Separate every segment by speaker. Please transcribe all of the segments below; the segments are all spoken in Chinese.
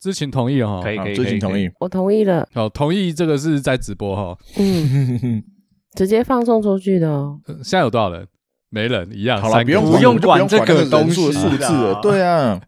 Speaker 1: 知情同意哈，
Speaker 2: 可以
Speaker 1: 好
Speaker 2: 可以，
Speaker 3: 知
Speaker 2: 可
Speaker 3: 情
Speaker 2: 以
Speaker 3: 啊同意。。
Speaker 4: 我同意了，
Speaker 1: 好，同意这个是在直播哈，
Speaker 4: 嗯， 直接放送出去的哦。
Speaker 1: 呃现在有多少人？没人，一
Speaker 2: 啊
Speaker 1: 样，
Speaker 3: 好了，
Speaker 1: 三
Speaker 3: 不
Speaker 1: 个
Speaker 3: 用
Speaker 1: 人
Speaker 3: 管
Speaker 2: 不用管
Speaker 3: 就
Speaker 2: 这个
Speaker 3: 那人
Speaker 2: 东西
Speaker 3: 数数字了
Speaker 2: 啦
Speaker 3: 对啊，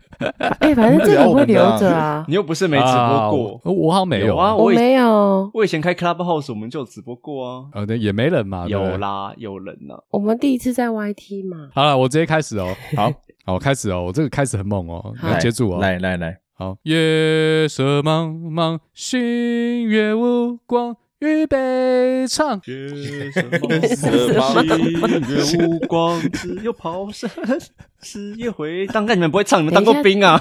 Speaker 4: 哎，反正这个会留着 啊，
Speaker 2: 你又不是没直播过
Speaker 1: 啊，我我好像没有
Speaker 2: 啊，
Speaker 4: 我
Speaker 2: 以
Speaker 4: 没有，
Speaker 2: 我以前开 Clubhouse 我们就有直播过啊，
Speaker 1: 呃，对也没人嘛，对不对
Speaker 2: 有。啦，有人呐，
Speaker 4: 我们第一次在 YT 嘛，
Speaker 1: 好了，我直接开始哦，
Speaker 3: 好，
Speaker 1: 好，我开始哦，我这个开始很猛哦，你
Speaker 4: 好
Speaker 1: 要
Speaker 3: 来
Speaker 1: 接住哦，
Speaker 3: 来来来，
Speaker 1: 好，夜色茫茫，星月无光，预备唱。
Speaker 4: 色
Speaker 2: 茫茫，月无光，只有炮声，只有回荡。但你们不会唱，你们当过兵啊？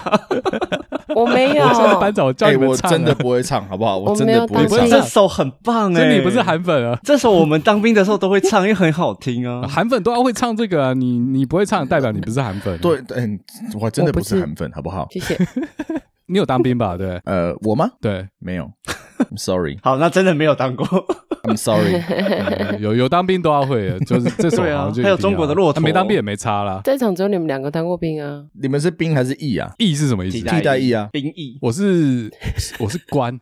Speaker 4: 我没有
Speaker 1: 我，现在班长，我教
Speaker 3: 哎，
Speaker 1: 你们
Speaker 3: 我
Speaker 1: 唱、啊
Speaker 3: 真的，不会唱，好不好？
Speaker 4: 我
Speaker 3: 真
Speaker 4: 没
Speaker 3: 的
Speaker 4: 有
Speaker 3: 不会
Speaker 4: 当
Speaker 1: 你
Speaker 3: 唱
Speaker 1: 不会。
Speaker 2: 这首很棒哎、
Speaker 1: 这你不是韩粉啊？
Speaker 2: 这首我们当兵的时候都会唱，因为很好听啊。
Speaker 1: 韩粉都要会唱这个啊，你你不会唱，代表你不是韩粉。
Speaker 3: 对，，嗯，我真的
Speaker 4: 我不
Speaker 3: 不是
Speaker 4: 是
Speaker 3: 韩粉，好不好？
Speaker 4: 谢谢。
Speaker 1: 你有当兵吧？对不
Speaker 3: 呃，我吗？
Speaker 1: 对
Speaker 3: 没有，I'm sorry，I'm
Speaker 2: 好，那真的没有当过。
Speaker 3: sorry。
Speaker 1: 对， 有有当兵都要会的，就是这首
Speaker 2: 对啊
Speaker 1: 好像就一定要
Speaker 2: 还有中国的骆驼
Speaker 1: 啊没当兵也没差啦。
Speaker 4: 在场只有你们两个当过兵啊，
Speaker 3: 你们是兵还是义啊？
Speaker 1: 役是什么意思？
Speaker 3: 代役啊
Speaker 2: 兵役。
Speaker 1: 我是我是官，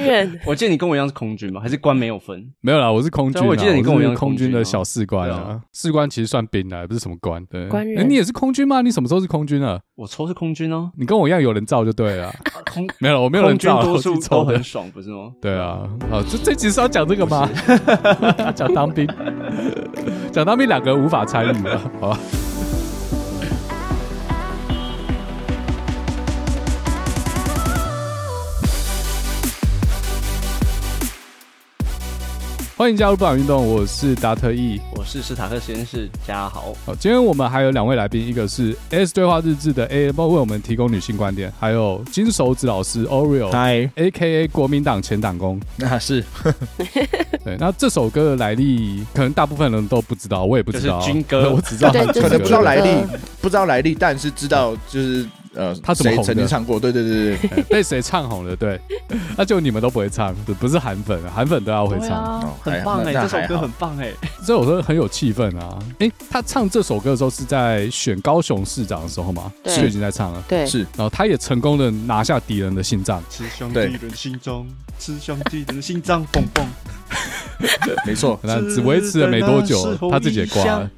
Speaker 4: 人
Speaker 2: 我记得你跟我一样是空军吗？还是官没有分？
Speaker 1: 没有啦，我是空军啊。
Speaker 2: 对我记得你跟我一样
Speaker 1: 是空军的小士官
Speaker 2: 空军
Speaker 1: 啊，士官其实算兵啊，也不是什么官。对，
Speaker 4: 官人
Speaker 1: 哎你也是空军吗？你什么时候是空军啊？
Speaker 2: 我抽是空军哦，
Speaker 1: 你跟我一样有人造就对了啊，
Speaker 2: 空
Speaker 1: 没有，我没有人
Speaker 2: 空军
Speaker 1: 造，
Speaker 2: 多
Speaker 1: 我自
Speaker 2: 数
Speaker 1: 己
Speaker 2: 都
Speaker 1: 抽的
Speaker 2: 很。爽，不是吗？
Speaker 1: 对啊，好，这这集是要讲这个吗？讲当兵， 讲当兵两个人无法参与了，好吧？欢迎加入不满运动，我是达特意。
Speaker 2: 我是史塔克实验室，大家好。
Speaker 1: 好，今天我们还有两位来宾，一个是 S 对话日志的 A M 为我们提供女性观点，还有金手指老师 Oreo。
Speaker 3: 嗨，
Speaker 1: A K A 国民党前党工，
Speaker 3: 那 啊是
Speaker 1: 对，那这首歌的来历，可能大部分人都不知道，我也不知道，
Speaker 2: 就是军 歌
Speaker 1: 我只知道
Speaker 4: 对
Speaker 1: 它
Speaker 4: 就
Speaker 3: 可
Speaker 4: 是
Speaker 3: 能不知啊道来
Speaker 4: 这
Speaker 3: 历
Speaker 4: 个，嗯
Speaker 3: 不知道来历，但是知道就是呃，
Speaker 1: 他怎么
Speaker 3: 谁
Speaker 1: 红的
Speaker 3: 曾经唱过？对对对对，
Speaker 1: 哎被谁唱红了，对， 那就你们都不会唱，不是韩粉，韩粉都要会
Speaker 2: 对
Speaker 1: 唱，
Speaker 2: 啊
Speaker 3: 哦
Speaker 2: 很棒
Speaker 3: 还
Speaker 2: 哎，
Speaker 3: 那
Speaker 2: 这
Speaker 3: 那还
Speaker 2: 首歌
Speaker 3: 好
Speaker 2: 很棒哎。
Speaker 1: 这首歌很有气氛啊。哎，他唱这首歌的时候是在选高雄市长的时候嘛，
Speaker 4: 对
Speaker 1: 就已经在唱了，啊
Speaker 4: 对，
Speaker 3: 是
Speaker 1: 然后他也成功的拿下敌人的心脏，。
Speaker 2: 吃香
Speaker 3: 对
Speaker 2: 敌人心脏，吃香敌人心脏，蹦蹦。
Speaker 3: 没错
Speaker 1: 那只维持了没多久，他自己也挂 了。
Speaker 4: 哇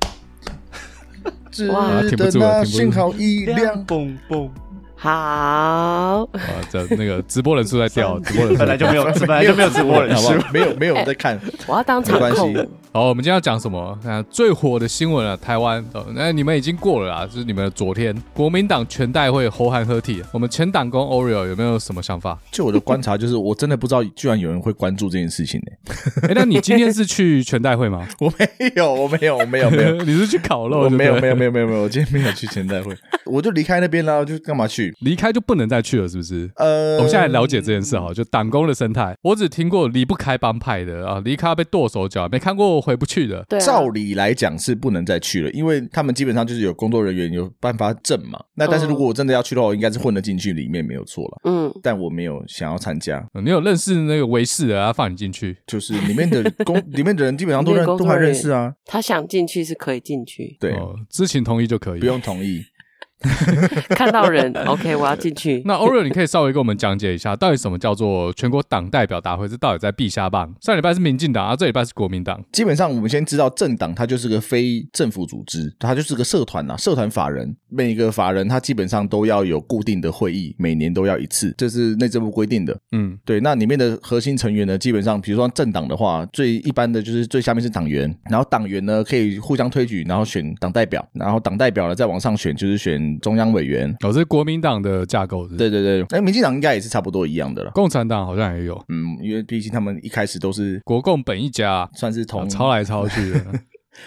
Speaker 3: 值
Speaker 2: 啊
Speaker 1: 停
Speaker 3: 得
Speaker 1: 不住
Speaker 3: 那
Speaker 1: 了停不住了
Speaker 3: 幸好一辆，
Speaker 2: 蹦蹦，
Speaker 4: 好，
Speaker 1: 啊，这那个直播人数在掉，
Speaker 2: 哦
Speaker 1: 直播人数在
Speaker 2: 本来就
Speaker 1: 掉
Speaker 2: 没 有，本来就没有直播人
Speaker 3: 好
Speaker 2: 数。
Speaker 3: 吧？没有没有人在看，
Speaker 4: 我要当场
Speaker 3: 没关
Speaker 4: 控
Speaker 3: 系。
Speaker 1: 好，我们今天要讲什么？那、最火的新闻了，台湾。呃那你们已经过了啦，就是你们的昨天，国民党全代会侯韩合体。我们前党工 Oreo 有没有什么想 法？
Speaker 3: 就我的观察，就是我真的不知道，居然有人会关注这件事情呢、
Speaker 1: 哎、那你今天是去全代会吗？
Speaker 3: 我没有，我没有，我没有，没 有，
Speaker 1: 你是去烤肉
Speaker 3: 我
Speaker 1: 就对
Speaker 3: 没
Speaker 1: 了？
Speaker 3: 有，没有，没有，没有，没有，我今天没有去前代会，我就离开那边啦，就干嘛去？
Speaker 1: 离开就不能再去了，是不是？
Speaker 3: 呃，嗯
Speaker 1: 我们现在了解这件事哈，就党工的生态。我只听过离不开帮派的啊，离开被剁手脚，没看过回不去的。
Speaker 4: 对啊，
Speaker 3: 照理来讲是不能再去了，因为他们基本上就是有工作人员有办法证嘛。那但是如果我真的要去的话，我应该是混得进去里面没有错了。
Speaker 4: 嗯，
Speaker 3: 但我没有想要参加，
Speaker 1: 呃你有认识那个维士的，他放你进去。
Speaker 3: 就是里面的 工里面的人基本上都
Speaker 4: 里面
Speaker 3: 认
Speaker 4: 工
Speaker 3: 都
Speaker 4: 作
Speaker 3: 还认
Speaker 4: 人员
Speaker 3: 识啊，
Speaker 4: 他想进去是可以进去，
Speaker 3: 对，
Speaker 1: 哦，知情同意就可以。
Speaker 3: 不用同意。
Speaker 4: 看到人 ，OK，我要进 去。
Speaker 1: 那 Oreo，你可以稍微给我们讲解一下，到底什么叫做全国党代表大会？这到底在避下棒？上礼拜是民进党，啊，这礼拜是国民党。
Speaker 3: 基本上我们先知道政党它就是个非政府组织，它就是个社团啦、啊社团法人。每个法人它基本上都要有固定的会议，每年都要一次，这是内政部规定的。
Speaker 1: 嗯，
Speaker 3: 对，那里面的核心成员呢，基本上比如说政党的话，最一般的就是最下面是党员，然后党员呢可以互相推举，然后选党代表，然后党代表呢再往上选就是选中央委员。
Speaker 1: 哦，这是国民党的架构是不是
Speaker 3: 对对对，那民进党应该也是差不多一样的了。
Speaker 1: 共产党好像也有，
Speaker 3: 嗯，因为毕竟他们一开始都是
Speaker 1: 国共本一家啊，
Speaker 3: 算是同、
Speaker 1: 啊抄来抄去 的。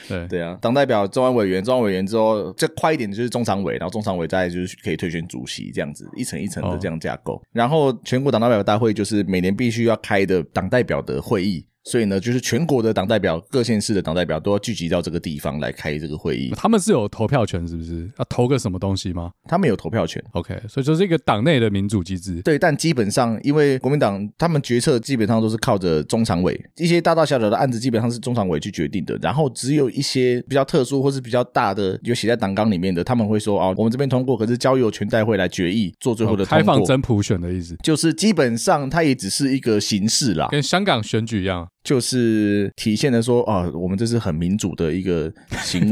Speaker 1: 对，
Speaker 3: 对啊，党代表、中央委员、中央委员之后，再快一点就是中常委，然后中常委再就是可以推选主席，这样子一层一层的这样架构。然后全国党代表大会就是每年必须要开的党代表的会议。所以呢，就是全国的党代表、各县市的党代表都要聚集到这个地方来开这个会议。
Speaker 1: 他们是有投票权是不是？要投个什么东西吗
Speaker 3: 他们有投票权，
Speaker 1: ？OK，所以就是一个党内的民主机制。
Speaker 3: 对，但基本上因为国民党他们决策基本上都是靠着中常委，一些大大小小的案子基本上是中常委去决定的。然后只有一些比较特殊或是比较大的有写在党纲里面的，他们会说哦，我们这边通过，可是交由全代会来决议做最后的
Speaker 1: 哦开
Speaker 3: 通
Speaker 1: 放
Speaker 3: 过。
Speaker 1: 真普选的意思，
Speaker 3: 就是基本上它也只是一个形式啦，
Speaker 1: 跟香港选举一样。
Speaker 3: 就是体现了说啊，我们这是很民主的一个 行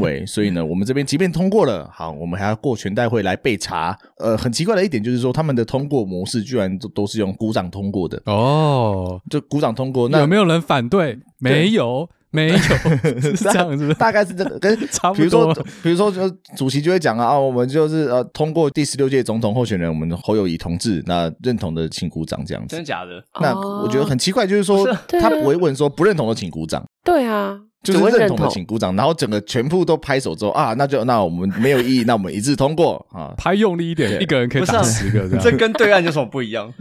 Speaker 3: 为，所以呢，我们这边即便通过了，好，我们还要过全代会来备查。呃，很奇怪的一点就是说，他们的通过模式居然都都是用鼓掌通过的，
Speaker 1: 哦，
Speaker 3: 就鼓掌通过。那
Speaker 1: 有没有人反对？没有，没 有，是这样是不是？
Speaker 3: 大概是这个，跟
Speaker 1: 差不
Speaker 3: 比如说
Speaker 1: 多，
Speaker 3: 比如说，就主席就会讲啊，啊，我们就是呃，通过第十六届总统候选人我们侯友谊同志，那认同的请鼓掌这样
Speaker 2: 真
Speaker 3: 子
Speaker 2: 的。假的？
Speaker 3: 那
Speaker 4: 哦
Speaker 3: 我觉得很奇怪，就是说
Speaker 2: 不是啊
Speaker 4: 对啊
Speaker 3: 他不会问说不认同的请鼓掌。
Speaker 4: 对啊，
Speaker 3: 就是
Speaker 4: 只会
Speaker 3: 认同的请鼓掌，然后整个全部都拍手之后啊，那就那我们没有异 议，那我们一致通过啊。
Speaker 1: 拍用力一点，一个人可以
Speaker 2: 不是
Speaker 1: 打
Speaker 2: 啊
Speaker 1: 十个这
Speaker 2: 这
Speaker 1: 样
Speaker 2: 跟对岸有什么不一样？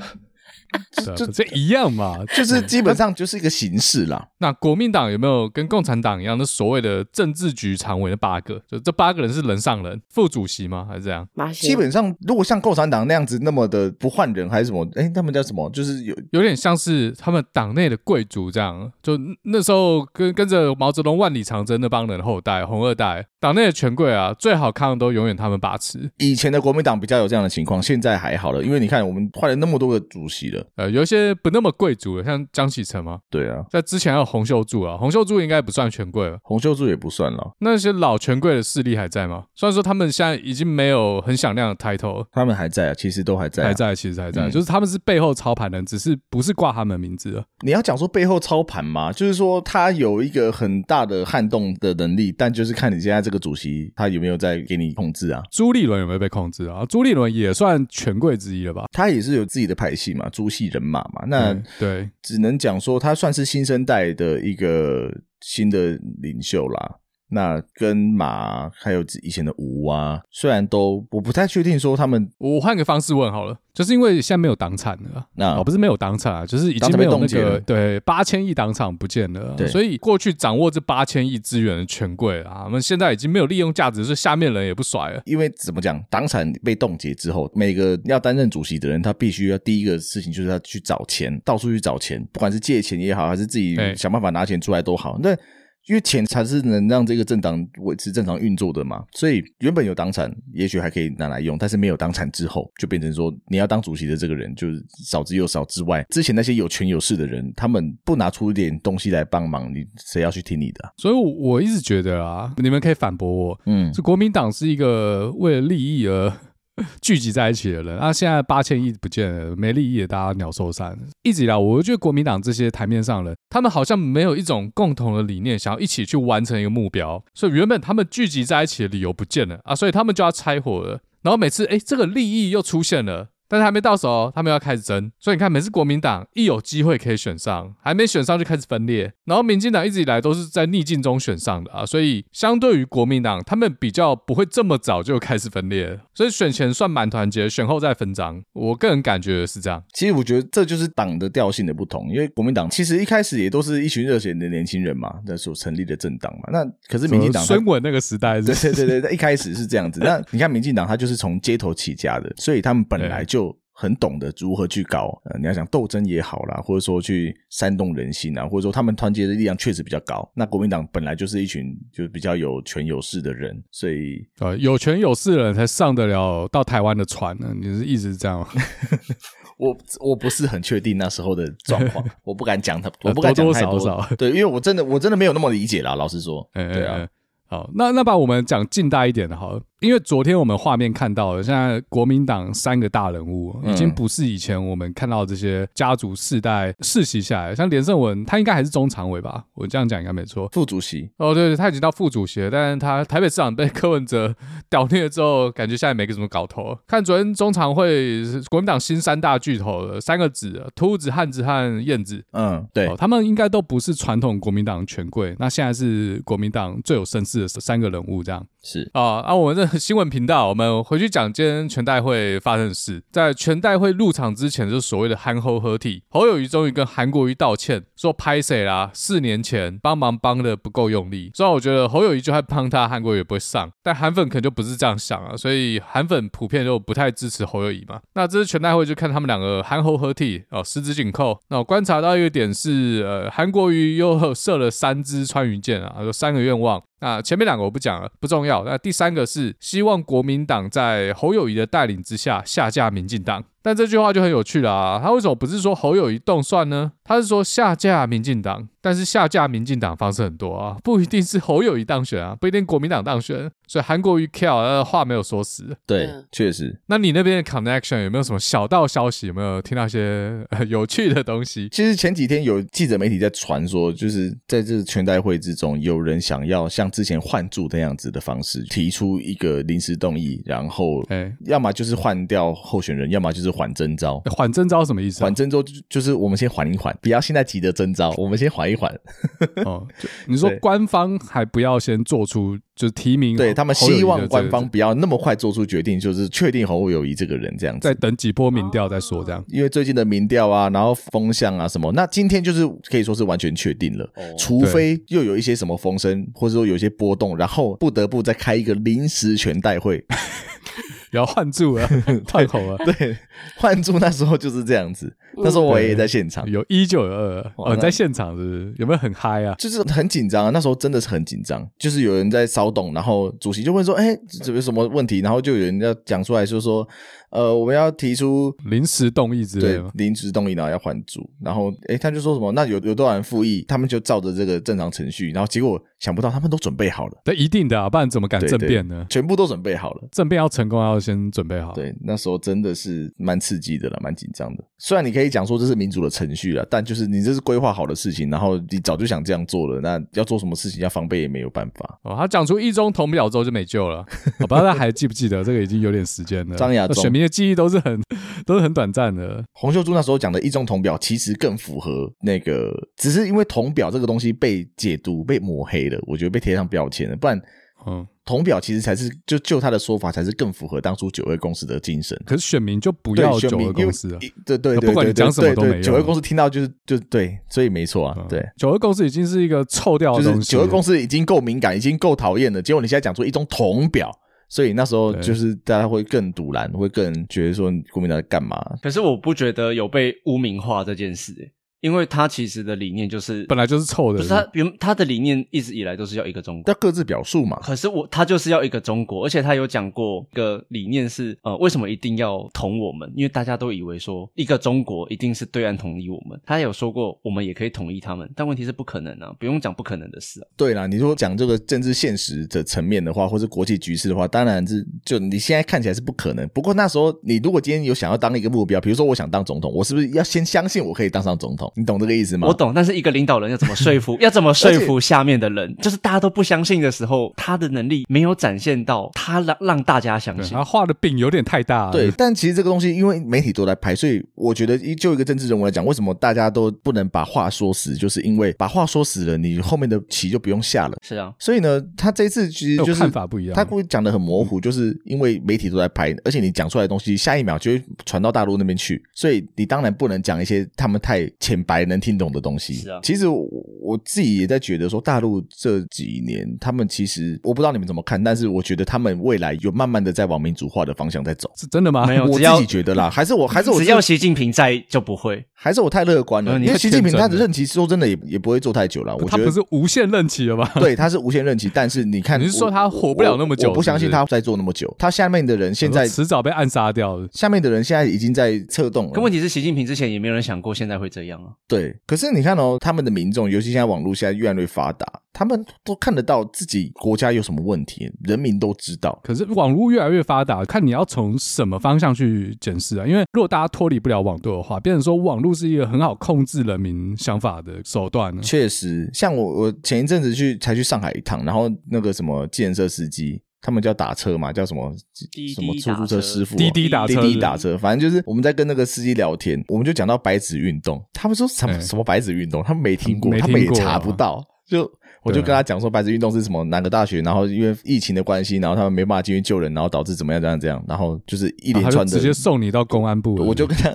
Speaker 1: 对啊，这这一样嘛。
Speaker 3: 就是基本上就是一个形式 啦，
Speaker 1: 那国民党有没有跟共产党一样的所谓的政治局常委的八个？就这八个人是人上人，副主席吗？还是这样？
Speaker 4: 马
Speaker 3: 基本上如果像共产党那样子那么的不换人还是什么，哎，他们叫什么？就是有
Speaker 1: 有点像是他们党内的贵族这样，就那时候跟跟着毛泽东万里长征那帮人的后代红二代，党内的权贵啊，最好看的都永远他们把持。
Speaker 3: 以前的国民党比较有这样的情况，现在还好了，因为你看我们换了那么多个主席了，
Speaker 1: 呃，有一些不那么贵族的，像江启臣嘛，
Speaker 3: 对啊，
Speaker 1: 在之前还有洪秀柱啊，洪秀柱应该不算权贵了。
Speaker 3: 洪秀柱也不算了，
Speaker 1: 那些老权贵的势力还在吗？虽然说他们现在已经没有很响亮的 title，
Speaker 3: 他们还在啊，其实都还在、啊，
Speaker 1: 还。在，其实还在，
Speaker 3: 嗯
Speaker 1: 就是他们是背后操盘人，只是不是挂他们名字了。
Speaker 3: 你要讲说背后操盘嘛，就是说他有一个很大的撼动的能力，但就是看你现在这个主席他有没有在给你控制啊。
Speaker 1: 朱立伦有没有被控制啊？朱立伦也算权贵之一了吧？
Speaker 3: 他也是有自己的派系嘛，朱系人马嘛，那
Speaker 1: 嗯对，
Speaker 3: 只能讲说他算是新生代的一个新的领袖啦。那跟马还有以前的吴啊，虽然都我不太确定说他们
Speaker 1: 我换个方式问好了，就是因为现在没有党产了啊，
Speaker 3: 那、
Speaker 1: 哦，不是没有党产啊，就是已经没有那
Speaker 3: 党产被冻结
Speaker 1: 个
Speaker 3: 了
Speaker 1: 对八千亿党产不见了啊、
Speaker 3: 对
Speaker 1: 所以过去掌握这八千亿资源的权贵啊，我们现在已经没有利用价值，所以下面人也不甩了。
Speaker 3: 因为怎么讲，党产被冻结之后，每个要担任主席的人，他必须要第一个事情就是要去找钱，到处去找钱，不管是借钱也好，还是自己
Speaker 1: 对
Speaker 3: 想办法拿钱出来都好。那因为钱才是能让这个政党维持正常运作的嘛，所以原本有党产，也许还可以拿来用，但是没有党产之后，就变成说你要当主席的这个人就是少之又少之外，之前那些有权有势的人，他们不拿出一点东西来帮忙，你谁要去听你的啊、
Speaker 1: 所以我，我一直觉得啊，你们可以反驳我，
Speaker 3: 嗯，
Speaker 1: 这国民党是一个为了利益而 聚集在一起的人，那、现在八千亿不见了，没利益的大家鸟兽散。一直以来，我觉得国民党这些台面上的人，他们好像没有一种共同的理念，想要一起去完成一个目标，所以原本他们聚集在一起的理由不见了啊，所以他们就要拆伙了。然后每次哎，这个利益又出现了。但是还没到手哦，他们要开始争，所以你看，每次国民党一有机会可以选上，还没选上就开始分裂。然后民进党一直以来都是在逆境中选上的啊，所以相对于国民党，他们比较不会这么早就开始分裂，所以选前算蛮团结，选后再分赃。我个人感觉是这样。
Speaker 3: 其实我觉得这就是党的调性的不同，因为国民党其实一开始也都是一群热血的年轻人嘛，那所成立的政党嘛。那可是民进党它，
Speaker 1: 孙文那个时代是不
Speaker 3: 对
Speaker 1: 是
Speaker 3: 对 对对，对一开始是这样子。那你看民进党，它就是从街头起家的，所以他们本来就很懂得如何去搞。呃，你要想斗争也好啦，或者说去煽动人心啊，或者说他们团结的力量确实比较高。那国民党本来就是一群就是比较有权有势的人，所以
Speaker 1: 呃，有权有势的人才上得了到台湾的船呢。你是一直这样吗，
Speaker 3: 我我不是很确定那时候的状 况，我不敢讲他，我不敢
Speaker 1: 呃多
Speaker 3: 讲
Speaker 1: 多少
Speaker 3: 太
Speaker 1: 少
Speaker 3: 对，因为我真的我真的没有那么理解啦，老实说，
Speaker 1: 嗯
Speaker 3: 对。啊
Speaker 1: 嗯，好，那那把我们讲近代一点的好了，因为昨天我们画面看到了，现在国民党三个大人物已经
Speaker 3: 嗯
Speaker 1: 不是以前我们看到这些家族世代世袭下来，像连胜文，他应该还是中常委吧？我这样讲应该没错。
Speaker 3: 副主席
Speaker 1: 哦，对对，他已经到副主席了，但是他台北市长被柯文哲 屌虐之后，感觉现在没个什么搞头。看昨天中常会，国民党新三大巨头了，三个子了，秃子、汉子和燕子，
Speaker 3: 嗯，对
Speaker 1: 哦，，他们应该都不是传统国民党权贵，那现在是国民党最有声势的三个人物这样。
Speaker 3: 是
Speaker 1: 啊啊！我们的新闻频道，我们回去讲今天全代会发生的事。在全代会入场之前，就是所谓的韩侯合体，侯友谊终于跟韩国瑜道歉，说拍谁啦，四年前帮忙帮的不够用力。虽然我觉得侯友谊就算帮他，韩国瑜也不会上，但韩粉可能就不是这样想啊，所以韩粉普遍就不太支持侯友谊嘛。那这次全代会就看他们两个韩侯合体哦，十指紧扣。那我观察到一个点是，呃，韩国瑜又射了三支穿云箭啊，有三个愿望。那啊前面两个我不讲了，不重要。那第三个是希望国民党在侯友谊的带领之下下架民进党，但这句话就很有趣啦、啊他为什么不是说侯友谊动算呢？他是说下架民进党，但是下架民进党方式很多啊，不一定是侯友谊当选啊，不一定国民党当选。所以韩国瑜 kill 呃话没有说死。
Speaker 3: 对
Speaker 4: 嗯，
Speaker 3: 确实。
Speaker 1: 那你那边的 connection 有没有什么小道消息？有没有听到一些、呃有趣的东西？
Speaker 3: 其实前几天有记者媒体在传说，就是在这全代会之中，有人想要像之前换柱那样子的方式，提出一个临时动议，然后
Speaker 1: 哎
Speaker 3: 要么就是换掉候选人，要么就是缓征召。
Speaker 1: 缓征招什么意思、啊
Speaker 3: 缓？征召就就是我们先缓一缓，不要现在急着征召，我们先缓一缓。
Speaker 1: 哦，就你说
Speaker 3: 对
Speaker 1: 官方还不要先做出就是提名侯友谊的这个，
Speaker 3: 对他们希望官方
Speaker 1: 这
Speaker 3: 不要那么快做出决定，就是确定侯友谊这个人这样子
Speaker 1: 再。等几波民调再说，这样。
Speaker 3: 因为最近的民调啊，然后风向啊什么，那今天就是可以说是完全确定了，
Speaker 1: 哦
Speaker 3: 除非又有一些什么风声，或者说有一些波动，然后不得不再开一个临时全 代会。
Speaker 1: 然后换住了，换口了，
Speaker 3: 对，换柱那时候就是这样子，
Speaker 1: 嗯
Speaker 3: 那时候我也在现场，
Speaker 1: 有一就有二，哦，
Speaker 3: 哇
Speaker 1: 你
Speaker 3: 那
Speaker 1: 在现场是不是？有没有很嗨啊？
Speaker 3: 就是很紧张啊，那时候真的是很紧张，就是有人在骚动，然后主席就问说：“哎、这有什么问题？”然后就有人要讲出来，就是说：“呃，我们要提出
Speaker 1: 临时动议之类
Speaker 3: 对
Speaker 1: 的吗，
Speaker 3: 临时动议，然后要换组，然后哎，他就说什么？那有有多少人复议？他们就照着这个正常程序，然后结果想不到他们都准备好了，
Speaker 1: 这一定的啊，不然怎么敢
Speaker 3: 对
Speaker 1: 政变呢？
Speaker 3: 全部都准备好了。
Speaker 1: 政变要成功，要先准备好。
Speaker 3: 对，那时候真的是蛮刺激的了，蛮紧张的。虽然你可以讲说这是民主的程序了，但就是你这是规划好的事情，然后你早就想这样做了，那要做什么事情要防备也没有办法。
Speaker 1: 哦，他讲出一中同不了之后就没救了，我不知道他还记不记 得，这个已经有点时间了。
Speaker 3: 张亚中
Speaker 1: 选民的记忆都是很都是很短暂的。
Speaker 3: 洪秀柱那时候讲的一中同表，其实更符合那个，只是因为同表这个东西被解读、被抹黑了，我觉得被贴上标签了，不然。
Speaker 1: 嗯，
Speaker 3: 同表其实才是就就他的说法才是更符合当初九位公司的精神。
Speaker 1: 可是选民就不
Speaker 3: 对
Speaker 1: 要
Speaker 3: 选
Speaker 1: 九
Speaker 3: 民
Speaker 1: 二
Speaker 3: 因
Speaker 1: 公
Speaker 3: 为
Speaker 1: 司啊。
Speaker 3: 一对对
Speaker 1: 那
Speaker 3: 对，
Speaker 1: 不管
Speaker 3: 对
Speaker 1: 你讲什么
Speaker 3: 对
Speaker 1: 都
Speaker 3: 对
Speaker 1: 没用
Speaker 3: 九位公司听到就是就对，所以没错啊，
Speaker 1: 嗯
Speaker 3: 对。
Speaker 1: 九二公司已经是一个臭掉
Speaker 3: 就
Speaker 1: 的
Speaker 3: 是
Speaker 1: 东西
Speaker 3: 九
Speaker 1: 了。
Speaker 3: 位公司已经够敏感，已经够讨厌了，结果你现在讲出一种同表，所以那时候
Speaker 1: 对
Speaker 3: 就是大家会更堵拦，会更觉得说国民党在干嘛？
Speaker 2: 可是我不觉得有被污名化这件事、欸因为他其实的理念就是
Speaker 1: 本来就是臭的，
Speaker 2: 不是他原他的理念一直以来都是要一个中国
Speaker 3: 要。各自表述嘛。
Speaker 2: 可是我他就是要一个中国，而且他有讲过一个理念是呃，为什么一定要统我们？因为大家都以为说一个中国一定是对岸统一我们。他有说过我们也可以统一他们，但问题是不可能啊，不用讲不可能的事啊。
Speaker 3: 对啦，你如果讲这个政治现实的层面的话，或是国际局势的话，当然是就你现在看起来是不可能。不过那时候你如果今天有想要当一个目标，比如说我想当总统，我是不是要先相信我可以当上总统？你懂这个意思吗？
Speaker 2: 我懂，但是一个领导人要怎么说服，要怎么说服下面的人？就是大家都不相信的时候，他的能力没有展现到，他让让大家相
Speaker 1: 对
Speaker 2: 信
Speaker 1: 他。画的饼有点太大了。
Speaker 3: 对，
Speaker 2: 嗯
Speaker 3: 但其实这个东西，因为媒体都在拍，所以我觉得一就一个政治人物来讲，为什么大家都不能把话说死，就是因为把话说死了，你后面的棋就不用下了。
Speaker 2: 是啊，
Speaker 3: 所以呢，他这一次其实
Speaker 1: 有
Speaker 3: 就是
Speaker 1: 看法不一样嗯
Speaker 3: 他故意讲的很模糊，就是因为媒体都在拍，而且你讲出来的东西，下一秒就会传到大陆那边去，所以你当然不能讲一些他们太浅白能听懂的东西。
Speaker 2: 是啊
Speaker 3: 其实我我自己也在觉得说，大陆这几年他们其实我不知道你们怎么看，但是我觉得他们未来有慢慢的在往民主化的方向在走。
Speaker 1: 是真的吗？
Speaker 2: 没有
Speaker 3: 我
Speaker 2: 只要
Speaker 3: 自己觉得啦，还是我还是我
Speaker 2: 只要习近平在就不会。
Speaker 3: 还是我太乐观
Speaker 1: 哦
Speaker 3: 了，
Speaker 2: 呃你
Speaker 3: 因为习近
Speaker 1: 太天
Speaker 3: 平
Speaker 1: 真了
Speaker 3: 他的任期说真的也也不会做太久了，我
Speaker 1: 他
Speaker 3: 觉
Speaker 1: 不
Speaker 3: 得。
Speaker 1: 是无限任期了 吗？
Speaker 3: 对，他是无限任期，但是你看，
Speaker 1: 你是说
Speaker 3: 我
Speaker 1: 他活不了那么久
Speaker 3: 我我不相信
Speaker 1: 是不是
Speaker 3: 他再做那么久。他下面的人 现在，
Speaker 1: 迟早被暗杀掉了。
Speaker 3: 下面的人现在已经在策动了。
Speaker 2: 可问题是，习近平之前也没有人想过现在会这样啊。
Speaker 3: 对，可是你看哦，他们的民众，尤其现在网络现在越来越发达，他们都看得到自己国家有什么问题，人民都知道。
Speaker 1: 可是网络越来越发达，看你要从什么方向去检视啊？因为如果大家脱离不了网络的话，变成说网络是一个很好控制人民想法的手段啊呢。
Speaker 3: 确实，像我我前一阵子去才去上海一趟，然后那个什么建设司机。他们叫打车嘛，叫什么
Speaker 2: 滴滴
Speaker 3: 什么出租
Speaker 2: 打
Speaker 3: 车
Speaker 2: 车
Speaker 3: 师傅哦、
Speaker 1: 滴滴打
Speaker 3: 滴
Speaker 1: 车
Speaker 3: 滴打车，反正就是我们在跟那个司机聊天，我们就讲到白纸运动，他们说什么、
Speaker 1: 嗯
Speaker 3: 什么白纸运动，他们没听过，
Speaker 1: 没
Speaker 3: 他
Speaker 1: 听
Speaker 3: 们也
Speaker 1: 过啊
Speaker 3: 查不到，就我
Speaker 1: 对
Speaker 3: 就
Speaker 1: 啊
Speaker 3: 跟他讲说，白纸运动是什么？哪个大学？然后因为疫情的关系，然后他们没办法进去救人，然后导致怎么样怎么样怎样，然后就是一
Speaker 1: 然
Speaker 3: 连
Speaker 1: 后他
Speaker 3: 串
Speaker 1: 啊就
Speaker 3: 的。
Speaker 1: 直接送你到公安部了，
Speaker 3: 我就跟他，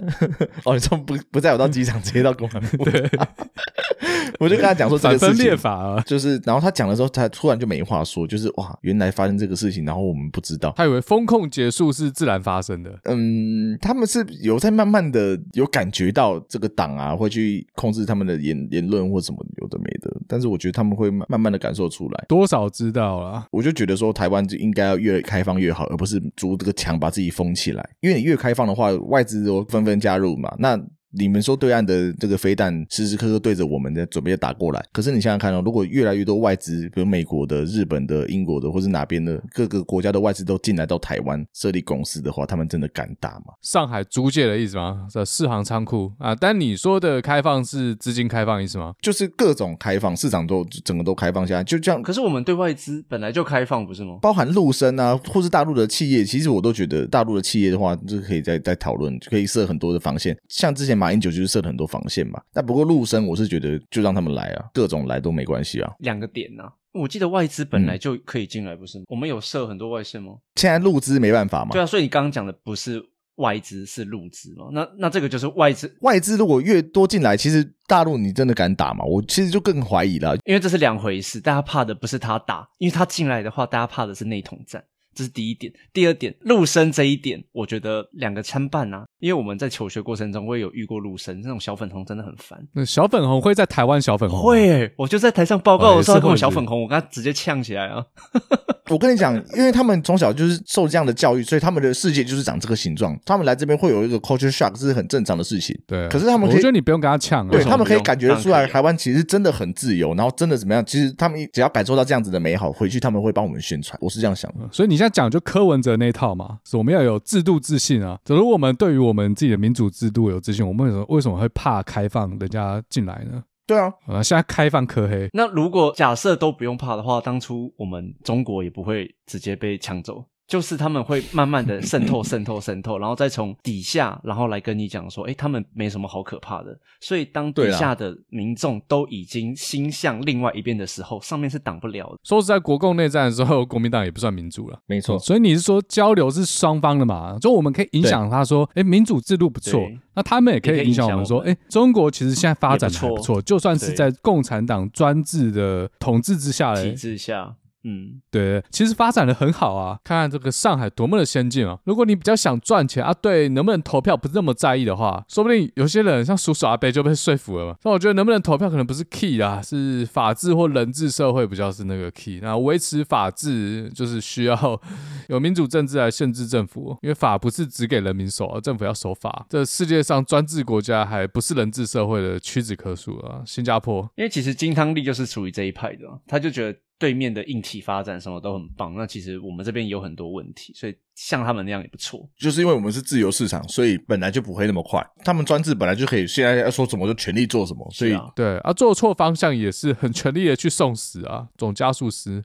Speaker 3: 哦，你说不不在我到机场，直接到公安部。 我就跟他讲说这
Speaker 1: 反
Speaker 3: 个事
Speaker 1: 分
Speaker 3: 情，
Speaker 1: 裂法啊，
Speaker 3: 就是，然后他讲的时候，他突然就没话说，就是哇，原来发生这个事情，然后我们不知道。
Speaker 1: 他以为风控结束是自然发生的，
Speaker 3: 嗯，他们是有在慢慢的有感觉到这个党啊会去控制他们的言言论或什么有的没的，但是我觉得他们会慢慢慢的感受出来。
Speaker 1: 多少知道啊啦。
Speaker 3: 我就觉得说，台湾就应该要越开放越好，而不是筑这个墙把自己封起来。因为你越开放的话，外资都纷纷加入嘛。那你们说对岸的这个飞弹时时刻刻对着我们的准备要打过来，可是你想想看哦，如果越来越多外资，比如美国的、日本的、英国的，或是哪边的各个国家的外资都进来到台湾设立公司的话，他们真的敢打吗？
Speaker 1: 上海租借的意思吗？这四行仓库啊，但你说的开放是资金开放意思吗？
Speaker 3: 就是各种开放，市场都整个都开放下来，就这样
Speaker 2: 可是我们对外资本来就开放，不是吗？
Speaker 3: 包含陆生啊，或是大陆的企业，其实我都觉得大陆的企业的话，就是可以再再讨论，可以设很多的防线。像之前马英九就是设了很多防线嘛。那不过陆生，我是觉得就让他们来啊，各种来都没关系啊。
Speaker 2: 两个点呐、我记得外资本
Speaker 1: 嗯
Speaker 2: 来就可以进来，不是吗？我们有设很多外线吗？
Speaker 3: 现在陆资没办
Speaker 1: 嗯
Speaker 3: 法嘛
Speaker 2: 对，啊，所以你刚刚讲的不是外资是入资嘛？那那这个就是外资，
Speaker 3: 外资如果越多进来，其实大陆你真的敢打吗？我其实就更怀疑了。
Speaker 2: 因为这是两回事。大家怕的不是他打，因为他进来的话，大家怕的是内统战，这是第一点。第二点，陆生这一点，我觉得两个参半啊，因为我们在求学过程中，我也有遇过陆生那种小粉红，真的很烦。
Speaker 1: 那小粉红会在台湾小粉红吗啊
Speaker 2: 会欸、我就在台上报告
Speaker 1: 哦
Speaker 2: 的时
Speaker 1: 也是
Speaker 2: 候，他跟我
Speaker 1: 会
Speaker 2: 小
Speaker 1: 是
Speaker 2: 粉红，我跟他直接呛起来啊！
Speaker 3: 我跟你讲，因为他们从小就是受这样的教育，所以他们的世界就是长这个形状。他们来这边会有一个 culture shock 是很正常的事情。
Speaker 1: 对，啊
Speaker 3: 可是他们
Speaker 1: 我
Speaker 3: 可以
Speaker 1: 觉得你不用跟他呛啊，
Speaker 3: 对
Speaker 2: 为什么
Speaker 3: 他们
Speaker 2: 不
Speaker 3: 可以
Speaker 2: 用
Speaker 3: 感觉得出
Speaker 2: 当
Speaker 3: 来，
Speaker 2: 然可以
Speaker 3: 台湾其实真的很自由，然后真的怎么样？其实他们只要感受到这样子的美好，回去他们会帮我们宣传。我是这样想的。
Speaker 1: 所以你现在讲就柯文哲那一套嘛，是我们要有制度自信啊。假如我们对于我们自己的民主制度有自信，我们为什么为什么会怕开放人家进来呢？
Speaker 3: 对啊，
Speaker 1: 啊，现在开放科黑，
Speaker 2: 那如果假设都不用怕的话，当初我们中国也不会直接被抢走，就是他们会慢慢的渗透、渗透、渗透，然后再从底下，然后来跟你讲说，哎，他们没什么好可怕的。所以当
Speaker 3: 对
Speaker 2: 底
Speaker 3: 啦
Speaker 2: 下的民众都已经心向另外一边的时候，上面是挡不了的。
Speaker 1: 说实在，国共内战的时候，国民党也不算民主了。
Speaker 3: 没错
Speaker 1: 嗯所以你是说交流是双方的嘛？就我们可以影响他说，哎，民主制度不错
Speaker 2: 对，
Speaker 1: 那他们也可以影响我们说，
Speaker 2: 也可以
Speaker 1: 哎，中国其实现在发展的还
Speaker 2: 也
Speaker 1: 不
Speaker 2: 不
Speaker 1: 错，
Speaker 2: 错
Speaker 1: 就算是在共产党专制的统治之下
Speaker 3: 哎
Speaker 2: 体
Speaker 1: 嘞，
Speaker 2: 制下，嗯，
Speaker 1: 对，其实发展的很好啊。看看这个上海多么的先进啊！如果你比较想赚钱啊，对能不能投票不是那么在意的话，说不定有些人像叔叔阿伯就被说服了嘛。那我觉得能不能投票可能不是 key 啊，是法治或人治社会比较是那个 key。那维持法治就是需要有民主政治来限制政府，因为法不是只给人民守，而政府要守法。这世界上专制国家还不是人治社会的屈指可数啊。新加坡
Speaker 2: 因为其实金汤力就是属于这一派的啊，他就觉得对面的硬体发展什么都很棒，那其实我们这边有很多问题，所以像他们那样也不错。
Speaker 3: 就是因为我们是自由市场，所以本来就不会那么快。他们专制本来就可以，现在要说什么就全力做什么，所以、
Speaker 2: 是啊
Speaker 1: 对啊，做错方向也是很全力的去送死啊， 总加速师。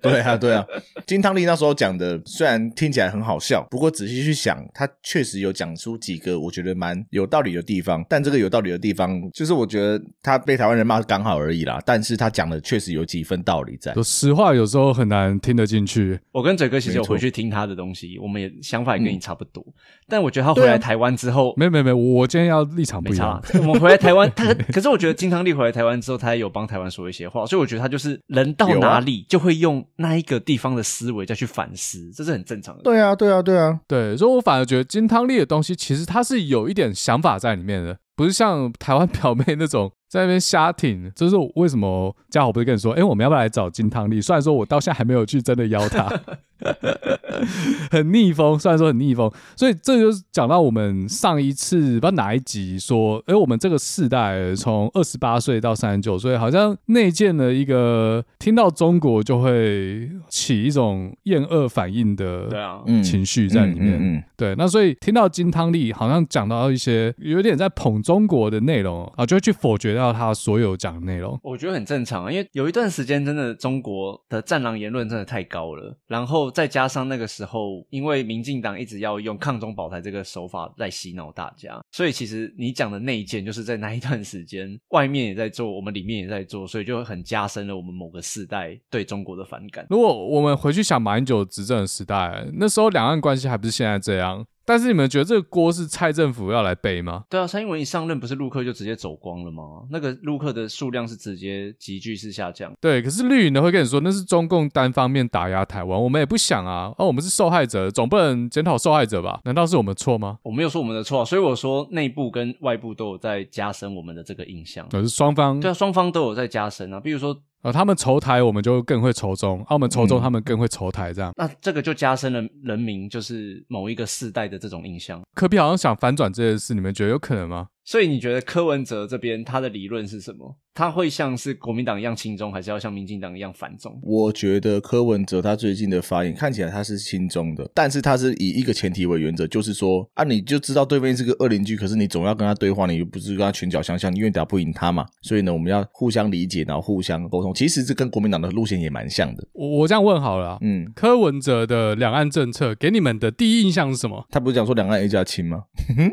Speaker 3: 对啊，对啊。金汤力那时候讲的虽然听起来很好笑，不过仔细去想，他确实有讲出几个我觉得蛮有道理的地方。但这个有道理的地方，就是我觉得他被台湾人骂刚好而已啦，但是他讲的确实有几分道理在。
Speaker 1: 有实话有时候很难听得进去，
Speaker 2: 我跟嘴哥其实有回去听他的东西，我们也想法也跟你差不多，但我觉得他回
Speaker 3: 对啊
Speaker 2: 来台湾之后。
Speaker 1: 没没没，我今天要立场
Speaker 2: 没
Speaker 1: 不一
Speaker 2: 差啊
Speaker 1: 样，，
Speaker 2: 我们回来台湾，他可是我觉得金汤力回来台湾之后，他也有帮台湾说一些话，所以我觉得他就是人到
Speaker 3: 有啊
Speaker 2: 哪里就会用那一个地方的思维再去反思，这是很正常的。
Speaker 3: 对啊，对啊，对啊，
Speaker 1: 对，所以我反而觉得金汤力的东西其实它是有一点想法在里面的，不是像台湾表妹那种在那边瞎挺。这是我为什么嘉豪不是跟你说，哎，我们要不要来找金汤力？虽然说我到现在还没有去真的邀 他，很逆风，虽然说很逆风，所以这就是讲到我们上一次不知道哪一集说，哎，我们这个世代从二十八岁到三十九岁，好像内建了一个听到中国就会起一种厌恶反应的
Speaker 2: 对啊
Speaker 3: 嗯
Speaker 1: 情绪在里面。
Speaker 3: 嗯嗯嗯
Speaker 1: 对，那所以听到金汤力好像讲到一些有点在捧中国的内容啊，就会去否决掉他所有讲的内容。
Speaker 2: 我觉得很正常啊，因为有一段时间真的中国的战狼言论真的太高了，然后后再加上那个时候，因为民进党一直要用抗中保台这个手法来洗脑大家，所以其实你讲的内建就是在那一段时间，外面也在做，我们里面也在做，所以就很加深了我们某个世代对中国的反感。
Speaker 1: 如果我们回去想马英九执政的时代，那时候两岸关系还不是现在这样。但是你们觉得这个锅是蔡政府要来背吗？
Speaker 2: 对啊，蔡英文一上任不是陆客就直接走光了吗？那个陆客的数量是直接急剧式下降。
Speaker 1: 对，可是绿营呢会跟你说那是中共单方面打压台湾，我们也不想啊，啊，我们是受害者，总不能检讨受害者吧？难道是我们错吗？
Speaker 2: 我没有说我们的错啊、所以我说内部跟外部都有在加深我们的这个印象。
Speaker 1: 哦可是双方
Speaker 2: 对啊，双方都有在加深啊。比如说，
Speaker 1: 啊，他们仇台，我们就更会仇中；啊，我们仇中，
Speaker 3: 嗯
Speaker 1: 他们更会仇台。这样，
Speaker 2: 那这个就加深了人民就是某一个世代的这种印象。
Speaker 1: 科比好像想反转这件事，你们觉得有可能吗？
Speaker 2: 所以你觉得柯文哲这边他的理论是什么？他会像是国民党一样亲中，还是要像民进党一样反中？
Speaker 3: 我觉得柯文哲他最近的发言看起来他是轻中的，但是他是以一个前提为原则，就是说啊，你就知道对面是个恶邻居，可是你总要跟他对话，你又不是跟他拳脚相向，你永远打不赢他嘛。所以呢，我们要互相理解，然后互相沟通。其实这跟国民党的路线也蛮像的。
Speaker 1: 我我这样问好了啊、
Speaker 3: 嗯，
Speaker 1: 柯文哲的两岸政策给你们的第一印象是什么？
Speaker 3: 他不是讲说两岸一家亲吗？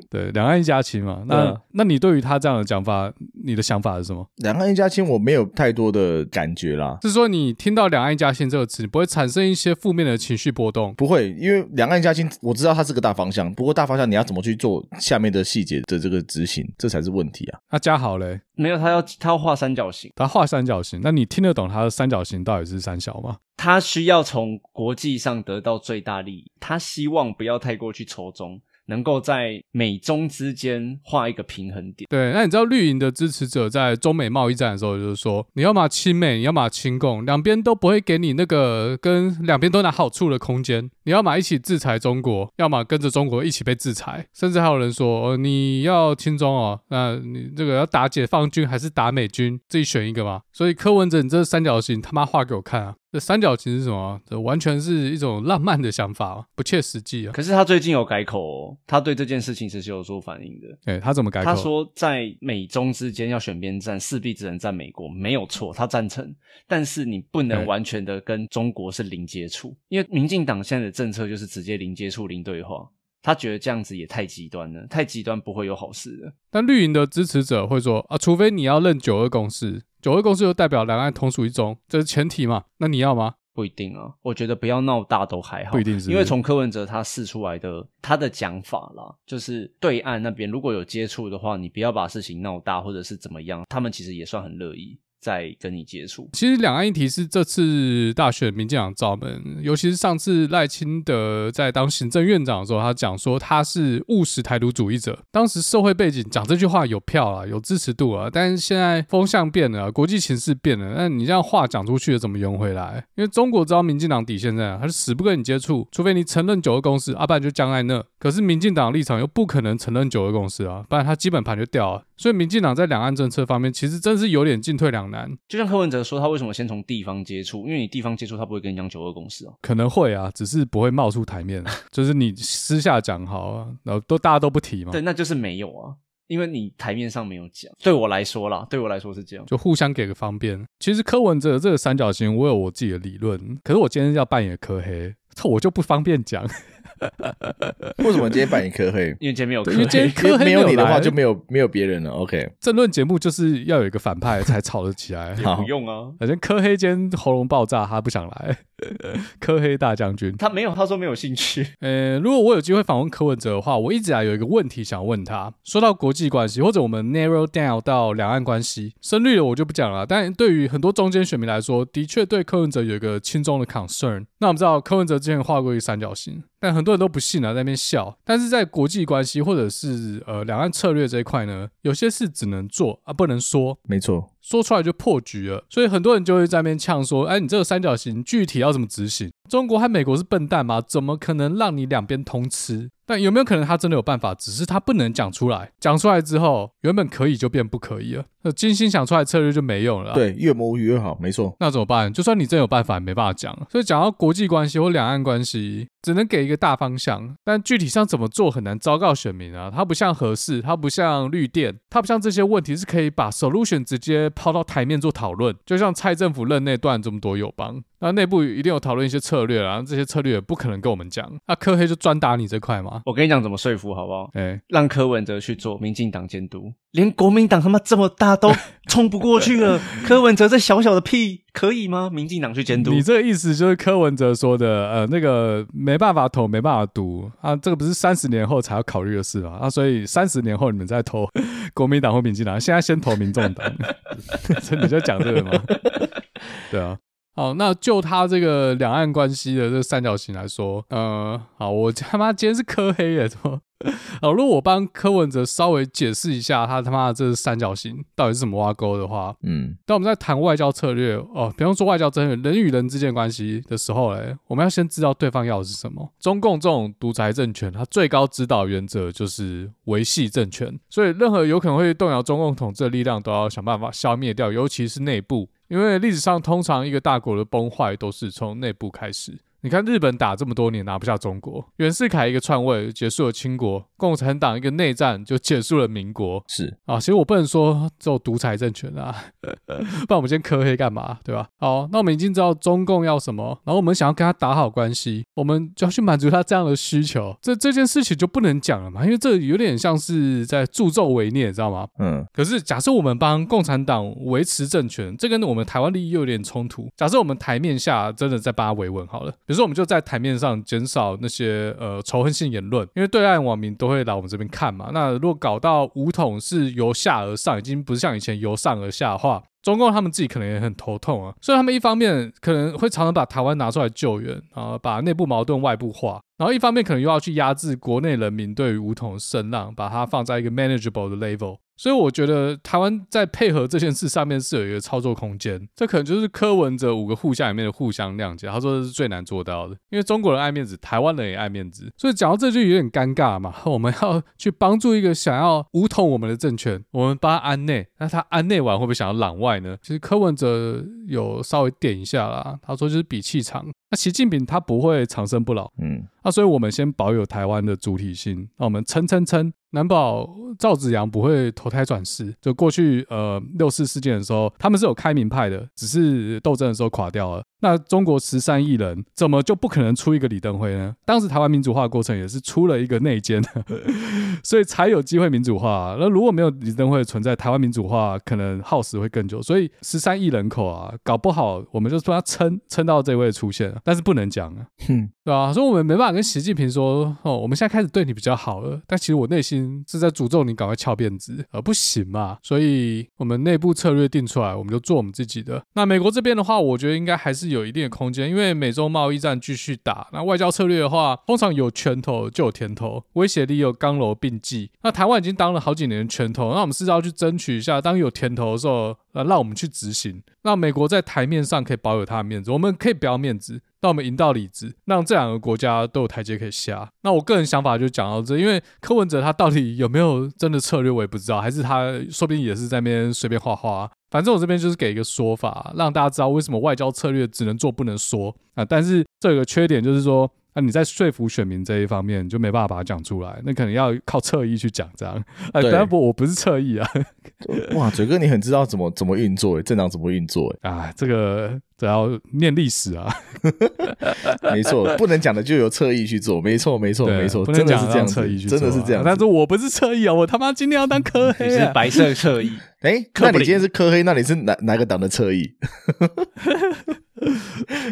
Speaker 1: 对，两岸一家亲嘛。那、
Speaker 3: 对啊
Speaker 1: 那你对于他这样的讲法，你的想法是什么？
Speaker 3: 两岸一家亲，我没有太多的感觉啦。
Speaker 1: 是说你听到“两岸一家亲”这个词，你不会产生一些负面的情绪波动？
Speaker 3: 不会，因为两岸一家亲，我知道它是个大方向，不过大方向你要怎么去做下面的细节的这个执行，这才是问题啊。
Speaker 1: 那嘉豪嘞，
Speaker 2: 没有，他要他要画三角形，
Speaker 1: 他画三角形，那你听得懂他的三角形到底是三小吗？
Speaker 2: 他需要从国际上得到最大利益，他希望不要太过去仇中，能够在美中之间画一个平衡点。
Speaker 1: 对，那你知道绿营的支持者在中美贸易战的时候，就是说你要么亲美，你要么亲共，两边都不会给你那个跟两边都拿好处的空间。你要么一起制裁中国，要么跟着中国一起被制裁。甚至还有人说，哦、你要亲中哦，那你这个要打解放军还是打美军，自己选一个嘛。所以柯文哲，你这三角形他妈画给我看啊！这三角形是什么啊？这完全是一种浪漫的想法啊，不切实际啊！
Speaker 2: 可是他最近有改口哦，他对这件事情其实有做反应的。
Speaker 1: 哎，他怎么改口？
Speaker 2: 他说，在美中之间要选边站，势必只能站美国，没有错，他赞成。但是你不能
Speaker 1: 对
Speaker 2: 完全的跟中国是零接触，因为民进党现在的政策就是直接零接触、零对话。他觉得这样子也太极端了，太极端不会有好事的。
Speaker 1: 但绿营的支持者会说啊，除非你要认九二共识，九二共识就代表两岸同属一中，这是前提嘛？那你要吗？
Speaker 2: 不一定啊，我觉得不要闹大都还好，
Speaker 1: 不一定是
Speaker 2: 因为从柯文哲他试出来的他的讲法啦，就是对岸那边如果有接触的话，你不要把事情闹大或者是怎么样，他们其实也算很乐意在跟你接触。
Speaker 1: 其实两岸议题是这次大选民进党罩门，尤其是上次赖清德在当行政院长的时候，他讲说他是务实台独主义者。当时社会背景讲这句话有票啊，有支持度啊，但是现在风向变了啊，国际形势变了，那你这样话讲出去怎么圆回来？因为中国知道民进党底线在哪，他是死不跟你接触，除非你承认九二共识，啊，不然就僵在那。可是民进党立场又不可能承认九二共识啊，不然他基本盘就掉了。所以民进党在两岸政策方面其实真是有点进退两难。
Speaker 2: 就像柯文哲说，他为什么先从地方接触？因为你地方接触，他不会跟你讲九二共识哦。
Speaker 1: 可能会啊，只是不会冒出台 面啊，就是你私下讲好啊，然后都大家都不提嘛，
Speaker 2: 对，那就是没有啊，因为你台面上没有讲。对我来说啦，对我来说是这样。？
Speaker 1: 就互相给个方便。其实柯文哲这个三角形，我有我自己的理论，可是我今天要扮演柯黑，这我就不方便讲，
Speaker 3: 哦为什么今天扮演柯黑
Speaker 2: 因为今天没有柯
Speaker 1: 因为今天
Speaker 2: 黑，
Speaker 1: 柯黑
Speaker 3: 没
Speaker 1: 有
Speaker 3: 有你的
Speaker 1: 来
Speaker 3: 话，就没有没有别人了。OK，
Speaker 1: 政论节目就是要有一个反派才吵得起 来。
Speaker 2: 也不用啊。
Speaker 1: 反正柯黑今天喉咙爆炸，他不想 来。柯黑大将军，
Speaker 2: 他没有，他说没有兴趣。
Speaker 1: 呃，如果我有机会访问柯文哲的话，我一直以来有一个问题想问他。说到国际关系，或者我们 narrow down 到两岸关系，深绿的我就不讲了。但对于很多中间选民来说，的确对柯文哲有一个轻重的 concern。那我们知道柯文哲之前画过一个三角形，但很多人都不信啊，在那边笑。但是在国际关系或者是呃两岸策略这一块呢，有些事只能做啊，不能说。
Speaker 3: 没错，
Speaker 1: 说出来就破局了，所以很多人就会在那边呛说：“哎，你这个三角形具体要怎么执行？中国和美国是笨蛋吗？怎么可能让你两边通吃？”但有没有可能他真的有办法？只是他不能讲出来，讲出来之后，原本可以就变不可以了。那精心想出来的策略就没用了啊。
Speaker 3: 对，越模糊越好，没错。
Speaker 1: 那怎么办？就算你真有办法，也没办法讲。所以讲到国际关系或两岸关系，只能给一个大方向，但具体上怎么做很难昭告选民啊。它不像合适，它不像绿电，它不像这些问题是可以把 solution 直接抛到台面做讨论。就像蔡政府任内断这么多友邦，那内部一定有讨论一些策略啊，这些策略也不可能跟我们讲。那科黑就专打你这块嘛。
Speaker 2: 我跟你讲怎么说服好不好？
Speaker 1: 哎、
Speaker 2: 让柯文哲去做民进党监督，连国民党他妈这么大都冲不过去了，柯文哲这小小的屁可以吗？民进党去监督，
Speaker 1: 你这个意思就是柯文哲说的，呃，那个没办法投，没办法读啊，这个不是三十年后才要考虑的事嘛？啊，所以三十年后你们再投 国民党或民进党，现在先投民众 党，所以你就讲这个吗？对啊。好，那就他这个两岸关系的这个三角形来说，呃，好，我他妈今天是柯黑耶，怎么？好，如果我帮柯文哲稍微解释一下他他妈的这三角形到底是怎么挖沟的话，
Speaker 3: 嗯，
Speaker 1: 当我们在谈外交策略哦，比方说外交策略，人与人之间的关系的时候，嘞，我们要先知道对方要的是什么。中共这种独裁政权，它最高指导原则就是维系政权，所以任何有可能会动摇中共统治的力量，都要想办法消灭掉，尤其是内部，因为历史上通常一个大国的崩坏都是从内部开始。你看日本打这么多年拿不下中国，袁世凯一个篡位结束了清国，共产党一个内战就结束了民国，
Speaker 3: 是
Speaker 1: 啊，其实我不能说只有独裁政权啊， 不然我们今天科黑干嘛，对吧？好，那我们已经知道中共要什么，然后我们想要跟他打好关系，我们就要去满足他这样的需求，这这件事情就不能讲了嘛，因为这有点像是在助纣为虐，知道吗？
Speaker 3: 嗯
Speaker 1: 可是，假设我们帮共产党维持政权，这跟我们台湾利益又有点冲突。假设我们台面下真的在帮他维稳好了，比如说我们就在台面上减少那些呃仇恨性言论，因为对岸网民都会来我们这边看嘛。那如果搞到武统是由下而上，已经不是像以前由上而下的话。中共他们自己可能也很头痛啊，所以他们一方面可能会常常把台湾拿出来救援，啊，把内部矛盾外部化，然后一方面可能又要去压制国内人民对于武统的声浪，把它放在一个 manageable 的 level。所以我觉得台湾在配合这件事上面是有一个操作空间，这可能就是柯文哲五个互相里面的互相谅解。他说这是最难做到的，因为中国人爱面子，台湾人也爱面子，所以讲到这就有点尴尬嘛。 我们要去帮助一个想要武统我们的政权，我们帮他安内，那他安内完会不会想要攘外呢？其实柯文哲有稍微点一下啦，他说就是比气场。那习近平他不会长生不老，
Speaker 3: 嗯，
Speaker 1: 那所以我们先保有台湾的主体性，那我们撑撑撑，难保赵子阳不会投胎转世。就过去呃六四事件的时候，他们是有开明派的，只是斗争的时候垮掉了。那中国十三亿人怎么就不可能出一个李登辉呢？当时台湾民主化过程也是出了一个内奸， 所以才有机会民主化、那如果没有李登辉的存在，台湾民主化可能耗时会更久。所以十三亿人口啊，搞不好我们就说要撑撑到这位出现，但是不能讲啊。
Speaker 3: 哼，
Speaker 1: 对啊，所以我们没办法跟习近平说哦，我们现在开始对你比较好了，但其实我内心是在诅咒你赶快翘辫子，呃，不行嘛。所以我们内部策略定出来，我们就做我们自己的。那美国这边的话，我觉得应该还是有一定的空间，因为美洲贸易战继续打，那外交策略的话，通常有拳头就有甜头，威胁力有刚柔并济。那台湾已经当了好几年的拳头，那我们是不是要去争取一下，当有甜头的时候，呃，让我们去执行。那美国在台面上可以保有它的面子，我们可以不要面子，那我们赢到里子，让这两个国家都有台阶可以下。那我个人想法就讲到这，因为柯文哲他到底有没有真的策略，我也不知道，还是他说不定也是在那边随便画画。反正我这边就是给一个说法，让大家知道为什么外交策略只能做不能说啊。但是这有个缺点就是说，啊，你在说服选民这一方面你就没办法把它讲出来，那可能要靠侧翼去讲这样。啊，
Speaker 3: 对
Speaker 1: 当然不，我不是侧翼啊，
Speaker 3: 哇，嘴哥你很知道怎么怎么运作诶，政党怎么运作欸 诶，
Speaker 1: 啊，这个只要念历史啊。
Speaker 3: 没错，不能讲的就由侧翼去做，没错没错
Speaker 1: 对，
Speaker 3: 没错，
Speaker 1: 不
Speaker 3: 真
Speaker 1: 能
Speaker 3: 的
Speaker 1: 讲
Speaker 3: 是这样
Speaker 1: 让侧翼去
Speaker 3: 子，
Speaker 1: 做
Speaker 3: 真
Speaker 1: 啊
Speaker 3: 的是这样
Speaker 1: 但
Speaker 3: 子。
Speaker 1: 是我不是侧翼啊，我他妈今天要当科
Speaker 2: 你
Speaker 1: 黑
Speaker 2: 是
Speaker 1: 啊！
Speaker 2: 白色侧翼，
Speaker 3: 哎，
Speaker 2: 克
Speaker 3: 那
Speaker 2: 布林
Speaker 3: 你今天是科黑，那你是哪哪个党的侧翼？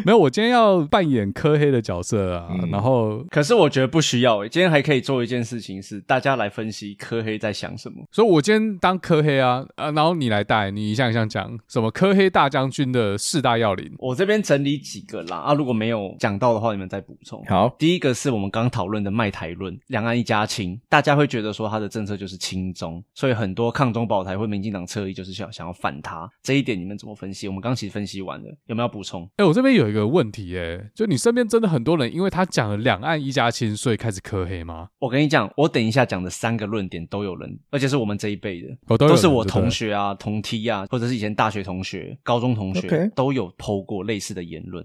Speaker 1: 没有，我今天要扮演科黑的角色啊，
Speaker 3: 嗯
Speaker 1: 然后。
Speaker 2: 可是我觉得不需要诶、欸今天还可以做一件事情是，大家来分析科黑在想什么。
Speaker 1: 所以，我今天当科黑啊，啊，然后你来带，你一项一项讲什么科黑大将军的四大要领，
Speaker 2: 我这边整理几个啦，啊，如果没有讲到的话，你们再补充。
Speaker 3: 好，
Speaker 2: 第一个是我们刚讨论的卖台论，两岸一家亲，大家会觉得说他的政策就是亲中，所以很多抗中保台或民进党侧翼就是想想要反他，这一点你们怎么分析？我们刚其实分析完了，有没有要补充？
Speaker 1: 哎、我这边有一个问题、哎，就你身边真的很多人，因为他讲了两岸一家亲，所以开始科黑吗？
Speaker 2: 我跟你讲，我等一下讲的三个论点都有人，而且是我们这一辈的，
Speaker 1: 哦都有
Speaker 2: 都
Speaker 1: 人
Speaker 2: 是我
Speaker 1: 对不对
Speaker 2: 同学啊、同梯啊，或者是以前大学同学、高中同学
Speaker 3: OK
Speaker 2: 都有抛过类似的言论。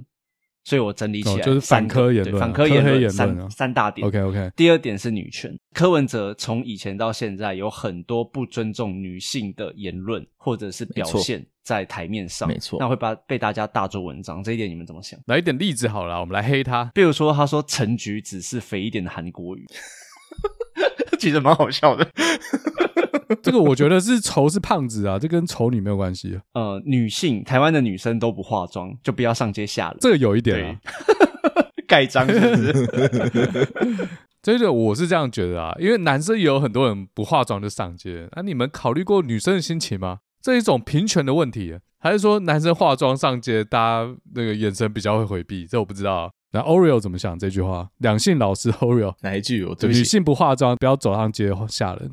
Speaker 2: 所以我整理起来、
Speaker 1: 哦就是反科言论啊
Speaker 2: 三个对反科
Speaker 1: 科
Speaker 2: 言
Speaker 1: 黑言
Speaker 2: 论
Speaker 1: 论
Speaker 2: 三
Speaker 1: 啊
Speaker 2: 三大点。
Speaker 1: OK OK，
Speaker 2: 第二点是女权，柯文哲从以前到现在有很多不尊重女性的言论或者是表
Speaker 3: 没错
Speaker 2: 现在台面上，
Speaker 3: 没错
Speaker 2: 那会把被大家大做文章，这一点你们怎么想？
Speaker 1: 来一点例子好了，我们来黑他。
Speaker 2: 比如说，他说陈菊只是肥一点的韩国语，
Speaker 3: 其实蛮好笑的。
Speaker 1: 这个我觉得是仇是胖子啊，这跟丑女没有关系。啊
Speaker 2: 呃，女性台湾的女生都不化妆，就不要上街吓人，
Speaker 1: 这个有一点啊，
Speaker 2: 盖章是不是？
Speaker 1: 这个我是这样觉得啊，因为男生也有很多人不化妆就上街，那、你们考虑过女生的心情吗？这一种平权的问题，还是说男生化妆上街，大家那个眼神比较会回避？这我不知道啊。那 Oreo 怎么想这句话？两性老师 Oreo，
Speaker 3: 哪一句？我对不
Speaker 1: 女
Speaker 3: 起，
Speaker 1: 性不化妆不要走上街吓人。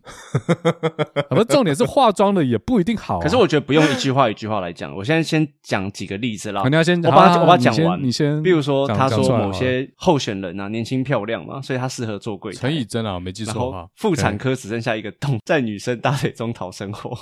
Speaker 1: 啊不，重点是化妆的也不一定好啊、
Speaker 2: 可是我觉得不用一句话一句话来讲，我现在先讲几个例子啦
Speaker 1: 啊。你要先，
Speaker 2: 我把它
Speaker 1: 好啊
Speaker 2: 我把它
Speaker 1: 你
Speaker 2: 讲
Speaker 1: 先
Speaker 2: 完
Speaker 1: 你先，
Speaker 2: 比如说，
Speaker 1: 讲
Speaker 2: 他
Speaker 1: 讲
Speaker 2: 说
Speaker 1: 出来好
Speaker 2: 某
Speaker 1: 了
Speaker 2: 些候选人啊，年轻漂亮嘛，所以他适合做柜台。
Speaker 1: 陈以真啊，我没记
Speaker 2: 然
Speaker 1: 错哈
Speaker 2: 后，妇产科只剩下一个洞，在女生大腿中讨生活。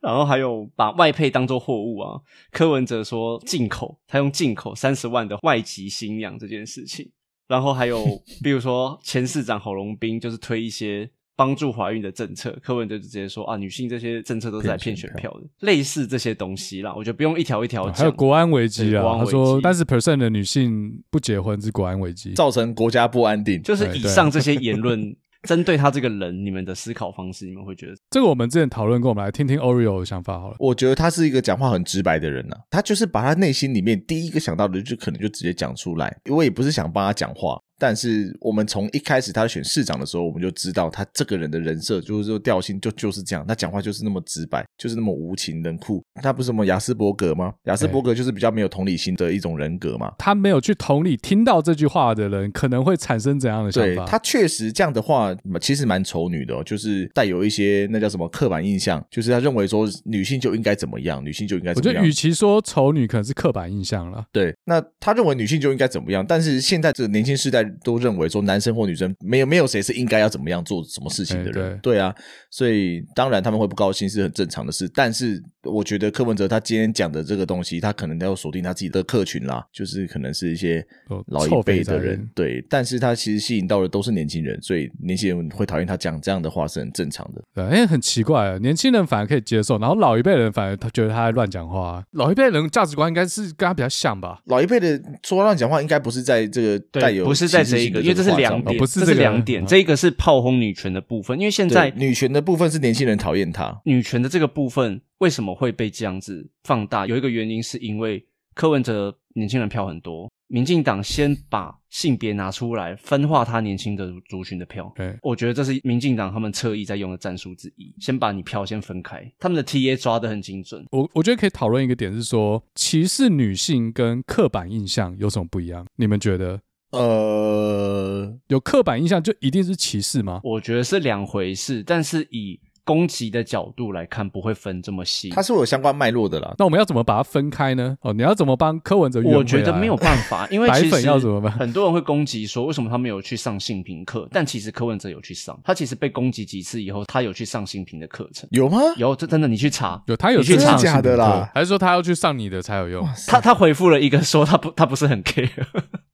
Speaker 2: 然后还有把外配当做货物啊，柯文哲说进口，他用进口三十万的外籍新娘这件事情。然后还有 比如说前市长侯龙斌就是推一些帮助怀孕的政策，柯文哲就直接说啊，女性这些政策都是来骗
Speaker 3: 骗
Speaker 2: 选
Speaker 3: 选
Speaker 2: 票的，类似这些东西啦，我觉得不用一条一条
Speaker 1: 对
Speaker 2: 讲。
Speaker 1: 哦啊还有国安危机
Speaker 2: 对国
Speaker 1: 啊，
Speaker 2: 安
Speaker 1: 他
Speaker 2: 危
Speaker 1: 说
Speaker 2: 机
Speaker 1: 三十 percent 的女性不结婚是国安危机。
Speaker 3: 造成国家不安定。
Speaker 2: 就是
Speaker 1: 对
Speaker 2: 以
Speaker 1: 对
Speaker 2: 上这些言论，针对他这个人，你们的思考方式，你们会觉得
Speaker 1: 这个我们之前讨论过，我们来听听 Oreo 的想法好了。
Speaker 3: 我觉得他是一个讲话很直白的人呐、啊他就是把他内心里面第一个想到的，就可能就直接讲出来。我也不是想帮他讲话，但是我们从一开始他选市长的时候，我们就知道他这个人的人设就是说调性就就是这样，他讲话就是那么直白，就是那么无情冷酷。他不是什么雅斯伯格吗？雅斯伯格就是比较没有同理心的一种人格嘛。
Speaker 1: 他没有去同理听到这句话的人，可能会产生怎样的想
Speaker 3: 对
Speaker 1: 法？
Speaker 3: 他确实这样的话，嗯其实蛮丑女的、哦，就是带有一些那叫什么刻板印象，就是他认为说女性就应该怎么样，女性就应该
Speaker 1: 我
Speaker 3: 怎么
Speaker 1: 觉得
Speaker 3: 样
Speaker 1: 与。其说丑女，可能是刻板印象了。
Speaker 3: 对，那他认为女性就应该怎么样，但是现在这个年轻世代都认为说男生或女生没有没有谁是应该要怎么样做什么事情的人，
Speaker 1: 哎
Speaker 3: 对啊，所以当然他们会不高兴是很正常的事，但是我觉得柯文哲他今天讲的这个东西，他可能要锁定他自己的客群啦，就是可能是一些
Speaker 1: 哦
Speaker 3: 老
Speaker 1: 臭
Speaker 3: 一
Speaker 1: 肥
Speaker 3: 辈
Speaker 1: 宅
Speaker 3: 的人
Speaker 1: 人，
Speaker 3: 对，但是他其实吸引到的都是年轻人，所以年轻人会讨厌他讲这样的话是很正常的。
Speaker 1: 对，因为很奇怪啊，年轻人反而可以接受，然后老一辈人反而他觉得他在乱讲话啊。老一辈人价值观应该是跟他比较像吧？
Speaker 3: 老一辈的说乱讲话，应该不是在这个带有
Speaker 2: 不是在
Speaker 3: 歧视
Speaker 2: 这一
Speaker 3: 性
Speaker 2: 个，
Speaker 3: 的
Speaker 2: 因为这是
Speaker 3: 话
Speaker 2: 两
Speaker 3: 上面
Speaker 2: 点，
Speaker 1: 哦不是
Speaker 2: 这
Speaker 1: 这
Speaker 2: 是
Speaker 1: 个
Speaker 2: 两点，
Speaker 1: 嗯
Speaker 2: 这一个是炮轰女权的部分，因为现在
Speaker 3: 对女权的部分是年轻人讨厌他，
Speaker 2: 女权的这个部分为什么会被这样子放大？有一个原因是因为柯文哲年轻人票很多，民进党先把性别拿出来分化他年轻的族群的票。
Speaker 1: 对，
Speaker 2: 我觉得这是民进党他们侧翼在用的战术之一，先把你票先分开，他们的 TA 抓得很精准。
Speaker 1: 我我觉得可以讨论一个点是说，歧视女性跟刻板印象有什么不一样？你们觉得
Speaker 2: 哦
Speaker 3: 呃，
Speaker 1: 有刻板印象就一定是歧视吗？
Speaker 2: 我觉得是两回事，但是以攻击的角度来看，不会分这么细。
Speaker 3: 它是有相关脉络的啦。
Speaker 1: 那我们要怎么把它分开呢？哦，你要怎么帮柯文哲圆回来？
Speaker 2: 我觉得没有办 法，因为
Speaker 1: 白
Speaker 2: 其
Speaker 1: 粉
Speaker 2: 实
Speaker 1: 要怎么办
Speaker 2: 很多人会攻击说，为什么他没有去上性平课？但其实柯文哲有去上，他其实被攻击几次以后，他有去上性平的课程。
Speaker 3: 有吗？
Speaker 2: 有，这真的你去查，
Speaker 1: 有他有
Speaker 2: 你去
Speaker 1: 去
Speaker 2: 查
Speaker 1: 上
Speaker 3: 真的假的啦
Speaker 1: 对还是说他要去上你的才有用？
Speaker 2: 他他回复了一个说他不他不是很 care，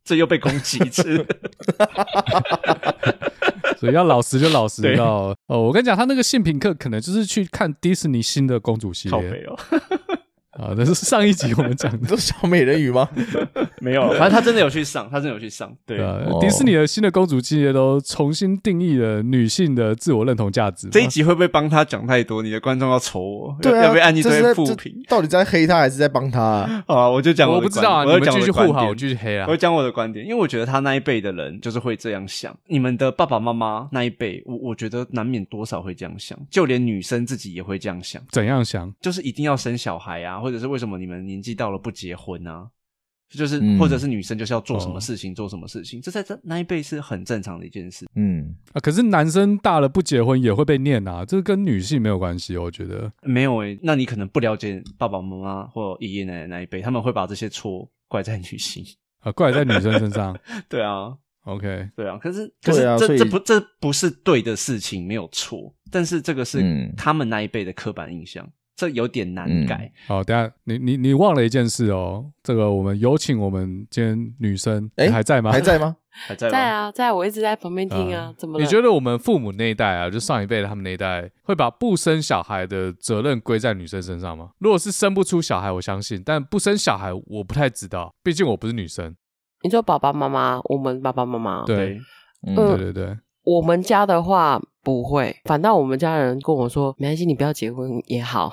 Speaker 2: 这 又被攻击 一次。
Speaker 1: 所以要老实就老 实
Speaker 2: 对
Speaker 1: 到哦。我跟你讲，他那个性平课可能就是去看迪士尼新的公主系
Speaker 2: 靠
Speaker 1: 列
Speaker 2: 北哦，
Speaker 1: 啊，那是上一集我们讲
Speaker 3: 你
Speaker 1: 的。
Speaker 3: 都小美人鱼 吗？
Speaker 2: 没有，反正他真的有去上，他真的有去上。 对，
Speaker 1: 对啊
Speaker 3: 哦，
Speaker 1: 迪士尼的新的公主系列都重新定义了女性的自我认同价值嘛。
Speaker 2: 这一集会不会帮他讲太多？你的观众要愁我，
Speaker 3: 对啊，
Speaker 2: 要要被按一
Speaker 3: 这是在
Speaker 2: 堆负
Speaker 3: 这
Speaker 2: 评。
Speaker 3: 到底在黑他还是在帮他啊？
Speaker 2: 好啊，我就讲
Speaker 1: 我
Speaker 2: 的
Speaker 1: 不知道啊，
Speaker 2: 观我
Speaker 1: 你们
Speaker 2: 就讲我
Speaker 1: 继
Speaker 2: 的
Speaker 1: 续
Speaker 2: 观
Speaker 1: 护好，
Speaker 2: 点
Speaker 1: 我继续黑啊
Speaker 2: 我。讲我的观点，因为我觉得他那一辈的人就是会这样想。你们的爸爸妈妈那一辈，我我觉得难免多少会这样想，就连女生自己也会这样想，
Speaker 1: 怎样想？
Speaker 2: 就是一定要生小孩啊，或者是为什么你们年纪到了不结婚啊？就是，
Speaker 3: 嗯
Speaker 2: 或者是女生就是要做什么
Speaker 1: 哦
Speaker 2: 事情，做什么事情，这在这那一辈是很正常的一件事。
Speaker 3: 嗯，
Speaker 1: 啊，可是男生大了不结婚也会被念啊，这跟女性没有关系，我觉得。
Speaker 2: 没有诶、那你可能不了解爸爸妈妈或爷爷奶奶那一辈，他们会把这些错怪在女性。
Speaker 1: 啊，怪在女生身上。
Speaker 2: 对啊，
Speaker 1: OK，
Speaker 2: 对啊，可是可是
Speaker 3: 对啊
Speaker 2: 这
Speaker 3: 所以
Speaker 2: 这不这 不是对的事情，没有错，但是这个是
Speaker 3: 嗯
Speaker 2: 他们那一辈的刻板印象，这有点难
Speaker 3: 嗯
Speaker 2: 改。
Speaker 1: 好，等一下你你你忘了一件事哦，这个我们有请我们今天女生、
Speaker 3: 哎
Speaker 1: 还在吗？
Speaker 3: 还在吗？
Speaker 2: 还在吗？
Speaker 4: 在啊，在啊我一直在旁边听啊，怎么了？
Speaker 1: 你觉得我们父母那一代啊，就上一辈的他们那一代，会把不生小孩的责任归在女生身上吗？如果是生不出小孩，我相信，但不生小孩，我不太知道，毕竟我不是女生。
Speaker 4: 你说爸爸妈妈，我们爸爸妈妈，
Speaker 1: 对，
Speaker 3: 嗯，
Speaker 1: 对
Speaker 2: 呃
Speaker 4: 嗯
Speaker 1: 对对，
Speaker 4: 我们家的话不会，反倒我们家人跟我说，没关系，你不要结婚也好。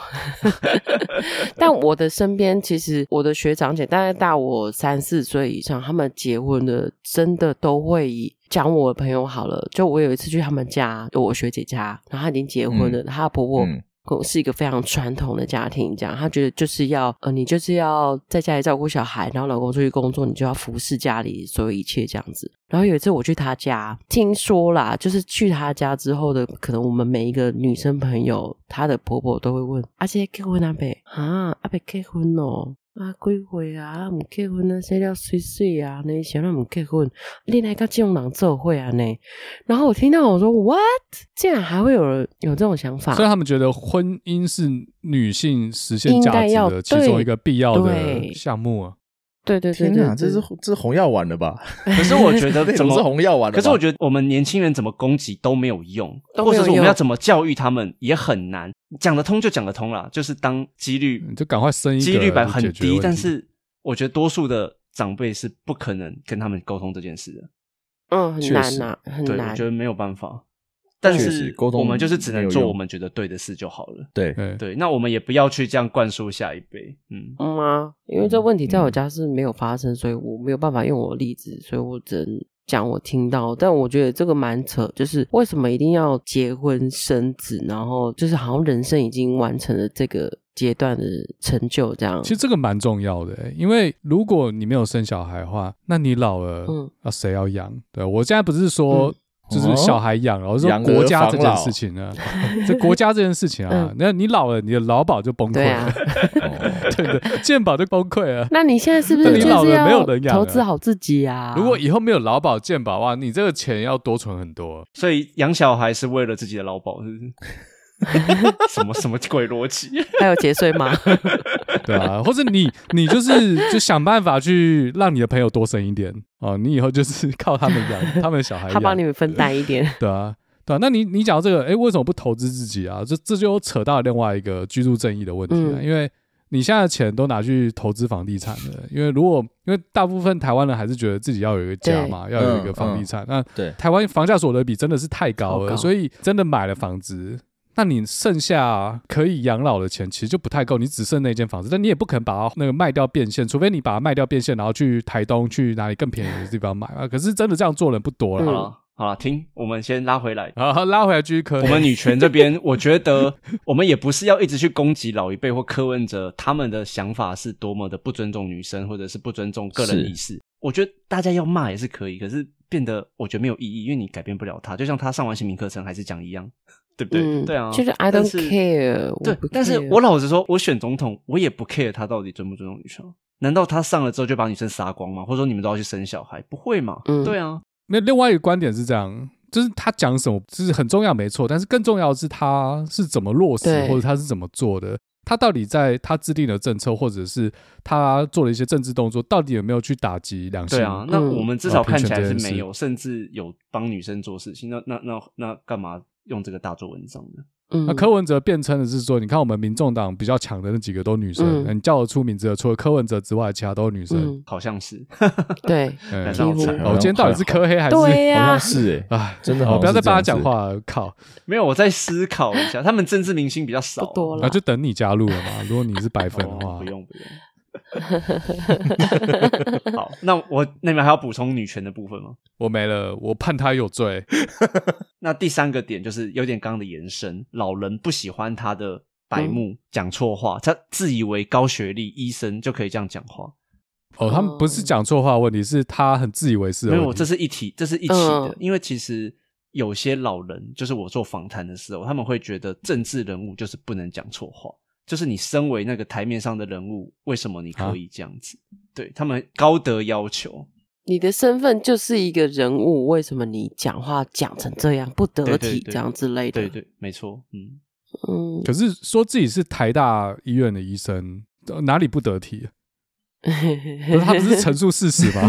Speaker 4: 但我的身边，其实我的学长姐大概大我三四岁以上，他们结婚的真的都会以。讲我朋友好了，就我有一次去他们家，就我学姐家，然后她已经结婚了，她的婆婆
Speaker 3: 嗯
Speaker 4: 是一个非常传统的家庭，这样她觉得就是要呃，你就是要在家里照顾小孩，然后老公出去工作，你就要服侍家里所有一切这样子。然后有一次我去她家，听说啦，就是去她家之后的，可能我们每一个女生朋友，她的婆婆都会问：阿、啊、姐结婚阿伯啊，阿伯结婚哦。啊，几岁啊？啊，唔结婚啊，生了水水啊，你想那唔结婚？你来跟这种人做会啊呢？然后我听到我说 what，竟然还会有人有这种想法？
Speaker 1: 所以他们觉得婚姻是女性实现
Speaker 4: 应
Speaker 1: 价
Speaker 4: 该
Speaker 1: 值
Speaker 4: 要
Speaker 1: 的其中
Speaker 4: 对
Speaker 1: 一个必要的
Speaker 4: 对
Speaker 1: 项目啊。
Speaker 4: 对对对
Speaker 3: 天
Speaker 4: 对
Speaker 3: 哪，这
Speaker 4: 对
Speaker 3: 是这是红药丸了吧？
Speaker 2: 可是我 觉得
Speaker 3: 内
Speaker 2: 呃怎
Speaker 3: 容
Speaker 2: 么
Speaker 3: 是红啊药丸了吧？
Speaker 2: 可是我觉得我们年轻人怎么攻击都没有用，
Speaker 4: 都
Speaker 2: 或
Speaker 4: 没有
Speaker 2: 者是我们
Speaker 4: 用
Speaker 2: 要怎么教育他们也很难。讲得通就讲得通啦，就是当几率
Speaker 1: 你就赶快生一个
Speaker 2: 几率版很
Speaker 1: 就解决问
Speaker 2: 低
Speaker 1: 题，
Speaker 2: 但是我觉得多数的长辈是不可能跟他们沟通这件事的。
Speaker 4: 嗯，很
Speaker 3: 确
Speaker 4: 难
Speaker 3: 实
Speaker 4: 呐、很
Speaker 2: 对，我
Speaker 4: 难
Speaker 2: 觉。得没有办法。但
Speaker 3: 确
Speaker 2: 是
Speaker 3: 实沟通
Speaker 2: 我们就是只
Speaker 3: 没
Speaker 2: 能
Speaker 3: 有
Speaker 2: 做
Speaker 3: 用
Speaker 2: 我们觉得对的事就好了。
Speaker 3: 对，
Speaker 1: 对
Speaker 2: 对，那我们也不要去这样灌输下一辈。嗯，
Speaker 4: 嗯啊，因为这问题
Speaker 1: 嗯
Speaker 4: 在我家是没有发生，所以我没有办法用我的例子，所以我只能讲我听到。但我觉得这个蛮扯，就是为什么一定要结婚生子，然后就是好像人生已经完成了这个阶段的成就这样。
Speaker 1: 其实这个蛮重要的欸、因为如果你没有生小孩的话，那你老了，
Speaker 4: 嗯
Speaker 1: 啊，谁要养？对我现在不是说
Speaker 4: 嗯
Speaker 1: 就是小孩养，啊我是说
Speaker 3: 养儿
Speaker 1: 国家这件
Speaker 3: 防老
Speaker 1: 事情呢， 这国家这件事情啊
Speaker 4: 嗯，
Speaker 1: 那你老了，你的劳保就崩溃
Speaker 4: 对
Speaker 1: 了
Speaker 4: 啊，，
Speaker 3: 哦
Speaker 1: 对的，健保就崩溃了。
Speaker 4: 那你现在是不是
Speaker 1: 对
Speaker 4: 就
Speaker 1: 老
Speaker 4: 是
Speaker 1: 了没有
Speaker 4: 要
Speaker 1: 人养
Speaker 4: 投
Speaker 1: 了
Speaker 4: 资好自己啊？
Speaker 1: 如果以后没有劳保健保的话，你这个钱要多存很多。
Speaker 2: 所以养小孩是为了自己的劳保，是不是？什么什么鬼逻辑？
Speaker 4: 还有节 税吗？
Speaker 1: 哎对啊，或者你你就是就想办法去让你的朋友多生一点哦，你以后就是 靠他们 养他们小孩
Speaker 4: 他
Speaker 1: 养，
Speaker 4: 帮你们分担一点。
Speaker 1: 对啊，对啊。那你你讲到这个，哎，为什么不投资自己啊？这这就扯到另外一个居住正义的问题了、
Speaker 4: 嗯
Speaker 1: 因为你现在的钱都拿去投资房地产了，因为如果因为大部分台湾人还是觉得自己要有一个家嘛，要有一
Speaker 4: 嗯
Speaker 1: 个房地产，那
Speaker 3: 对
Speaker 1: 台湾房价所得比真的是太高
Speaker 4: 超
Speaker 1: 了，
Speaker 4: 高
Speaker 1: 所以真的买了房子。那你剩下可以养老的钱其实就不太够，你只剩那间房子，但你也不可能把它那个卖掉变现，除非你把它卖掉变现，然后去台东去哪里更便宜的地方买啊。可是真的这样做人不多了
Speaker 2: 好，了好了，停，我们先拉回来。
Speaker 1: 好，拉回来继续磕。
Speaker 2: 我们女权这边， 我觉得我们也不是要一直去攻击老一辈或柯文哲他们的想法是多么的不尊重女生，或者是不尊重个人
Speaker 3: 是
Speaker 2: 意识。我觉得大家要骂也是可以，可是变得我觉得没有意义，因为你改变不了他。就像他上完姓名课程还是讲一样， 对不对？
Speaker 4: 嗯
Speaker 2: 对啊，
Speaker 4: 就是 I
Speaker 2: 但
Speaker 4: don't
Speaker 2: 是
Speaker 4: care，我
Speaker 2: 对
Speaker 4: 不，
Speaker 2: 但是
Speaker 4: care
Speaker 2: 我老实说，我选总统，我也不 care 他到底尊不尊重女生。难道他上了之后就把女生杀光吗？或者说你们都要去生小孩？不会嘛？
Speaker 4: 嗯
Speaker 2: 对啊，
Speaker 1: 那另外一个观点是这样，就是他讲什么就是很重要，没错，但是更重要的是他是怎么落实，
Speaker 4: 对
Speaker 1: 或者他是怎么做的。他到底在他制定的政策，或者是他做了一些政治动作，到底有没有去打击两性？
Speaker 2: 对啊，那
Speaker 4: 嗯
Speaker 2: 我们至少
Speaker 1: 啊平
Speaker 2: 看
Speaker 1: 权
Speaker 2: 起来
Speaker 1: 这
Speaker 2: 是
Speaker 1: 件事
Speaker 2: 没有，甚至有帮女生做事情。那那那那干嘛用这个大做文章呢？
Speaker 4: 嗯
Speaker 1: 那柯文哲辩称的是说，你看我们民众党比较强的那几个都女生，
Speaker 4: 嗯
Speaker 1: 你叫得出名字的，除了柯文哲之外，其他都是女生。
Speaker 4: 嗯，
Speaker 2: 好像是，
Speaker 4: 对，
Speaker 1: 嗯
Speaker 2: 感
Speaker 4: 觉好惨
Speaker 1: 哦，今天到底是柯黑还是？
Speaker 4: 对
Speaker 3: 好
Speaker 4: 呀
Speaker 3: 像，是哎，
Speaker 2: 啊
Speaker 1: 哎，
Speaker 3: 真的
Speaker 1: 哦
Speaker 3: 好像
Speaker 1: 不要再
Speaker 3: 是这
Speaker 1: 帮他
Speaker 3: 样
Speaker 1: 讲
Speaker 3: 子
Speaker 1: 话了，靠！
Speaker 2: 没有，我在思考一下，他们政治明星比较少，
Speaker 4: 不多了
Speaker 1: 啊，就等你加入了嘛。如果你是白粉的
Speaker 2: 哦
Speaker 1: 话
Speaker 2: 不，用不用。 好，那我那你们还要补充女权的部分吗？
Speaker 1: 我没了，我判他有罪。
Speaker 2: 那第三个点就是有点刚刚的延伸，老人不喜欢他的白
Speaker 4: 嗯
Speaker 2: 目讲错话，他自以为高学历医生就可以这样讲话，
Speaker 1: 哦，他们不是
Speaker 4: 哦
Speaker 1: 讲错话的问题，是他很自以为是的
Speaker 2: 没
Speaker 1: 问题。
Speaker 2: 有，这是一体，这是一起的。
Speaker 4: 嗯
Speaker 2: 因为其实有些老人，就是我做访谈的时候，他们会觉得政治人物就是不能讲错话，就是你身为那个台面上的人物，为什么你可以这样子？对他们高德要求，
Speaker 4: 你的身份就是一个人物，为什么你讲话讲成这样不
Speaker 2: 对
Speaker 4: 得
Speaker 2: 对
Speaker 4: 体，
Speaker 2: 对
Speaker 4: 这样之类的？
Speaker 2: 对对，没错，嗯，
Speaker 4: 嗯，
Speaker 1: 可是说自己是台大医院的医生，呃哪里不得 体？可是他不是陈述事实吗？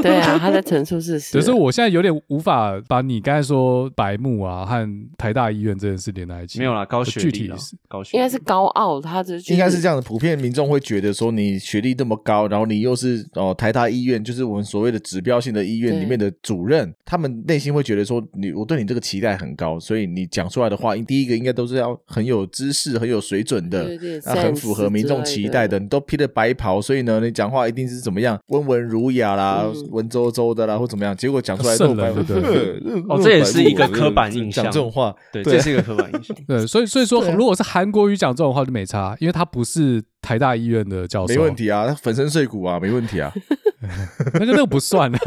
Speaker 4: 对啊，他在陈述 事实
Speaker 1: 只。是我现在有点无法把你刚才说白木啊和台大医院这件事连在一起。
Speaker 2: 没有啦，高学
Speaker 1: 具
Speaker 2: 历
Speaker 1: 体
Speaker 2: 啦
Speaker 1: 是
Speaker 2: 高学
Speaker 4: 应该
Speaker 2: 历
Speaker 4: 是高傲，他这
Speaker 3: 应该是这样
Speaker 4: 样。
Speaker 3: 的，普遍民众会觉得说，你学历这么高，然后你又是哦台大医院，就是我们所谓的指标性的医院
Speaker 4: 对
Speaker 3: 里面的主任，他们内心会觉得说，你我对你这个期待很高，所以你讲出来的话，第一个应该都是要很有知识、很有水准的
Speaker 4: 有点，
Speaker 3: 啊，很
Speaker 4: sense
Speaker 3: 符合民众
Speaker 4: 之类
Speaker 3: 期
Speaker 4: 的
Speaker 3: 待的。你都披着白袍，所以呢，你讲话一定是怎么样温文儒雅啦、
Speaker 4: 嗯
Speaker 3: 文绉绉的啦，或怎么样，结果讲出来都
Speaker 1: 圣人
Speaker 3: 白
Speaker 1: 对不
Speaker 3: 呃
Speaker 2: 哦这也是一个刻板
Speaker 3: 呃
Speaker 2: 印
Speaker 3: 讲
Speaker 2: 象
Speaker 3: 这种话，
Speaker 2: 对，
Speaker 3: 对
Speaker 2: 这是一个刻板印 象。
Speaker 1: 对，所以所以说，
Speaker 3: 对啊
Speaker 1: 如果是韩国语讲这种话就没差，因为他不是台大医院的教授，
Speaker 3: 没问，题啊，他粉身碎骨啊，没问题啊。
Speaker 1: 那个那个不算 啊。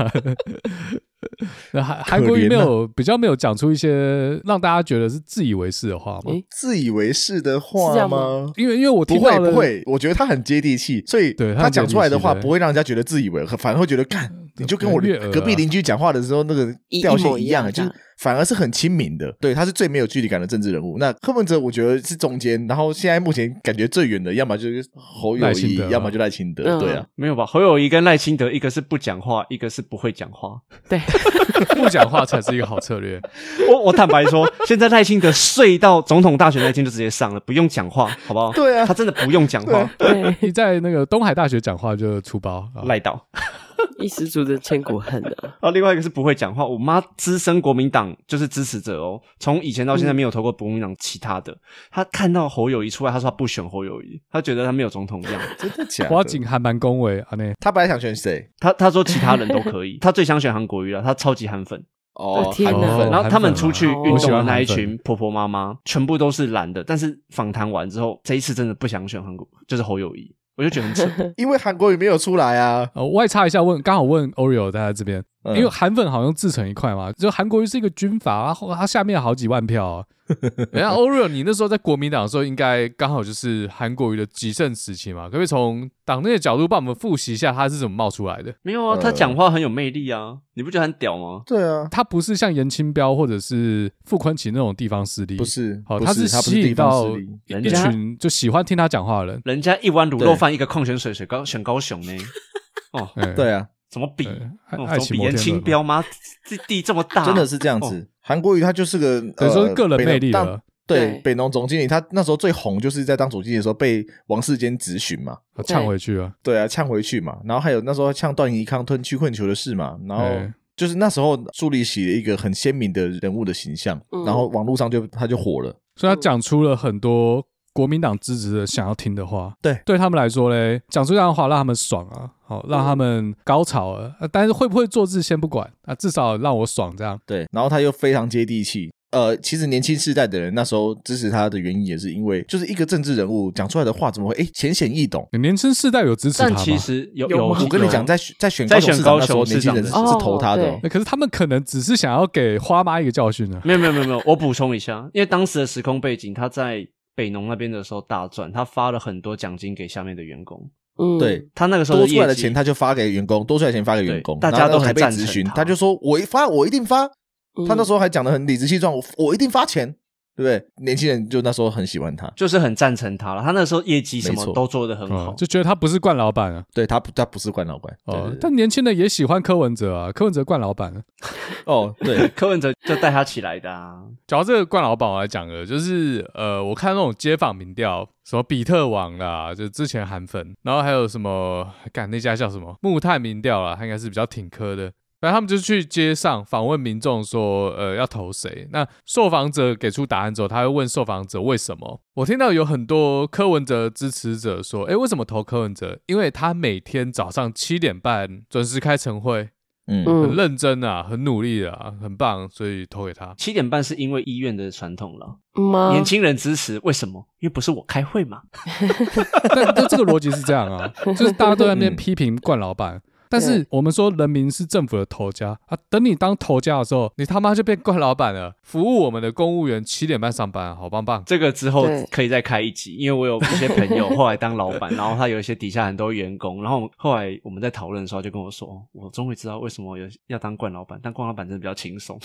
Speaker 1: 那韩韩国语没有
Speaker 3: 啊
Speaker 1: 比较没有讲出一些让大家觉得是自以为是的话嘛？
Speaker 4: 诶
Speaker 3: 自以为是的
Speaker 4: 是这
Speaker 3: 话
Speaker 4: 样
Speaker 3: 吗
Speaker 4: 吗？
Speaker 1: 因为因为我
Speaker 3: 不
Speaker 1: 听到
Speaker 3: 会
Speaker 1: 了
Speaker 3: 不会，我觉得他很接地气，所以
Speaker 1: 对他
Speaker 3: 他
Speaker 1: 很接
Speaker 3: 讲出来的话
Speaker 1: 地气对
Speaker 3: 不会让人家觉得自以为，反而会觉得干，你就跟我
Speaker 1: 越恶啊
Speaker 3: 隔壁邻居讲话的时候那个
Speaker 4: 一
Speaker 3: 调性
Speaker 4: 一模一
Speaker 3: 样，嗯
Speaker 4: 样
Speaker 3: 就
Speaker 4: 这
Speaker 3: 是
Speaker 4: 样
Speaker 3: 反而是很亲民的。对，他是最没有距离感的政治人物。那柯文哲我觉得是中间，然后现在目前感觉最远的，要么就是侯友
Speaker 1: 赖清
Speaker 3: 谊
Speaker 1: 德啊，
Speaker 3: 要么就赖清德。
Speaker 4: 嗯
Speaker 3: 对啊，
Speaker 2: 没有吧？侯友谊跟赖清德，一个是不讲话，一个是不会讲话。
Speaker 4: 对，
Speaker 1: 不讲话才是一个好策略。
Speaker 2: 我我坦白说， 现在赖清德睡到总统大选那天就直接上了，不用讲话，好不好？
Speaker 3: 对啊
Speaker 2: 他真的不用讲话，
Speaker 4: 对，
Speaker 1: 你在那个东海大学讲话就出包，啊
Speaker 2: 赖倒。
Speaker 4: 一失足的千古恨啊！
Speaker 2: 然后另外一个是不会讲话，我妈资深国民党就是支持者哦，从以前到现
Speaker 1: 嗯
Speaker 2: 在没有投过国民党其他的。她看到侯友谊出来，她说她不选侯友谊，她觉得他没有总统样。
Speaker 3: 真的假
Speaker 1: 花
Speaker 3: 的？
Speaker 1: 锦还蛮恭维啊，那
Speaker 3: 他本来想选谁？
Speaker 2: 她她说其他人都 可以，她最想选韩国瑜了，她超级韩粉。
Speaker 3: 哦，
Speaker 4: 天
Speaker 3: 韩
Speaker 4: 哪
Speaker 1: 哦
Speaker 3: 粉。
Speaker 2: 然后他们出去运
Speaker 1: 我喜
Speaker 2: 动的
Speaker 1: 欢
Speaker 2: 那一
Speaker 1: 韩粉
Speaker 2: 群婆婆妈妈，全部都是蓝的。但是访谈完之后，这一次真的不想选韩国，就是侯友谊，我就觉得 很扯。
Speaker 3: 因为韩国瑜没有出来啊，
Speaker 1: 呃，外插一下问，刚好问 Oreo 大家这边，
Speaker 3: 嗯
Speaker 1: 因为韩粉好像自成一块嘛，就韩国瑜是一个军阀，然后他下面有好几万票、 啊。人家 Oreo，你那时候在国民党的时候，应该刚好就是韩国瑜的极盛时期嘛，可不可以从党内的角度帮我们复习一下他是怎么冒出来的？
Speaker 2: 没有啊，他讲话很有魅力啊，你不觉得很屌吗？
Speaker 3: 对啊，
Speaker 1: 他不是像严清标或者是傅昆萁那种地方势力，
Speaker 3: 不是，
Speaker 1: 好，
Speaker 3: 不
Speaker 1: 他
Speaker 3: 是他不
Speaker 1: 吸
Speaker 3: 是
Speaker 1: 引
Speaker 3: 地方势
Speaker 1: 到
Speaker 3: 力。
Speaker 1: 一
Speaker 2: 人
Speaker 1: 一
Speaker 2: 家
Speaker 1: 群就喜欢听他讲话的人。
Speaker 2: 人家一碗卤肉饭，一个矿泉水，水高选高 雄呢。哦，
Speaker 1: 嗯，
Speaker 3: 对啊，
Speaker 2: 怎么比？
Speaker 1: 对爱
Speaker 2: 哦
Speaker 1: 爱
Speaker 2: 怎么
Speaker 1: 情
Speaker 2: 比
Speaker 1: 摩
Speaker 2: 严
Speaker 1: 天
Speaker 2: 清
Speaker 1: 轮啊
Speaker 2: 标吗？ 这地这么
Speaker 4: 啊
Speaker 2: 大，
Speaker 3: 真的是这样子。韩国瑜他就是个，
Speaker 1: 等
Speaker 3: 呃
Speaker 1: 于说
Speaker 2: 呃
Speaker 1: 是个人
Speaker 3: 北农
Speaker 1: 魅力啊
Speaker 3: 当
Speaker 1: 了
Speaker 3: 对
Speaker 4: 对，
Speaker 3: 北农总经理他那时候最红就是在当总经理的时候被王世坚质询嘛，
Speaker 1: 啊呛回去啊，
Speaker 3: 对啊，呛回去嘛，然后还有那时候呛段宜康吞曲棍球的事嘛，然后
Speaker 1: 对
Speaker 3: 就是那时候树立起了一个很鲜明的人物的形象，
Speaker 4: 嗯
Speaker 3: 然后网络上就他就火了。
Speaker 1: 所以他讲出了很多国民党支持者想要听的话。
Speaker 3: 对
Speaker 1: 对他们来说嘞，讲出这样的话让他们爽啊，好让他们高潮啊。呃但是会不会做字先不管啊，至少让我爽这样。
Speaker 3: 对，然后他又非常接地气。呃，其实年轻世代的人那时候支持他的原因，也是因为就是一个政治人物讲出来的话怎么会哎浅显易懂。
Speaker 1: 年轻世代有支持他
Speaker 2: 但
Speaker 1: 吗？
Speaker 2: 其实有
Speaker 4: 有
Speaker 2: 有，
Speaker 4: 吗
Speaker 3: 我跟你
Speaker 2: 有
Speaker 3: 讲，在选在选
Speaker 2: 在
Speaker 3: 高雄
Speaker 2: 选
Speaker 3: 市长
Speaker 2: 高
Speaker 3: 那时候，
Speaker 2: 雄
Speaker 3: 年
Speaker 2: 市
Speaker 3: 轻
Speaker 2: 长
Speaker 3: 人
Speaker 2: 的
Speaker 3: 是
Speaker 2: 时
Speaker 4: 候
Speaker 3: 是投他的哦
Speaker 4: 哦
Speaker 1: 那可是他们可能只是想要给花妈一个教训啊。
Speaker 2: 没有没有没有没有，我补充一下，因为当时的时空背景，他在北农那边的时候大赚，他发了很多奖金给下面的员工。
Speaker 4: 嗯，
Speaker 3: 对，
Speaker 2: 他那个时候
Speaker 3: 多
Speaker 2: 的
Speaker 3: 出来的
Speaker 2: 业绩
Speaker 3: 钱他就发给员工，多出来的钱发给员工，
Speaker 2: 对大家
Speaker 3: 然后
Speaker 2: 都
Speaker 3: 还
Speaker 2: 很
Speaker 3: 被
Speaker 2: 赞
Speaker 3: 咨
Speaker 2: 成
Speaker 3: 询，
Speaker 2: 他
Speaker 3: 他就说我一发我一定发，
Speaker 4: 嗯
Speaker 3: 他那时候还讲的很理直气壮，我我一定发钱，对不对？年轻人就那时候很喜欢他，
Speaker 2: 就是很赞成他了。他那时候业绩什
Speaker 3: 没
Speaker 2: 么
Speaker 3: 错
Speaker 2: 都做得很好
Speaker 1: 嗯，就觉得他不是惯老板啊，
Speaker 3: 对他不他不是官老官
Speaker 1: 哦，但年轻人也喜欢柯文哲啊，柯文哲惯老板啊，
Speaker 3: 哦对
Speaker 2: 柯文哲就带他起来的啊。
Speaker 1: 讲到这个冠老板，我来讲了，就是呃，我看那种街访民调，什么比特网啦，就之前韩粉，然后还有什么，干那家叫什么木炭民调啦，他应该是比较挺科的。反正他们就去街上访问民众说，呃，要投谁？那受访者给出答案之后，他会问受访者为什么？我听到有很多柯文哲支持者说，诶，为什么投柯文哲？因为他每天早上七点半准时开晨会，
Speaker 3: 嗯
Speaker 1: 很
Speaker 4: 嗯，
Speaker 1: 认真啊，很努力啊，很棒，所以投给他。
Speaker 2: 七点半是因为医院的传统了，
Speaker 4: 妈，
Speaker 2: 年轻人支持，为什么？因为不是我开会嘛。 嗯
Speaker 1: 但但这个逻辑是这样啊，就是大家都在那边批评冠老板，但是
Speaker 4: 对
Speaker 1: 我们说人民是政府的头家啊，等你当头家的时候，你他妈就变怪老板了。服务我们的公务员七点半上班，好棒棒。
Speaker 2: 这个之后
Speaker 4: 对
Speaker 2: 可以再开一集，因为我有一些朋友后来当老板，然后他有一些底下很多员工，然后后来我们在讨论的时候就跟我说，哦我终于知道为什么有要当惯老板，但惯老板真的比较轻松。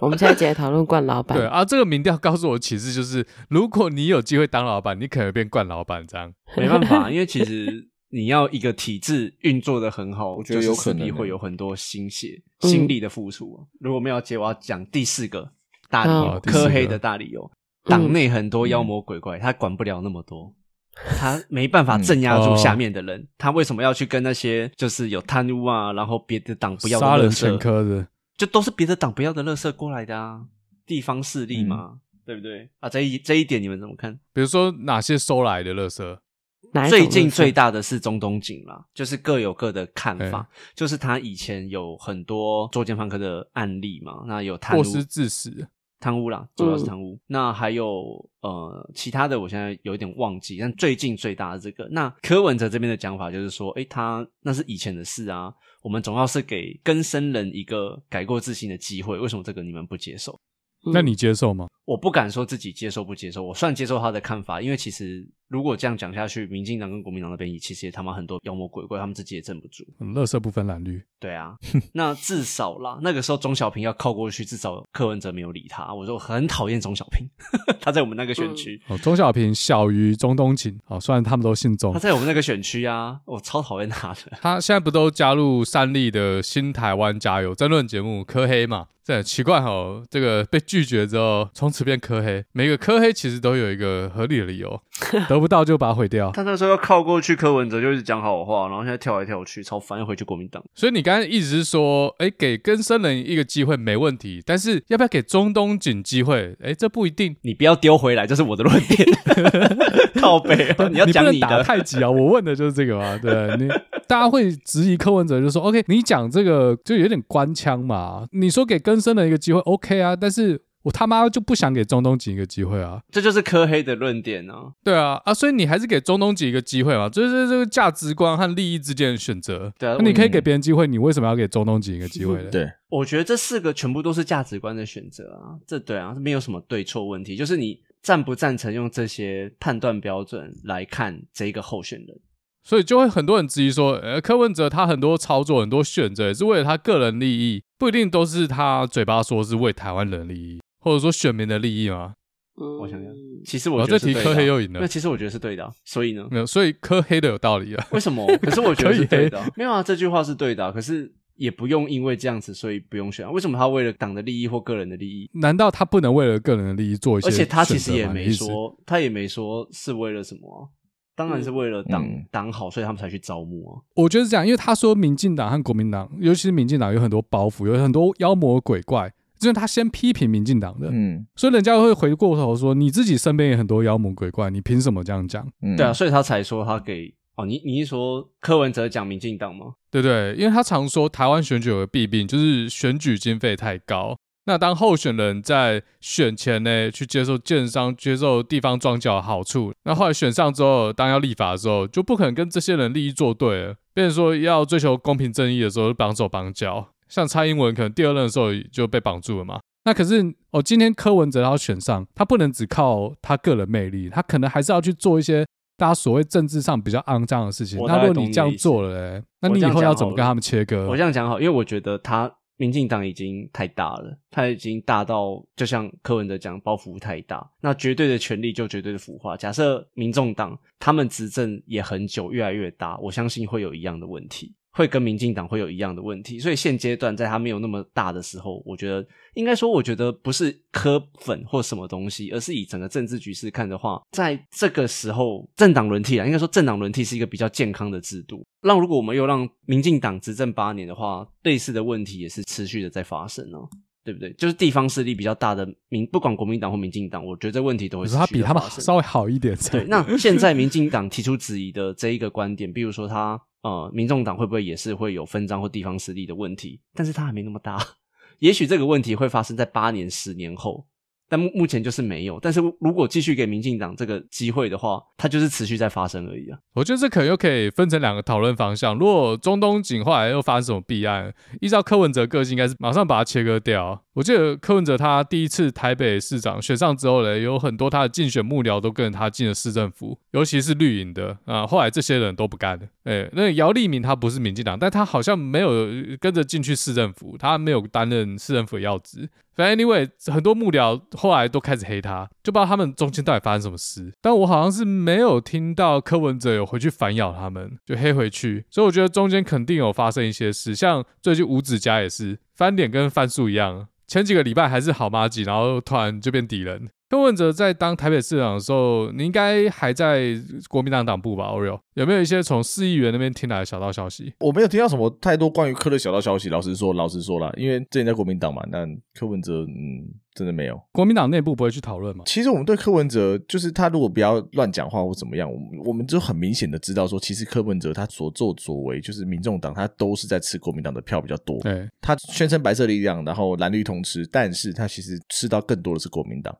Speaker 4: 我们现在直接讨论冠老板
Speaker 1: 对，啊，这个民调告诉我启示就是，如果你有机会当老板，你可能会变惯老板这样。
Speaker 2: 没办法，因为其实你要一个体制运作的很好，
Speaker 3: 我觉得
Speaker 2: 就是
Speaker 3: 有可能
Speaker 2: 势必
Speaker 3: 欸
Speaker 2: 会有很多心血、
Speaker 4: 嗯
Speaker 2: 心力的付出啊、如果没有结，我要讲第四个大理由
Speaker 3: 哦
Speaker 1: 好，第四个
Speaker 2: 科黑的大理由，
Speaker 4: 嗯
Speaker 2: 党内很多妖魔鬼怪，他管不了那么多。他没办法镇压住
Speaker 1: 嗯
Speaker 2: 下面的
Speaker 3: 哦
Speaker 2: 人，他为什么要去跟那些就是有贪污啊，然后别的党不要的
Speaker 1: 杀人
Speaker 2: 垃圾
Speaker 1: 前科的，
Speaker 2: 就都是别的党不要的垃圾过来的啊，地方势力
Speaker 3: 嗯
Speaker 2: 嘛，对不对啊？这一这一点你们怎么看？
Speaker 1: 比如说哪些收来的垃圾，
Speaker 4: 哪一种
Speaker 2: 最近
Speaker 4: 乐色
Speaker 2: 最大的是中东锦啦，就是各有各的看法。
Speaker 4: 哎
Speaker 2: 就是他以前有很多作奸犯科的案例嘛，那有贪污
Speaker 1: 过、失致死，
Speaker 2: 贪污
Speaker 4: 嗯
Speaker 2: 啦，主要是贪污。那还有呃其他的，我现在有一点忘记。但最近最大的这个，那柯文哲这边的讲法就是说，诶，他那是以前的事啊，我们总要是给更生人一个改过自新的机会。为什么这个你们不接受？
Speaker 4: 嗯
Speaker 1: 那你接受吗？
Speaker 2: 我不敢说自己接受不接受，我算接受他的看法，因为其实如果这样讲下去，民进党跟国民党那边也其实也他妈很多妖魔鬼怪，他们自己也镇不住。
Speaker 1: 嗯垃圾不分蓝绿，
Speaker 2: 对啊，那至少啦，那个时候钟小平要靠过去，至少柯文哲没有理他。我说我很讨厌钟小平， 他在我们那个选区，
Speaker 1: 哦，钟小平小于中东锦，哦，虽然他们都姓钟
Speaker 2: 他，在我们那个选区啊，我超讨厌他的。
Speaker 1: 他现在不都加入三立的新台湾加油争论节目科黑嘛？这很奇怪哦，这个被拒绝之后，从此变科黑。每个科黑其实都有一个合理的理由，得不到就把它毁掉。
Speaker 2: 他那时候要靠过去，柯文哲就一直讲好话，然后现在跳来跳去，超烦，又回去国民党。
Speaker 1: 所以你刚才一直是说，哎，给更生人一个机会没问题，但是要不要给中东锦机会？哎，这不一定。
Speaker 2: 你不要丢回来，这是我的论点。 靠北啊，你要
Speaker 1: 你不
Speaker 2: 讲
Speaker 1: 能
Speaker 2: 的。
Speaker 1: 打太极啊！我问的就是这个 嘛，对你。大家会质疑柯文哲，就说 OK，你讲这个就有点官腔嘛。你说给更生人一个机会 OK 啊，但是我他妈就不想给中东锦一个机会啊。
Speaker 2: 这就是科黑的论点啊。
Speaker 1: 对啊，啊，所以你还是给中东锦一个机会嘛，这是这个价值观和利益之间的选择。
Speaker 2: 对啊
Speaker 1: 那你可以给别人机会，你为什么要给中东锦一个机 会呢？
Speaker 3: 对，
Speaker 2: 我觉得这四个全部都是价值观的选择啊，这对啊，没有什么对错问题，就是你赞不赞成用这些判断标准来看这个候选人。
Speaker 1: 所以就会很多人质疑说，呃，柯文哲他很多操作、很多选择也是为了他个人利益，不一定都是他嘴巴说是为台湾人利益，或者说选民的利益嘛。
Speaker 2: 我想想
Speaker 4: 嗯
Speaker 2: 其实
Speaker 1: 然
Speaker 2: 我
Speaker 1: 后
Speaker 2: 觉得
Speaker 1: 哦这
Speaker 2: 是
Speaker 1: 题
Speaker 2: 对
Speaker 1: 科黑
Speaker 2: 的啊，
Speaker 1: 又赢了嗯
Speaker 2: 那，其实我觉得是对的啊、所以呢，
Speaker 1: 没有，所以科黑的有道理啊。
Speaker 2: 为什么？可是 我觉得是
Speaker 1: 可以
Speaker 2: 对的啊、没有啊，这句话是对的啊、可是也不用因为这样子，所以不用选、啊。为什么他为了党的利益或个人的利益？
Speaker 1: 难道他不能为了个人的利益做一些
Speaker 2: 而
Speaker 1: 选择吗？
Speaker 2: 且他其实也
Speaker 1: 你
Speaker 2: 没
Speaker 1: 意思，
Speaker 2: 说，他也没说是为了什么啊、当然是为了党、
Speaker 3: 嗯
Speaker 2: 党好，所以他们才去招募啊。
Speaker 1: 我觉得是这样，因为他说民进党和国民党，尤其是民进党有很多包袱，有很多妖魔鬼怪，就是他先批评民进党的，
Speaker 3: 嗯
Speaker 1: 所以人家会回过头说，你自己身边也很多妖魔鬼怪，你凭什么这样讲？
Speaker 3: 嗯，
Speaker 2: 对啊，，所以他才说他给哦，你你是说柯文哲讲民进党吗？
Speaker 1: 对不对？因为他常说台湾选举有个弊病，就是选举经费太高。那当候选人在选前呢，去接受建商、接受地方庄脚的好处，那后来选上之后，当要立法的时候，就不可能跟这些人利益作对了。变成说要追求公平正义的时候，绑手绑脚。像蔡英文可能第二任的时候就被绑住了嘛。那可是哦，今天柯文哲他要选上，他不能只靠他个人魅力，他可能还是要去做一些大家所谓政治上比较肮脏的事情。
Speaker 2: 我大
Speaker 1: 那
Speaker 2: 概
Speaker 1: 如果
Speaker 2: 懂
Speaker 1: 你
Speaker 2: 你
Speaker 1: 这
Speaker 2: 的
Speaker 1: 样
Speaker 2: 意思
Speaker 1: 做了嘞，那
Speaker 2: 我
Speaker 1: 你
Speaker 2: 这
Speaker 1: 以
Speaker 2: 样
Speaker 1: 后要
Speaker 2: 讲好
Speaker 1: 怎么跟
Speaker 2: 了
Speaker 1: 他们切割？
Speaker 2: 我这样讲好，因为我觉得他民进党已经太大了，他已经大到就像柯文哲讲，包袱太大，那绝对的权力就绝对的腐化。假设民众党他们执政也很久，越来越大，我相信会有一样的问题。会跟民进党会有一样的问题，所以现阶段在他没有那么大的时候，我觉得应该说，我觉得不是科粉或什么东西，而是以整个政治局势看的话，在这个时候政党轮替啊，应该说政党轮替是一个比较健康的制度。让如果我们又让民进党执政八年的话，类似的问题也是持续的在发生哦、对不对？就是地方势力比较大的民，不管国民党或民进党，我觉得这问题都会
Speaker 1: 可
Speaker 2: 持
Speaker 1: 是
Speaker 2: 续
Speaker 1: 他
Speaker 2: 地
Speaker 1: 比他们
Speaker 2: 发生
Speaker 1: 稍微好一点。
Speaker 2: 对，那现在民进党提出质疑的这一个观点，比如说他呃，民众党会不会也是会有分赃或地方势 力的问题？但是他还没那么大，也许这个问题会发生在八年、十年后，但目目前就是没有。但是如果继续给民进党这个机会的话，它就是持续在发生而已啊。
Speaker 1: 我觉得这可能又可以分成两个讨论方向。如果中东锦后来又发生什么弊案，依照柯文哲个性，应该是马上把它切割掉。我记得柯文哲他第一次台北市长选上之后呢，有很多他的竞选幕僚都跟着他进了市政府，尤其是绿营的啊、后来这些人都不干了。哎，那姚立明他不是民进党，但他好像没有跟着进去市政府，他没有担任市政府的要职。反正 anyway，很多幕僚后来都开始黑他，就不知道他们中间到底发生什么事。但我好像是没有听到柯文哲有回去反咬他们，就黑回去。所以我觉得中间肯定有发生一些事，像最近五指家也是翻脸跟翻书一样，前几个礼拜还是好妈鸡，然后突然就变敌人。柯文哲在当台北市长的时候，你应该还在国民党党部吧？Oreo 有没有一些从市议员那边听来的小道消息？
Speaker 3: 我没有听到什么太多关于柯的小道消息。老实说，老实说啦，因为之前在国民党嘛，那柯文哲嗯，真的没有。
Speaker 1: 国民党内部不会去讨论吗？
Speaker 3: 其实我们对柯文哲，就是他如果不要乱讲话或怎么样，我们我们就很明显的知道说，其实柯文哲他所作所为，就是民众党他都是在吃国民党的票比较多。
Speaker 1: 对，
Speaker 3: 他宣称白色力量，然后蓝绿通吃，但是他其实吃到更多的是国民党，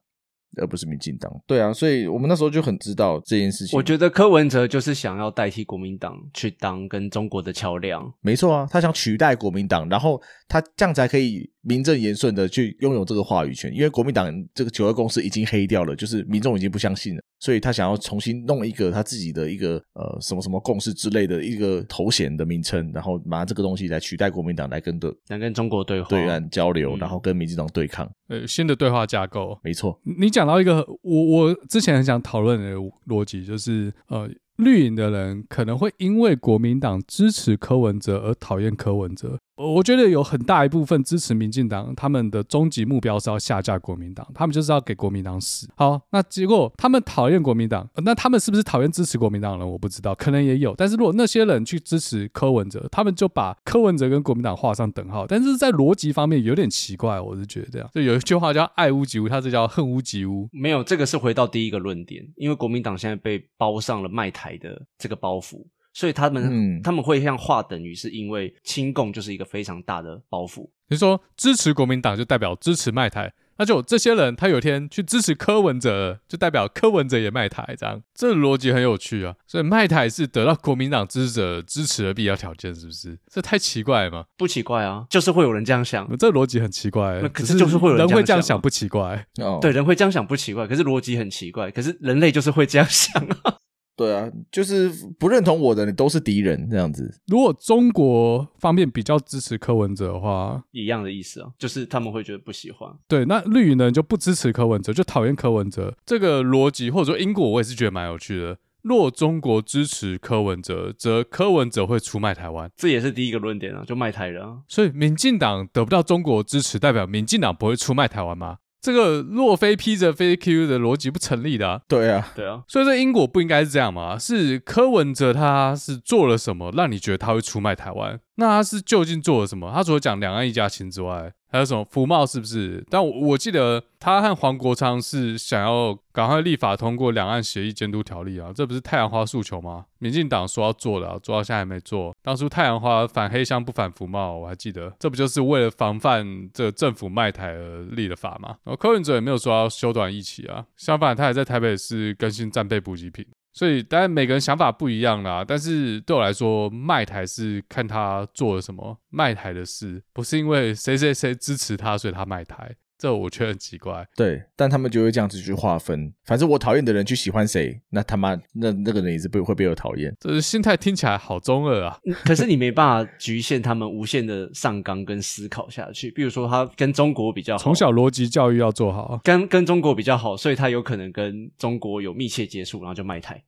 Speaker 3: 而不是民进党。对啊，所以我们那时候就很知道这件事情。
Speaker 2: 我觉得柯文哲就是想要代替国民党去当跟中国的桥梁，
Speaker 3: 没错啊，他想取代国民党，然后他这样才可以名正言顺的去拥有这个话语权，因为国民党这个九二共识已经黑掉了，就是民众已经不相信了，所以他想要重新弄一个他自己的一个呃什么什么共识之类的一个头衔的名称，然后拿这个东西来取代国民党来跟对
Speaker 2: 想跟中国对话。
Speaker 3: 对岸交流，
Speaker 2: 嗯
Speaker 3: 然后跟民进党对抗，
Speaker 1: 呃，新的对话架构。
Speaker 3: 没错，
Speaker 1: 你讲到一个我我之前很想讨论的逻辑，就是呃，绿营的人可能会因为国民党支持柯文哲而讨厌柯文哲。我我觉得有很大一部分支持民进党，他们的终极目标是要下架国民党，他们就是要给国民党死。好，那结果他们讨厌国民党，呃那他们是不是讨厌支持国民党的人？我不知道，可能也有。但是如果那些人去支持柯文哲，他们就把柯文哲跟国民党画上等号。但是在逻辑方面有点奇怪，我是觉得这样。就有一句话叫“爱屋及乌”，他这叫“恨屋及乌”。
Speaker 2: 没有，这个是回到第一个论点，因为国民党现在被包上了卖台的这个包袱，所以他们、
Speaker 3: 嗯
Speaker 2: 他们会像划等于，是因为亲共就是一个非常大的包袱。
Speaker 1: 你说支持国民党就代表支持卖台，那就这些人他有一天去支持柯文哲了，就代表柯文哲也卖台，这样这逻辑很有趣啊。所以卖台是得到国民党支持者支持的必要条件，是不是？这太奇怪了嘛？
Speaker 2: 不奇怪啊，就是会有人这样想。
Speaker 1: 这逻辑很奇怪、
Speaker 2: 那可
Speaker 1: 只
Speaker 2: 是就是会有人
Speaker 1: 人
Speaker 2: 这样
Speaker 1: 会这样
Speaker 2: 想
Speaker 1: 想，
Speaker 2: 嘛
Speaker 1: 不奇怪、
Speaker 3: 哦，
Speaker 2: 对，人会这样想不奇怪，可是逻辑很奇怪。可是人类就是会这样想啊。
Speaker 3: 对啊，就是不认同我的，你都是敌人这样子。
Speaker 1: 如果中国方面比较支持柯文哲的话，
Speaker 2: 一样的意思啊，就是他们会觉得不喜欢。
Speaker 1: 对，那绿营的人就不支持柯文哲，就讨厌柯文哲。这个逻辑或者说因果，我也是觉得蛮有趣的。若中国支持柯文哲，则柯文哲会出卖台湾。
Speaker 2: 这也是第一个论点啊，就卖台人啊。
Speaker 1: 所以民进党得不到中国支持，代表民进党不会出卖台湾吗？这个若非披着非 Q 的逻辑不成立的啊、
Speaker 3: 对啊，
Speaker 2: 对啊，
Speaker 1: 所以这因果不应该是这样嘛？是柯文哲他是做了什么，让你觉得他会出卖台湾？那他是究竟做了什么？他除了讲两岸一家亲之外，还有什么服贸是不是？但我我记得他和黄国昌是想要赶快立法通过两岸协议监督条例啊，这不是太阳花诉求吗？民进党说要做的、啊，做到现在还没做。当初太阳花反黑箱不反服贸，我还记得，这不就是为了防范这政府卖台而立的法吗？然后柯文哲也没有说要修短一期啊，相反他还在台北市更新战备补给品。所以，当然每个人想法不一样啦。但是对我来说，卖台是看他做了什么卖台的事，不是因为谁谁谁支持他，所以他卖台。这我觉得很奇怪。
Speaker 3: 对，但他们就会这样子去划分。反正我讨厌的人去喜欢谁，那他妈那那个人也是被会被我讨厌。
Speaker 1: 这心态听起来好中二啊！
Speaker 2: 可是你没办法局限他们无限的上纲跟思考下去。比如说，他跟中国比较好，
Speaker 1: 从小逻辑教育要做好啊。
Speaker 2: 跟跟中国比较好，所以他有可能跟中国有密切接触，然后就卖 台。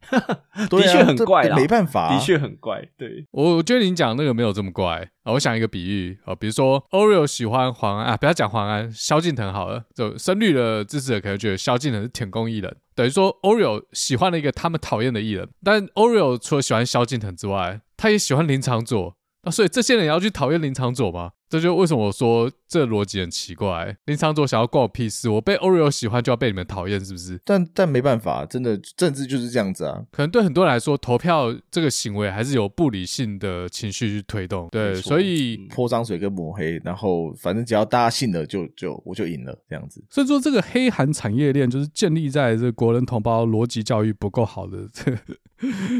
Speaker 3: 对
Speaker 2: 的
Speaker 3: 啊
Speaker 2: 确很
Speaker 3: 这
Speaker 2: 怪啦，
Speaker 3: 没办法啊
Speaker 2: 的确很怪。对，
Speaker 1: 我我觉得你讲那个没有这么怪啊。我想一个比喻啊，比如说 Oreo 喜欢黄安啊，不要讲黄安，萧敬腾好了，就深绿的支持者可能觉得萧敬腾是舔共艺人，等于说 Oreo 喜欢了一个他们讨厌的艺人，但 Oreo 除了喜欢萧敬腾之外，他也喜欢林长佐，那所以这些人也要去讨厌林长佐吗？这就为什么我说这逻辑很奇怪。林长佐想要关我屁事，我被 Oreo 喜欢就要被你们讨厌，是不是？
Speaker 3: 但但没办法，啊真的政治就是这样子啊。
Speaker 1: 可能对很多人来说，投票这个行为还是有不理性的情绪去推动。对，
Speaker 2: 没错嗯
Speaker 1: 所以
Speaker 3: 泼脏水跟抹黑，然后反正只要大家信了就，就我就赢了这样子。
Speaker 1: 所以说这个黑韩产业链就是建立在这国人同胞逻辑教育不够好的 这个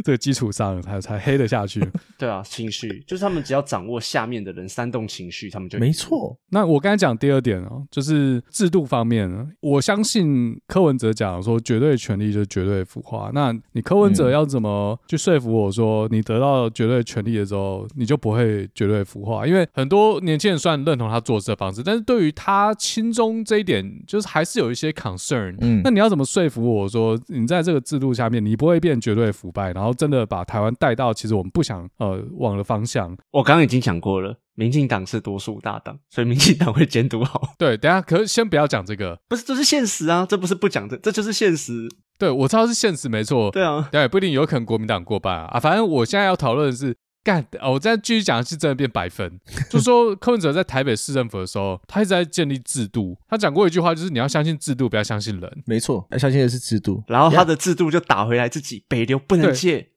Speaker 1: 这个基础上，才才黑得下去。
Speaker 2: 对啊，情绪就是他们只要掌握下面的人煽动情绪，他们就
Speaker 3: 没。错，
Speaker 1: 那我刚才讲第二点哦，就是制度方面呢，我相信柯文哲讲说绝对权利就是绝对腐化。那你柯文哲要怎么去说服我说你得到绝对权利的时候，你就不会绝对腐化？因为很多年轻人虽然认同他做事的方式，但是对于他亲中这一点，就是还是有一些 concern。
Speaker 3: 嗯
Speaker 1: 那你要怎么说服我说你在这个制度下面，你不会变绝对腐败，然后真的把台湾带到其实我们不想呃往的方向？
Speaker 2: 我刚刚已经讲过了，民进党是多数大党，所以民进党会监督好。
Speaker 1: 对，等一下可是先不要讲这个。
Speaker 2: 不是，这是现实啊，这不是不讲的，这就是现实。
Speaker 1: 对，我知道是现实没错，
Speaker 2: 对啊，
Speaker 1: 对，不一定有可能国民党过半啊。啊反正我现在要讨论的是，干、啊我再继续讲是真的变白分。就说柯文哲在台北市政府的时候，他一直在建立制度。他讲过一句话，就是你要相信制度，不要相信人。
Speaker 3: 没错，要相信的是制度。
Speaker 2: 然后他的制度就打回来自己，北流不能
Speaker 1: 对
Speaker 2: 借。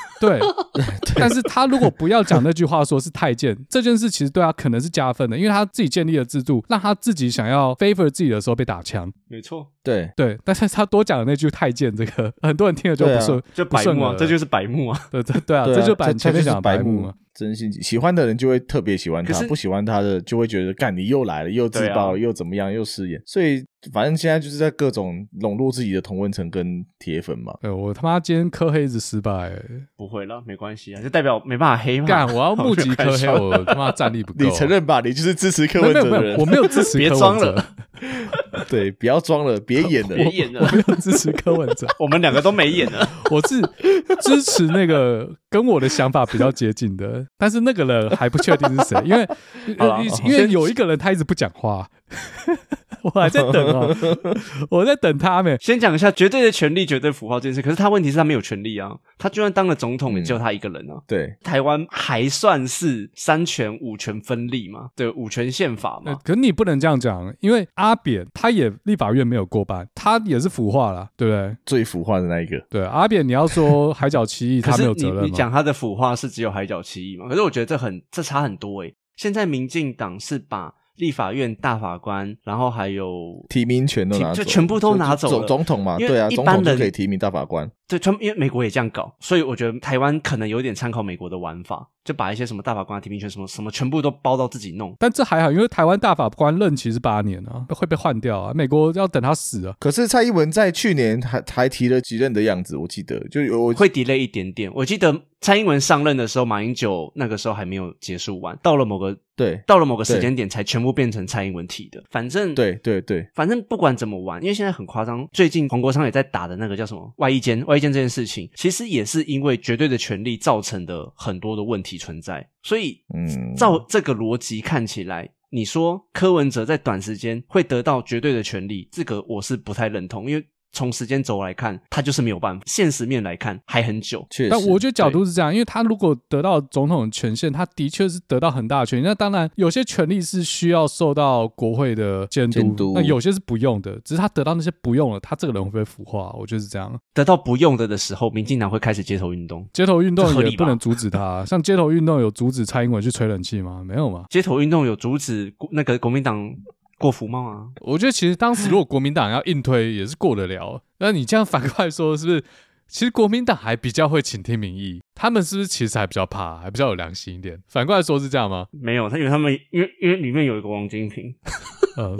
Speaker 1: 对，但是他如果不要讲那句话，说是太监这件事，其实对他可能是加分的，因为他自己建立了制度，让他自己想要 favor 自己的时候被打枪。
Speaker 2: 没错，
Speaker 3: 对，
Speaker 1: 对，但是他多讲的那句太监，这个很多人听了就
Speaker 3: 对
Speaker 1: 不
Speaker 3: 啊
Speaker 1: 顺，
Speaker 2: 就
Speaker 1: 不
Speaker 2: 白
Speaker 1: 顺
Speaker 2: 目啊
Speaker 1: 耳，
Speaker 2: 这就是白目啊。
Speaker 1: 对对对啊，
Speaker 3: 对啊
Speaker 1: 这就
Speaker 3: 他
Speaker 1: 把
Speaker 3: 他
Speaker 1: 前面
Speaker 3: 就是
Speaker 1: 讲的
Speaker 3: 白
Speaker 1: 目
Speaker 3: 目
Speaker 1: 嘛。
Speaker 3: 真心喜欢的人就会特别喜欢
Speaker 2: 可
Speaker 3: 他
Speaker 2: 是，
Speaker 3: 不喜欢他的就会觉得干你又来了，又自爆，
Speaker 2: 对啊
Speaker 3: 又怎么样，又失言。所以反正现在就是在各种笼络自己的同温层跟铁粉嘛。
Speaker 1: 对，哎我他妈今天科黑一直失败、 欸
Speaker 2: 不会了，没关系啊，就代表没办法黑嘛。
Speaker 1: 干，我要目 击科黑，
Speaker 2: 我
Speaker 1: 我他妈战力不够。啊
Speaker 3: 你承？认吧，你就是支持柯
Speaker 1: 没
Speaker 3: 文
Speaker 1: 有没
Speaker 3: 哲
Speaker 1: 有
Speaker 3: 的
Speaker 1: 没有，
Speaker 3: 人
Speaker 1: 我。没有支持
Speaker 2: 别
Speaker 1: 柯文
Speaker 2: 装
Speaker 1: 哲，
Speaker 2: 了
Speaker 3: 对，不要装了，别演了
Speaker 2: 别。演
Speaker 1: 我
Speaker 2: 了，
Speaker 1: 没有支持柯文哲，
Speaker 2: 我们两个都没演了。
Speaker 1: 我是支持那个跟我的想法比较接近的，但是那个人还不确定是谁，因 为呃
Speaker 2: 好啦
Speaker 1: 因为有一个人他一直不讲话， 我还在等 啊，我在等他们。
Speaker 2: 先讲一下绝对的权利、绝对符号这件事，可是他问题是他没有权利啊，他就算当了总
Speaker 3: 嗯
Speaker 2: 统，也只有他一个人啊。
Speaker 3: 对，
Speaker 2: 台湾还算是三权五权分立嘛，对，五权宪法
Speaker 1: 呃
Speaker 2: 嘛，，
Speaker 1: 可你不能这样讲，因为阿扁他也立法院没有过半，他也是腐化了，对不对？
Speaker 3: 最腐化的那一个。
Speaker 1: 对，阿扁你要说海角七 义
Speaker 2: 可
Speaker 1: 他没
Speaker 2: 是
Speaker 1: 有
Speaker 2: 你
Speaker 1: 责任
Speaker 2: 你
Speaker 1: 吗？
Speaker 2: 讲他的腐化是只有海角七义嘛？可是我觉得这很这差很多诶、欸现在民进党是把立法院大法官，然后还有
Speaker 3: 提名权都拿走，
Speaker 2: 就全部都拿走了
Speaker 3: 总总统嘛，
Speaker 2: 因为
Speaker 3: 对啊，
Speaker 2: 一
Speaker 3: 总
Speaker 2: 般
Speaker 3: 统就
Speaker 2: 人
Speaker 3: 可以提名大法官。
Speaker 2: 对，他们因为美国也这样搞，所以我觉得台湾可能有点参考美国的玩法，就把一些什么大法官啊、提名权什么什么全部都包到自己弄。
Speaker 1: 但这还好，因为台湾大法官任期是八年啊，会被换掉啊。美国要等他死啊。
Speaker 3: 可是蔡英文在去年还还提了几任的样子，我记得就有我
Speaker 2: 会 delay 一点点。我记得蔡英文上任的时候，马英九那个时候还没有结束完，到了某个
Speaker 3: 对
Speaker 2: 到了某个时间点才全部变成蔡英文提的。反正
Speaker 3: 对对对，
Speaker 2: 反正不管怎么玩，因为现在很夸张。最近黄国昌也在打的那个叫什么外衣间，外衣间这件事情，其实也是因为绝对的权力造成的很多的问题存在。所以，
Speaker 3: 嗯
Speaker 2: 照这个逻辑看起来，你说柯文哲在短时间会得到绝对的权利，这个我是不太认同，因为。从时间轴来看，他就是没有办法；现实面来看，还很久。
Speaker 3: 确实，
Speaker 1: 但我觉得角
Speaker 2: 对
Speaker 1: 度是这样，因为他如果得到总统的权限，他的确是得到很大的权利。那当然，有些权利是需要受到国会的监督，
Speaker 3: 监督
Speaker 1: 那有些是不用的。只是他得到那些不用了，他这个人会不会腐化？我觉得是这样。
Speaker 2: 得到不用的的时候，民进党会开始街头运动。
Speaker 1: 街头运
Speaker 2: 这合
Speaker 1: 动
Speaker 2: 理
Speaker 1: 也不
Speaker 2: 吧
Speaker 1: 能阻止他啊，像街头运动有阻止蔡英文去吹冷气吗？没有嘛。
Speaker 2: 街头运动有阻止国那个国民党过服贸啊，
Speaker 1: 我觉得其实当时如果国民党要硬推，也是过得了。那你这样反过来说，是不是？其实国民党还比较会倾听民意，他们是不是其实还比较怕，还比较有良心一 点？反过来说是这样吗？
Speaker 2: 没有，他因为他们因为因为里面有一个王金平，
Speaker 1: 呃，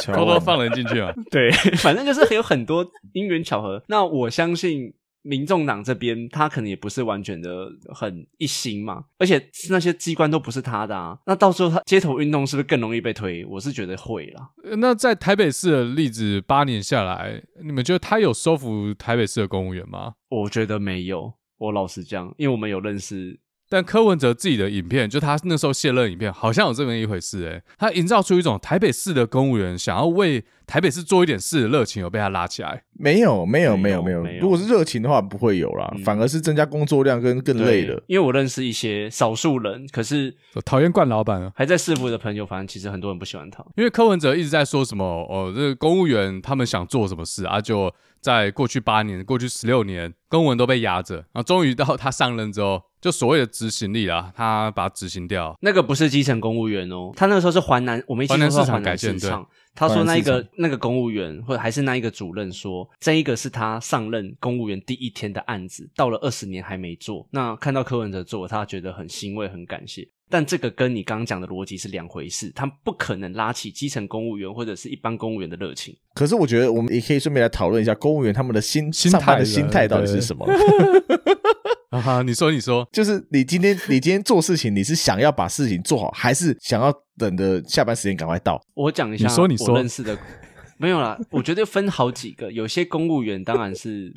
Speaker 3: 乔
Speaker 1: 偷偷
Speaker 3: 安
Speaker 1: 放人进去啊。
Speaker 2: 对， 反正就是有很多因缘巧合。那我相信。民众党这边，他可能也不是完全的很一心嘛，而且那些机关都不是他的啊。那到时候他街头运动是不是更容易被推？我是觉得会啦。
Speaker 1: 呃 那在台北市的例子，八年下来，你们觉得他有收服台北市的公务员吗？
Speaker 2: 我觉得没有，我老实讲，因为我们有认识
Speaker 1: 但柯文哲自己的影片，就他那时候卸任影片，好像有这么一回事、欸。哎，他营造出一种台北市的公务员想要为台北市做一点事的热情，有被他拉起来。
Speaker 3: 没有，没有，
Speaker 2: 没
Speaker 3: 没
Speaker 2: 有
Speaker 3: 有，没有
Speaker 2: 没有。
Speaker 3: 如果是热情的话，不会有啦，
Speaker 2: 嗯
Speaker 3: 反而是增加工作量跟更累
Speaker 2: 对
Speaker 3: 了。
Speaker 2: 因为我认识一些少数人，可是
Speaker 1: 我讨厌冠老板啊！
Speaker 2: 还在市府的朋友，反正其实很多人不喜欢他。
Speaker 1: 因为柯文哲一直在说什么哦，这个公务员他们想做什么事啊，就在过去八年、过去十六年，公文都被压着，然后终于到他上任之后，就所谓的执行力啊，他把它执行掉。
Speaker 2: 那个不是基层公务员哦，他那个时候是华南，我们一起
Speaker 1: 环南
Speaker 2: 说
Speaker 1: 市场
Speaker 2: 华南
Speaker 1: 改建
Speaker 2: 市
Speaker 1: 对
Speaker 2: 场。他说
Speaker 3: 环南
Speaker 2: 那
Speaker 3: 市
Speaker 2: 个那个公务员，或者还是那一个主任说，这一个是他上任公务员第一天的案子，到了二十年还没做。那看到柯文哲做，他觉得很欣慰，很感谢。但这个跟你刚刚讲的逻辑是两回事，他不可能拉起基层公务员或者是一般公务员的热情。
Speaker 3: 可是我觉得我们也可以顺便来讨论一下公务员他们的心
Speaker 1: 心
Speaker 3: 上班
Speaker 1: 态
Speaker 3: 的
Speaker 1: 的
Speaker 3: 心态到底是
Speaker 1: 对
Speaker 3: 什么。
Speaker 1: 啊哈，你说，你说，
Speaker 3: 就是你今天你今天做事情，你是想要把事情做好，还是想要等着下班时间赶快到？
Speaker 2: 我讲一下，
Speaker 1: 你说你
Speaker 2: 我
Speaker 1: 说
Speaker 2: 认识的没 有啦，我觉得分好几个，有些公务员当然是。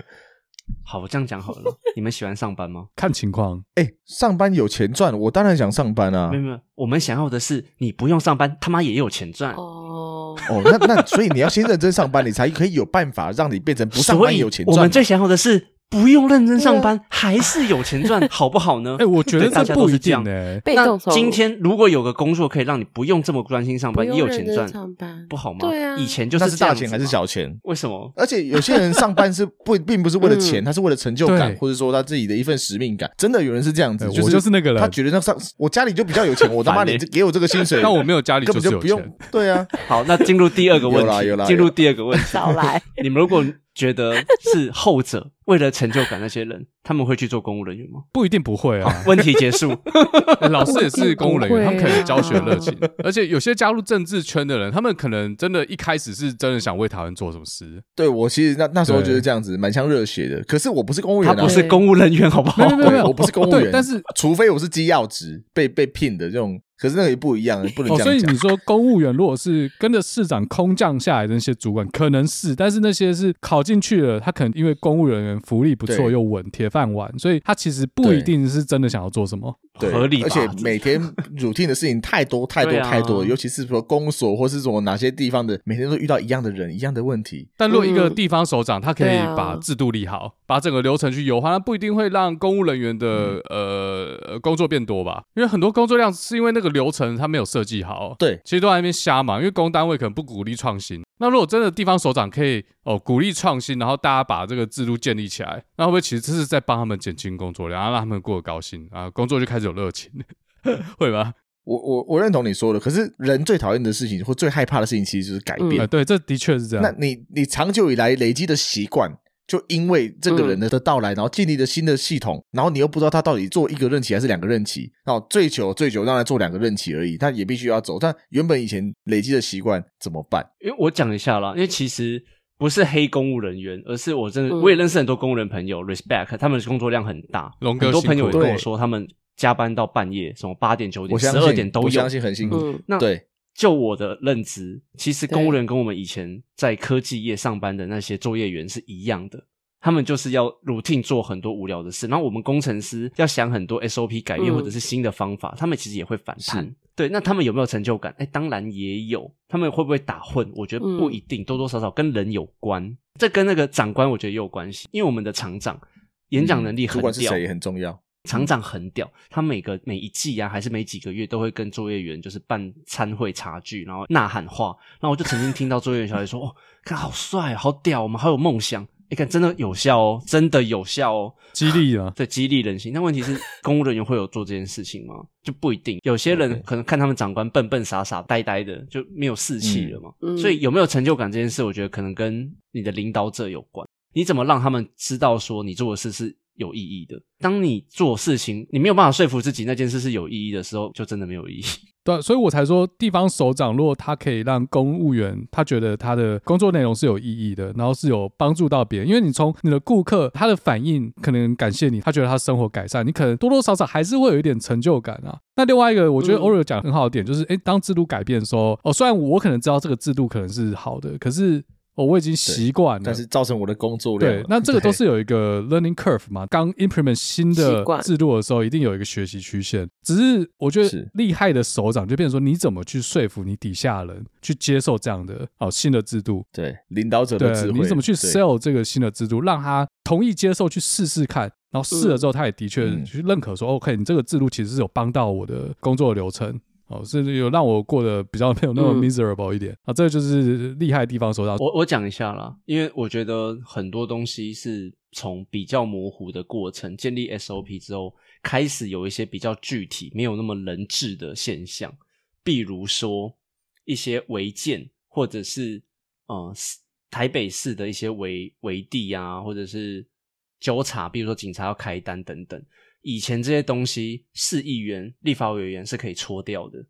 Speaker 2: 好，我这样讲好了。你们喜欢上班吗？
Speaker 1: 看情况。
Speaker 3: 哎，上班有钱赚，我当然想上班啊
Speaker 2: 没。有没有，我们想要的是你不用上班，他妈也有钱赚。
Speaker 4: 哦，
Speaker 3: 哦，那那所以你要先认真上班，你才可以有办法让你变成不上
Speaker 2: 所
Speaker 3: 班
Speaker 2: 以
Speaker 3: 有钱
Speaker 2: 我
Speaker 3: 赚啊
Speaker 2: 们
Speaker 3: 嘛。
Speaker 2: 最想要的是不用认真上
Speaker 4: 啊
Speaker 2: 班，还是有钱 赚，好不好呢？
Speaker 1: 哎、我觉得
Speaker 2: 对大家
Speaker 1: 这
Speaker 2: 都
Speaker 1: 不
Speaker 2: 是
Speaker 1: 一
Speaker 2: 这
Speaker 1: 定欸
Speaker 2: 样。
Speaker 1: 呢、
Speaker 4: 被
Speaker 2: 那
Speaker 4: 动收入
Speaker 2: 今天如果有个工作可以让你不用这么专心上
Speaker 4: 不
Speaker 2: 班，也
Speaker 4: 用
Speaker 2: 有
Speaker 4: 认
Speaker 2: 钱
Speaker 4: 真
Speaker 2: 赚，
Speaker 4: 上班
Speaker 2: 不好吗？
Speaker 4: 对啊
Speaker 2: 以前就是
Speaker 3: 那是大
Speaker 2: 这样
Speaker 3: 钱
Speaker 2: 子
Speaker 3: 还是
Speaker 2: 嘛？
Speaker 3: 小钱？
Speaker 2: 为什么？
Speaker 3: 而且有些人上班是不并不是为了 钱，
Speaker 4: 嗯
Speaker 3: 他是为了成就感，
Speaker 1: 对
Speaker 3: 或者说他自己的一份使命感。真的有人是这样子，
Speaker 1: 对
Speaker 3: 就是
Speaker 1: 我就是那个人
Speaker 3: 他觉得那上我家里就比较有钱，我他妈
Speaker 2: 烦欸
Speaker 3: 你给我这个 薪水，
Speaker 1: 但我没有家里
Speaker 3: 根本
Speaker 1: 是
Speaker 3: 就
Speaker 1: 有
Speaker 3: 不
Speaker 1: 钱。
Speaker 3: 用。对啊，
Speaker 2: 好，那进入第二个问
Speaker 3: 有啦有啦
Speaker 2: 题，进入
Speaker 3: 有
Speaker 2: 第二个问题。
Speaker 4: 少 来，
Speaker 2: 你们如果觉得是后者为了成就感，那些人他们会去做公务人员吗？
Speaker 1: 不一定不会啊，
Speaker 2: 问题结 束。
Speaker 1: 哎老师也是公务人员，他们可能有教学热情
Speaker 4: 不会，
Speaker 1: 而且有些加入政治圈的人，他们可能真的一开始是真的想为台湾做什么事，
Speaker 3: 对我其实那那时候
Speaker 1: 对
Speaker 3: 就是这样子，蛮像热血的。可是我不是公务员
Speaker 2: 他
Speaker 3: 啊，
Speaker 2: 不是公务人员，好不好？
Speaker 1: 没有没有没
Speaker 3: 对，
Speaker 1: 有
Speaker 3: 我不是公务
Speaker 1: 对
Speaker 3: 员，
Speaker 1: 但是
Speaker 3: 除非我是机要职被被聘的这种，可是那个也不一样，不能
Speaker 1: 哦，
Speaker 3: 这
Speaker 1: 所
Speaker 3: 样
Speaker 1: 以
Speaker 3: 讲。
Speaker 1: 你说公务员如果是跟着市长空降下来的那些主管，可能是，但是那些是考进去了，他可能因为公务人员福利不错
Speaker 3: 对
Speaker 1: 又稳铁饭碗，所以他其实不一定是真的想要做什么。
Speaker 3: 对，
Speaker 2: 合理吧
Speaker 3: 而且每天 routine 的事情太多太多
Speaker 2: 对啊
Speaker 3: 太多了，尤其是说公所或是什么哪些地方的，每天都遇到一样的人，一样的问题。
Speaker 1: 但如果一个
Speaker 4: 嗯
Speaker 1: 地方首长，他可以
Speaker 4: 对啊
Speaker 1: 把制度立好，把整个流程去优化，那不一定会让公务人员的、
Speaker 3: 嗯
Speaker 1: 呃呃工作变多吧？因为很多工作量是因为那个流程他没有设计好，
Speaker 3: 对
Speaker 1: 其实都在那边瞎忙，因为公单位可能不鼓励创新。那如果真的地方首长可以哦鼓励创新，然后大家把这个制度建立起来，那会不会其实这是在帮他们减轻工作量，然后让他们过得高兴啊，工作就开始有热情， 会吧？
Speaker 3: 我我我认同你说的，可是人最讨厌的事情或最害怕的事情，其实就是改
Speaker 1: 呃
Speaker 2: 嗯
Speaker 3: 变。
Speaker 1: 对，啊这的确是这
Speaker 3: 嗯那
Speaker 1: 样。
Speaker 3: 你你长久以来累积的习惯，就因为这个人
Speaker 2: 嗯
Speaker 3: 的的到来，然后建立了新的系统，然后你又不知道他到底做一个任期还是两个任期，哦，最久最久当然做两个任期而已，但也必须要走。但原本以前累积的习惯怎么办？
Speaker 2: 因为我讲一下啦，因为其实不是黑公务人员，而是我真的、
Speaker 4: 嗯
Speaker 2: 我也认识很多公务人朋友，respect，他们的工作量很大，
Speaker 1: 龙哥
Speaker 2: 很多朋友也
Speaker 1: 辛
Speaker 3: 苦
Speaker 2: 跟我说他们加班到半夜，什么八点、九点、
Speaker 3: 我
Speaker 2: 十
Speaker 3: 相
Speaker 2: 二
Speaker 3: 信
Speaker 2: 点都
Speaker 3: 我
Speaker 2: 有
Speaker 3: 相。信很辛苦。
Speaker 4: 嗯，
Speaker 2: 那
Speaker 3: 对，
Speaker 2: 就我的认知，其实
Speaker 4: 对
Speaker 2: 公务人跟我们以前在科技业上班的那些作业员是一样的。他们就是要 routine 做很多无聊的事，然后我们工程师要想很多 SOP 改变
Speaker 4: 嗯
Speaker 2: 或者是新的方法，他们其实也会反弹。对，那他们有没有成就感？哎，当然也有。他们会不会打混？我觉得
Speaker 4: 嗯
Speaker 2: 不一定，多多少少跟人有关。这跟那个长官我觉得也有关系，因为我们的厂长演
Speaker 4: 嗯
Speaker 2: 讲能力
Speaker 3: 主
Speaker 2: 很
Speaker 3: 管是
Speaker 2: 屌，
Speaker 3: 谁也很重要。
Speaker 2: 厂长很屌，他每个每一季啊，还是每几个月都会跟作业员就是办餐会茶聚，然后呐喊话。然后我就曾经听到作业员小姐说：“哦，看好帅，好屌，我们好有梦想。”哎，看真的有效哦，真的有效哦，
Speaker 1: 激励啊，
Speaker 2: 对，激励人心。但问题是，公务人员会有做这件事情吗？ 就不一定。有些人
Speaker 3: OK
Speaker 2: 可能看他们长官笨笨傻傻、呆呆的，就没有士气了嘛。
Speaker 4: 嗯嗯
Speaker 2: 所以有没有成就感这件事，我觉得可能跟你的领导者有关。你怎么让他们知道说你做的事是有意义的？当你做事情，你没有办法说服自己那件事是有意义的时候，就真的没有意义。
Speaker 1: 对啊，所以我才说地方首长，如果他可以让公务员他觉得他的工作内容是有意义的，然后是有帮助到别人，因为你从你的顾客他的反应可能感谢你，他觉得他生活改善，你可能多多少少还是会有一点成就感啊。那另外一个，我觉得
Speaker 4: 嗯
Speaker 1: 欧尔讲得很好的点就是，诶，当制度改变的时候，哦，虽然我可能知道这个制度可能是好的，可是。哦，我已经习惯了。
Speaker 3: 但是造成我的工作量了。
Speaker 1: 对，那这个都
Speaker 3: 对
Speaker 1: 是有一个 learning curve 嘛。刚 implement 新的
Speaker 4: 习惯
Speaker 1: 制度的时候，一定有一个学习曲线。只是我觉得
Speaker 3: 是
Speaker 1: 厉害的首长就变成说，你怎么去说服你底下人去接受这样的哦新的制度？
Speaker 3: 对领导者的智
Speaker 1: 对，啊
Speaker 3: 慧，
Speaker 1: 你怎么去
Speaker 3: 对
Speaker 1: sell 这个新的制度，让他同意接受去试试看？然后试了之后，他也的确
Speaker 3: 嗯
Speaker 1: 去认可说、o k 你这个制度其实是有帮到我的工作流程。哦，甚至有让我过得比较没有那么
Speaker 4: 嗯
Speaker 1: miserable 一点、啊，这个就是厉害的地方首长。
Speaker 2: 我我讲一下啦，因为我觉得很多东西是从比较模糊的过程建立 SOP 之后，开始有一些比较具体、没有那么人质的现象，比如说一些违建，或者是呃市台北市的一些违违地啊，或者是纠察，比如说警察要开单等等。以前这些东西，市议员、立法委员是可以搓掉的，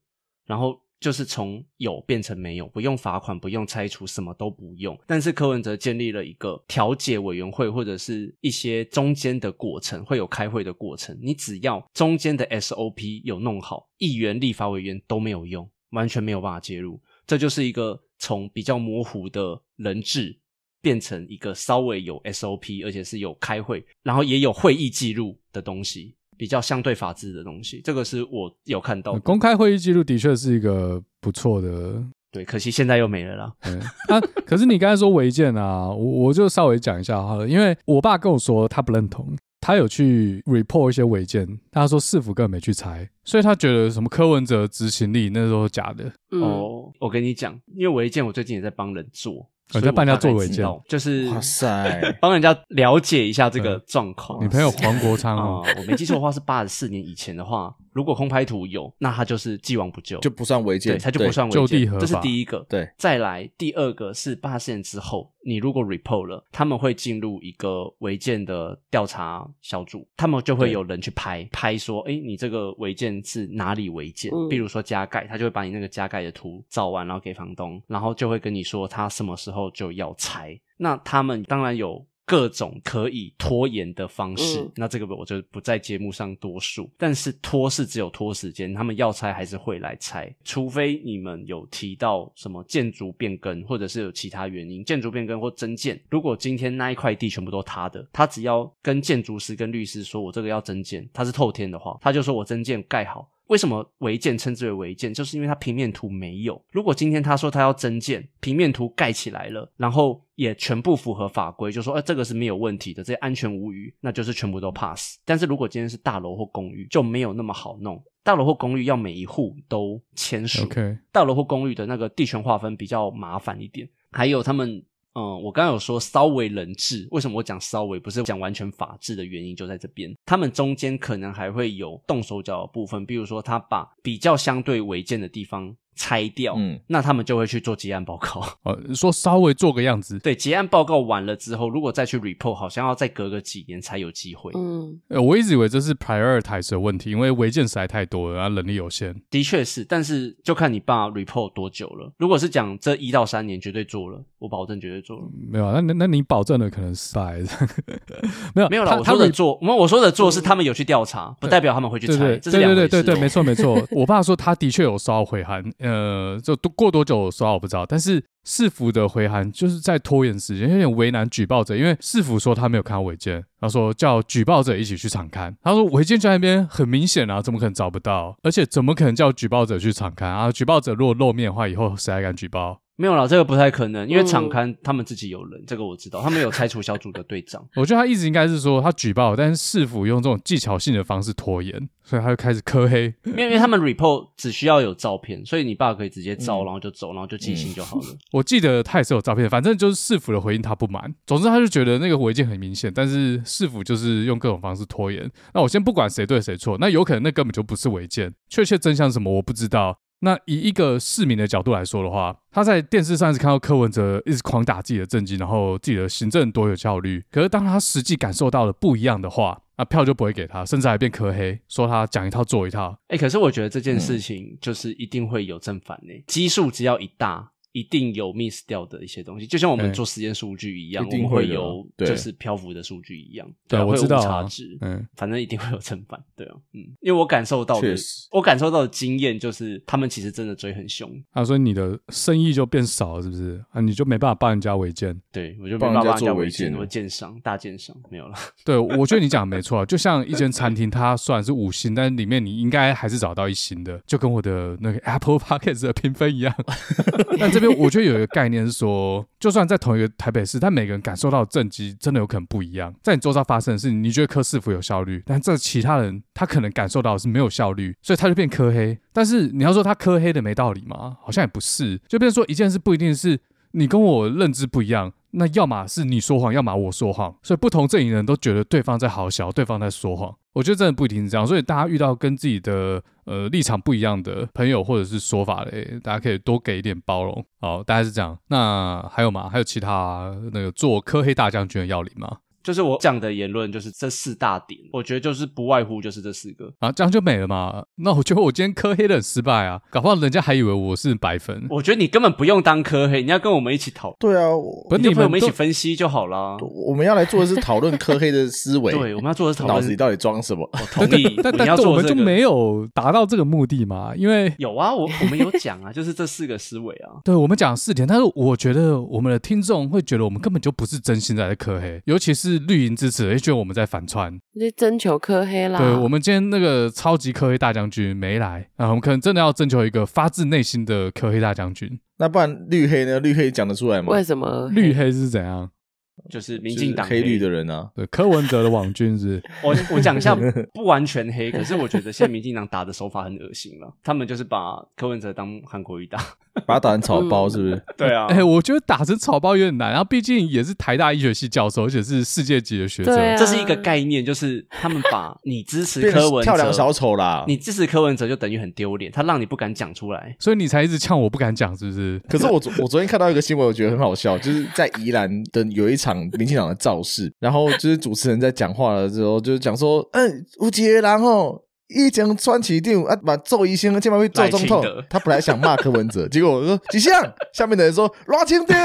Speaker 2: 然后就是从有变成没有，不用罚款，不用拆除，什么都不用。但是柯文哲建立了一个调解委员会，或者是一些中间的过程，会有开会的过程。你只要中间的 SOP 有弄好，议员、立法委员都没有用，完全没有办法介入。这就是一个从比较模糊的人质。变成一个稍微有 SOP，而且是有开会，然后也有会议记录的东西，比较相对法治的东西。这个是我有看到的
Speaker 1: 呃公开会议记录的确是一个不错的
Speaker 2: 对，可惜现在又没了啦。
Speaker 1: 嗯，啊，可是你刚才说违建啊，我我就稍微讲一下好了，因为我爸跟我说他不认同，他有去 report 一些违建，但他说市府根本没去拆，所以他觉得什么柯文哲执行力那时候假的，
Speaker 4: 嗯，
Speaker 2: 哦，我跟你讲，因为违建我最近也在帮人做，
Speaker 1: 哦
Speaker 2: 所
Speaker 1: 你
Speaker 2: 以
Speaker 1: 在帮人家
Speaker 2: 我大概
Speaker 1: 做违
Speaker 2: 知
Speaker 1: 建
Speaker 2: 道就是
Speaker 3: 哇塞
Speaker 2: 帮人家了解一下这个状况。
Speaker 1: 嗯你朋友黄国昌
Speaker 2: 啊
Speaker 1: 哦，，
Speaker 2: 我没记错的话是八十四年以前的话，如果空拍图有，那它就是既往不咎，
Speaker 3: 就不算违
Speaker 2: 对，
Speaker 3: 建，
Speaker 2: 它就
Speaker 3: 对
Speaker 2: 不算违
Speaker 1: 就
Speaker 2: 建。
Speaker 1: 地合
Speaker 2: 这是
Speaker 1: 法
Speaker 2: 第一个。
Speaker 3: 对
Speaker 2: 再来第二个是八十年之后，你如果 report 了，他们会进入一个违建的调查小组，他们就会
Speaker 3: 对
Speaker 2: 有人去拍拍说，哎，你这个违建是哪里违建？
Speaker 4: 嗯
Speaker 2: 比如说加盖，他就会把你那个加盖的图照完，然后给房东，然后就会跟你说他什么时候就要拆。那他们当然有。各种可以拖延的方式，
Speaker 4: 嗯
Speaker 2: 那这个我就不在节目上多述。但是拖是只有拖时间，他们要拆还是会来拆，除非你们有提到什么建筑变更，或者是有其他原因，建筑变更或增建。如果今天那一块地全部都他的，他只要跟建筑师跟律师说我这个要增建，他是透天的话，他就说我增建盖好。为什么违建称之为违建？就是因为它平面图没有。如果今天他说他要增建，平面图盖起来了，然后也全部符合法规，就说呃这个是没有问题的，这些安全无虞，那就是全部都 pass。但是如果今天是大楼或公寓，就没有那么好弄。大楼或公寓要每一户都签署
Speaker 1: OK
Speaker 2: 大楼或公寓的那个地权划分比较麻烦一点。还有他们，嗯，我刚刚有说稍微人治，为什么我讲稍微不是讲完全法治的原因就在这边，他们中间可能还会有动手脚的部分，比如说他把比较相对违建的地方拆掉，
Speaker 3: 嗯
Speaker 2: 那他们就会去做结案报告。
Speaker 1: 呃，说稍微做个样子，
Speaker 2: 对，结案报告完了之后，如果再去 report，好像要再隔个几年才有机会。
Speaker 4: 嗯，
Speaker 1: 呃，我一直以为这是 prioritize 的问题，因为违建实在太多了，然后人力有限，
Speaker 2: 的确是，但是就看你爸 report 多久了。如果是讲这一到三年，绝对做了，我保证绝对做了。
Speaker 1: 没有啊，那那那你保证的可能是 size 没有
Speaker 2: 没有啦，
Speaker 1: 他
Speaker 2: 我
Speaker 1: 他
Speaker 2: 说的
Speaker 1: re-
Speaker 2: 做，我们我说的做是他们有去调查，不代表他们会去
Speaker 1: 对
Speaker 2: 猜，
Speaker 1: 对对
Speaker 2: 这是两
Speaker 1: 对对
Speaker 2: 回事哦。
Speaker 1: 对对，没错没 错。我爸说他的确有收到回函，呃，就多过多久有收到我不知道，但是市府的回函就是在拖延时间，有点为难举报者，因为市府说他没有看到违建，他说叫举报者一起去场勘，他说违建就在那边很明显啊，怎么可能找不到？而且怎么可能叫举报者去场勘啊？举报者如果露面的话，以后谁还敢举报？。
Speaker 2: 没有啦，这个不太可能，因为
Speaker 4: 嗯
Speaker 2: 场刊他们自己有人，这个我知道，他们有拆除小组的队长
Speaker 1: 我觉得他一直应该是说他举报，但是市府用这种技巧性的方式拖延，所以他就开始磕黑。
Speaker 2: 因为因为他们 report 只需要有照片，所以你爸可以直接照，
Speaker 3: 嗯
Speaker 2: 然后就走，然后就寄信就好了。
Speaker 1: 我记得他也是有照片，反正就是市府的回应他不满。总之，他就觉得那个违建很明显，但是市府就是用各种方式拖延。那我先不管谁对谁错，那有可能那根本就不是违建，确切真相是什么我不知道。那以一个市民的角度来说的话，他在电视上是看到柯文哲一直狂打自己的政绩，然后自己的行政多有效率。可是当他实际感受到了不一样的话，那票就不会给他，甚至还变柯黑，说他讲一套做一套。
Speaker 3: 嗯
Speaker 2: 欸哎、可是我觉得这件事情就是一定会有正反诶、基数只要一大，一定有 miss 掉的一些东西，就像我们
Speaker 1: 对
Speaker 2: 做实验数据一样，
Speaker 3: 一定
Speaker 2: 我们
Speaker 3: 会的
Speaker 2: 有
Speaker 3: 对
Speaker 2: 就是漂浮的数据一样，
Speaker 1: 对
Speaker 2: 啊
Speaker 1: 我
Speaker 2: 会有
Speaker 1: 知道
Speaker 2: 误差
Speaker 1: 啊
Speaker 2: 值，
Speaker 1: 嗯，
Speaker 2: 反正一定会有正反，对啊，嗯，因为我感受到
Speaker 3: 确
Speaker 2: 的
Speaker 3: 实，
Speaker 2: 我感受到的经验就是，他们其实真的追很凶，
Speaker 1: 啊，所以你的生意就变少了，是不是？啊，你就没办法帮人家违建。
Speaker 2: 对我就没
Speaker 3: 帮
Speaker 2: 办
Speaker 3: 人
Speaker 2: 法
Speaker 3: 家
Speaker 2: 帮
Speaker 3: 做
Speaker 2: 人家
Speaker 3: 违
Speaker 2: 违建，
Speaker 3: 建
Speaker 2: 我建商大建商没有了，
Speaker 1: 对，我觉得你讲的没错啊，就像一间餐厅，它虽然是五星，但是里面你应该还是找到一星的，就跟我的那个 Apple Podcast 的评分一样。但这边我觉得有一个概念是说，就算在同一个台北市，但每个人感受到的震机真的有可能不一样。在你周遭发生的事情，你觉得柯市府有效率，但这其他人他可能感受到的是没有效率，所以他就变柯黑。但是你要说他柯黑的没道理吗？好像也不是，就变成说一件事不一定是你跟我认知不一样，那要么是你说谎，要么我说谎，所以不同阵营的人都觉得对方在好小，对方在说谎。我觉得真的不一定是这样，所以大家遇到跟自己的呃立场不一样的朋友或者是说法嘞，大家可以多给一点包容。好，大概是这样。那还有吗？还有其他那个做科黑大将军的要领吗？
Speaker 2: 就是我讲的言论就是这四大点，我觉得就是不外乎就是这四个，
Speaker 1: 啊，这样就没了嘛？那我觉得我今天科黑的很失败啊，搞不好人家还以为我是白粉。
Speaker 2: 我觉得你根本不用当科黑，你要跟我们一起讨，
Speaker 3: 对啊，我
Speaker 1: 不是
Speaker 2: 你就
Speaker 1: 你
Speaker 2: 陪我
Speaker 1: 们
Speaker 2: 们一
Speaker 1: 都
Speaker 2: 起分析就好啦。
Speaker 3: 我们要来做的是讨论科黑的思维，
Speaker 2: 对，我们要做的是讨
Speaker 3: 脑子里
Speaker 2: 论。
Speaker 3: 到底装什么？
Speaker 2: 我同意，
Speaker 1: 但
Speaker 2: 你
Speaker 1: 但但
Speaker 2: 要
Speaker 1: 我
Speaker 2: 做
Speaker 1: 们
Speaker 2: 这
Speaker 1: 就
Speaker 2: 个
Speaker 1: 没有达到这个目的嘛，因为
Speaker 2: 有啊，我我们有讲啊， 就是这四个思维啊。
Speaker 1: 对我们讲四点，但是我觉得我们的听众会觉得我们根本就不是真心在科黑，尤其是绿营支持的，也觉得我们在反串。
Speaker 4: 就征求科黑啦。
Speaker 1: 对我们今天那个超级科黑大将军没来啊，我们可能真的要征求一个发自内心的科黑大将军。
Speaker 3: 那不然绿黑呢？绿黑讲得出来吗
Speaker 4: 为？什么
Speaker 1: 绿黑是怎样？
Speaker 2: 就是民
Speaker 3: 就是
Speaker 2: 进党
Speaker 3: 黑绿的，人啊，
Speaker 1: 对，柯文哲的网军是
Speaker 2: 我我讲一下不完全黑， 可是我觉得现在民进党打的手法很恶心了，他们就是把柯文哲当韩国瑜打，
Speaker 3: 把他打成草包是不是？
Speaker 2: 对啊
Speaker 1: 哎、我觉得打成草包有点难，然后毕竟也是台大医学系教授，而且是世界级的学者。
Speaker 4: 对啊
Speaker 2: 这是一个概念，就是他们把你支持
Speaker 3: 变
Speaker 2: 柯
Speaker 3: 成
Speaker 2: 文
Speaker 3: 跳梁小
Speaker 2: 哲，
Speaker 3: 丑啦。
Speaker 2: 你支持柯文哲就等于很丢脸，他让你不敢讲出 来。
Speaker 1: 所以你才一直呛我不敢讲，是不是？
Speaker 3: 可是我昨我昨天看到一个新闻，我觉得很好笑，就是在宜兰的有一场民进党的造势，然后就是主持人在讲话了之后，就是讲说，嗯，有一个人吼，一讲川崎定啊，把周医生今晚会做总统
Speaker 2: 赖清德，
Speaker 3: 他本来想骂柯文哲，结果我说几项，下面的人说拉清德，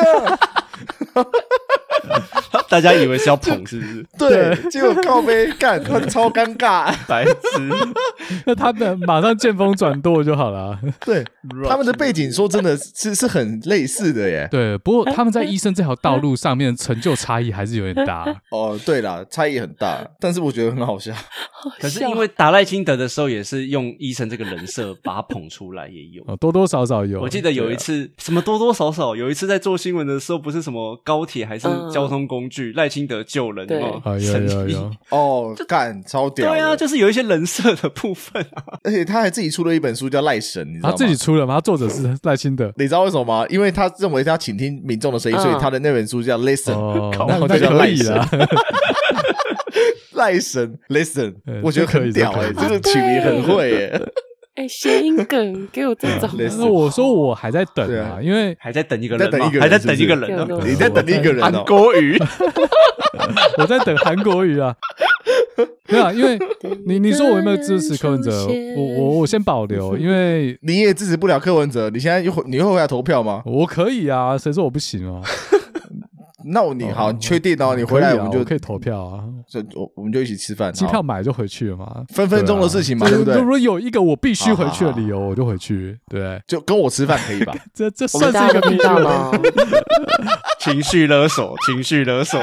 Speaker 2: 大家以为是要捧，是不是？
Speaker 3: 对，结果靠背干， 他超尴尬，
Speaker 2: 白痴，
Speaker 1: 那他们马上见风转舵就好了。啊
Speaker 3: 对，他们的背景说真的是是很类似的耶。
Speaker 1: 对，不过他们在医生这条道路上面成就差异还是有点大。
Speaker 3: 哦，对啦，差异很大，但是我觉得很好笑。
Speaker 2: 可是因为打赖清德的时候，也是用医生这个人设把他捧出来，也有。
Speaker 1: 哦，多多少少有。
Speaker 2: 我记得有一次，什么多多少少有一次在做新闻的时候，不是什么高铁还是
Speaker 4: 嗯
Speaker 2: 交通工具，赖、清德救人
Speaker 4: 对
Speaker 2: 哦，
Speaker 1: 啊，有
Speaker 2: 神
Speaker 1: 有
Speaker 2: 医
Speaker 1: 有，
Speaker 3: 哦，干超屌的！
Speaker 2: 对啊，就是有一些人设的部分啊，
Speaker 3: 而且他还自己出了一本书叫《赖神》，你知道
Speaker 1: 他
Speaker 3: 吗？
Speaker 1: 自己出了吗？他作者是赖清德。
Speaker 3: 你知道为什么吗？因为他认为他倾听民众的声音，
Speaker 4: 嗯
Speaker 3: 所以他的那本书叫《Listen》，
Speaker 1: 哦，
Speaker 3: 然
Speaker 1: 那
Speaker 3: 后
Speaker 1: 那
Speaker 3: 就叫
Speaker 1: 可
Speaker 3: 赖
Speaker 1: 以
Speaker 3: 神
Speaker 1: 啦。。
Speaker 3: 赖神 Listen，
Speaker 1: 嗯
Speaker 3: 我觉得
Speaker 1: 这可
Speaker 3: 很
Speaker 1: 以
Speaker 3: 屌
Speaker 1: 这可
Speaker 3: 哎，
Speaker 1: 以
Speaker 3: 这个取名很会欸耶。
Speaker 4: 哎谐音 梗给我这种
Speaker 3: 类似
Speaker 1: 那我说我还在等
Speaker 3: 对啊
Speaker 1: 啊，因为
Speaker 2: 还在等一个人
Speaker 3: 在等
Speaker 2: 嘛
Speaker 3: 一个，人
Speaker 2: 还在等一个人
Speaker 4: 是不
Speaker 2: 呢
Speaker 4: 是。
Speaker 3: 你在等一个人
Speaker 2: 韩
Speaker 3: 哦，
Speaker 2: 国瑜，
Speaker 1: 我在等韩国语啊。没有啊，因为你你说我有没有支持柯文哲？我我我先保留，因为
Speaker 3: 你也支持不了柯文哲，你现在又你又回来投票吗？
Speaker 1: 我可以啊，谁说我不行 啊？
Speaker 3: 那我你好，你确定哦，你
Speaker 1: 可
Speaker 3: 回
Speaker 1: 以
Speaker 3: 来
Speaker 1: 啊
Speaker 3: 我们就
Speaker 1: 可以投票啊，
Speaker 3: 就我我们就一起吃饭，
Speaker 1: 机票
Speaker 3: 好
Speaker 1: 买就回去了嘛，啊
Speaker 3: 分分钟的事情嘛，对不对
Speaker 1: 如？果有一个我必须回去的理由，我就回去。对，
Speaker 3: 就跟我吃饭可以 吧？
Speaker 1: 这这
Speaker 4: 我
Speaker 1: 算
Speaker 4: 们
Speaker 1: 是
Speaker 4: 大
Speaker 1: 一个
Speaker 4: 家都听
Speaker 1: 必须
Speaker 4: 到
Speaker 1: 的
Speaker 4: 了
Speaker 1: 吗？
Speaker 4: 哦，
Speaker 2: 情绪勒索， 情绪勒索，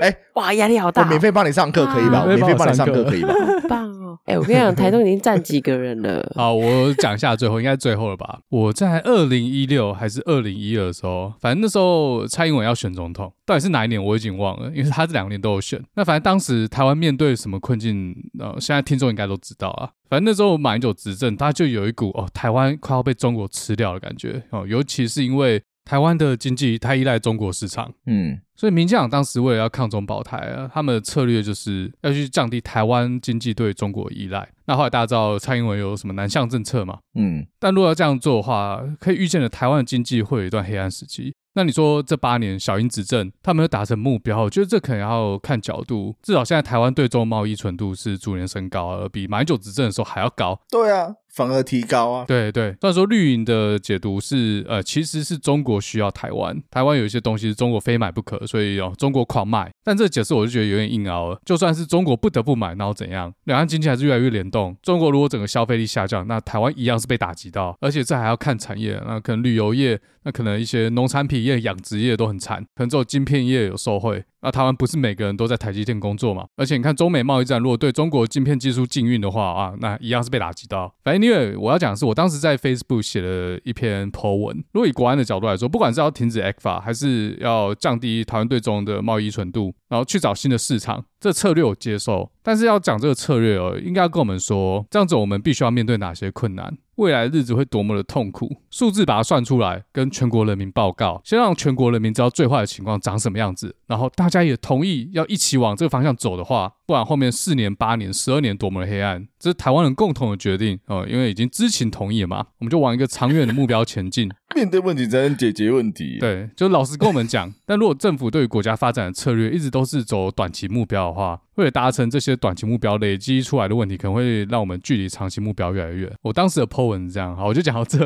Speaker 3: 哎，
Speaker 4: 哇，压力好
Speaker 3: 我
Speaker 4: 大，
Speaker 3: 免费帮你上课可以吧？
Speaker 4: 啊
Speaker 3: 我免费帮你上课可 以吧？
Speaker 4: 好棒哦！哎，我跟你讲，台东已经站几个人了，
Speaker 1: 好，我讲一下最后，应该最后了吧？我在二零一六还是二零一二的时候，反正那时候蔡英文要选总统，到底是哪一年我已经忘了，因为他这两年都有选。那反正当时台湾面对什么困境，呃，现在听众应该都知道啊。反正那时候马英九执政，他就有一股哦，台湾快要被中国吃掉的感觉哦，尤其是因为台湾的经济太依赖中国市场。
Speaker 3: 嗯，
Speaker 1: 所以民进党当时为了要抗中保台啊，他们的策略就是要去降低台湾经济对中国依赖。那后来大家知道蔡英文有什么南向政策嘛？
Speaker 3: 嗯，
Speaker 1: 但如果要这样做的话，可以预见的台湾的经济会有一段黑暗时期。那你说这八年小英执政，他没有达成目标，我觉得这可能要看角度。至少现在台湾对中贸易纯度是逐年升高，而比马英九执政的时候还要高。
Speaker 3: 对啊，反而提高啊。
Speaker 1: 对对，虽然说绿营的解读是，呃，其实是中国需要台湾，台湾有一些东西是中国非买不可，所以哦，中国狂买。但这个解释我就觉得有点硬凹了。就算是中国不得不买，然后怎样？两岸经济还是越来越联动。中国如果整个消费力下降，那台湾一样是被打击到，而且这还要看产业，那可能旅游业，那可能一些农产品业、养殖业都很惨，可能只有晶片业有受惠。那台湾不是每个人都在台积电工作嘛？而且你看中美贸易战，如果对中国晶片技术禁运的话啊，那一样是被打击到。反正因为我要讲的是，我当时在 Facebook 写了一篇 po 文。如果以国安的角度来说，不管是要停止 ECFA，还是要降低台湾对中的贸易依存度，然后去找新的市场，这策略我接受。但是要讲这个策略哦，应该要跟我们说，这样子我们必须要面对哪些困难。未来日子会多么的痛苦，数字把它算出来，跟全国人民报告，先让全国人民知道最坏的情况长什么样子，然后大家也同意要一起往这个方向走的话，不然后面四年、八年、十二年多么的黑暗，这是台湾人共同的决定哦、呃因为已经知情同意了嘛，我们就往一个长远的目标前进。
Speaker 3: 面对问题才能解决问题。，
Speaker 1: 对，就老实跟我们 讲。但如果政府对于国家发展的策略一直都是走短期目标的话，为了达成这些短期目标，累积出来的问题可能会让我们距离长期目标越来越
Speaker 2: 嗯
Speaker 1: 远。我当时的 po 文是这样，好，我就讲到这。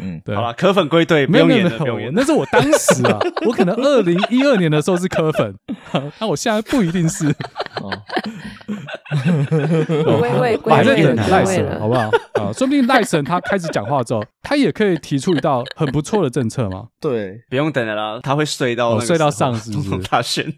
Speaker 3: 嗯，
Speaker 1: 对啊
Speaker 2: 好了，柯粉归队，不
Speaker 1: 没有
Speaker 2: 用
Speaker 1: 没
Speaker 2: 演
Speaker 1: 有
Speaker 2: 了，不
Speaker 1: 没有
Speaker 2: 用，
Speaker 1: 我
Speaker 2: 演了。
Speaker 1: 那是我当时啊，我可能二零一二年的时候是科 粉，那我现在不一定是，
Speaker 2: 哦
Speaker 4: 归位归
Speaker 1: 反正
Speaker 4: 位
Speaker 1: 等
Speaker 4: 了，
Speaker 1: 赖
Speaker 4: 归位
Speaker 1: 神好
Speaker 4: 了。
Speaker 1: 不好？啊，说不定赖神他开始讲话之后，他也可以提出一道很不错的政策嘛。
Speaker 3: 对，
Speaker 2: 不用等了啦，他会睡到
Speaker 1: 哦
Speaker 2: 那个
Speaker 1: 睡到
Speaker 2: 时候
Speaker 1: 上是不是
Speaker 2: 总统大选，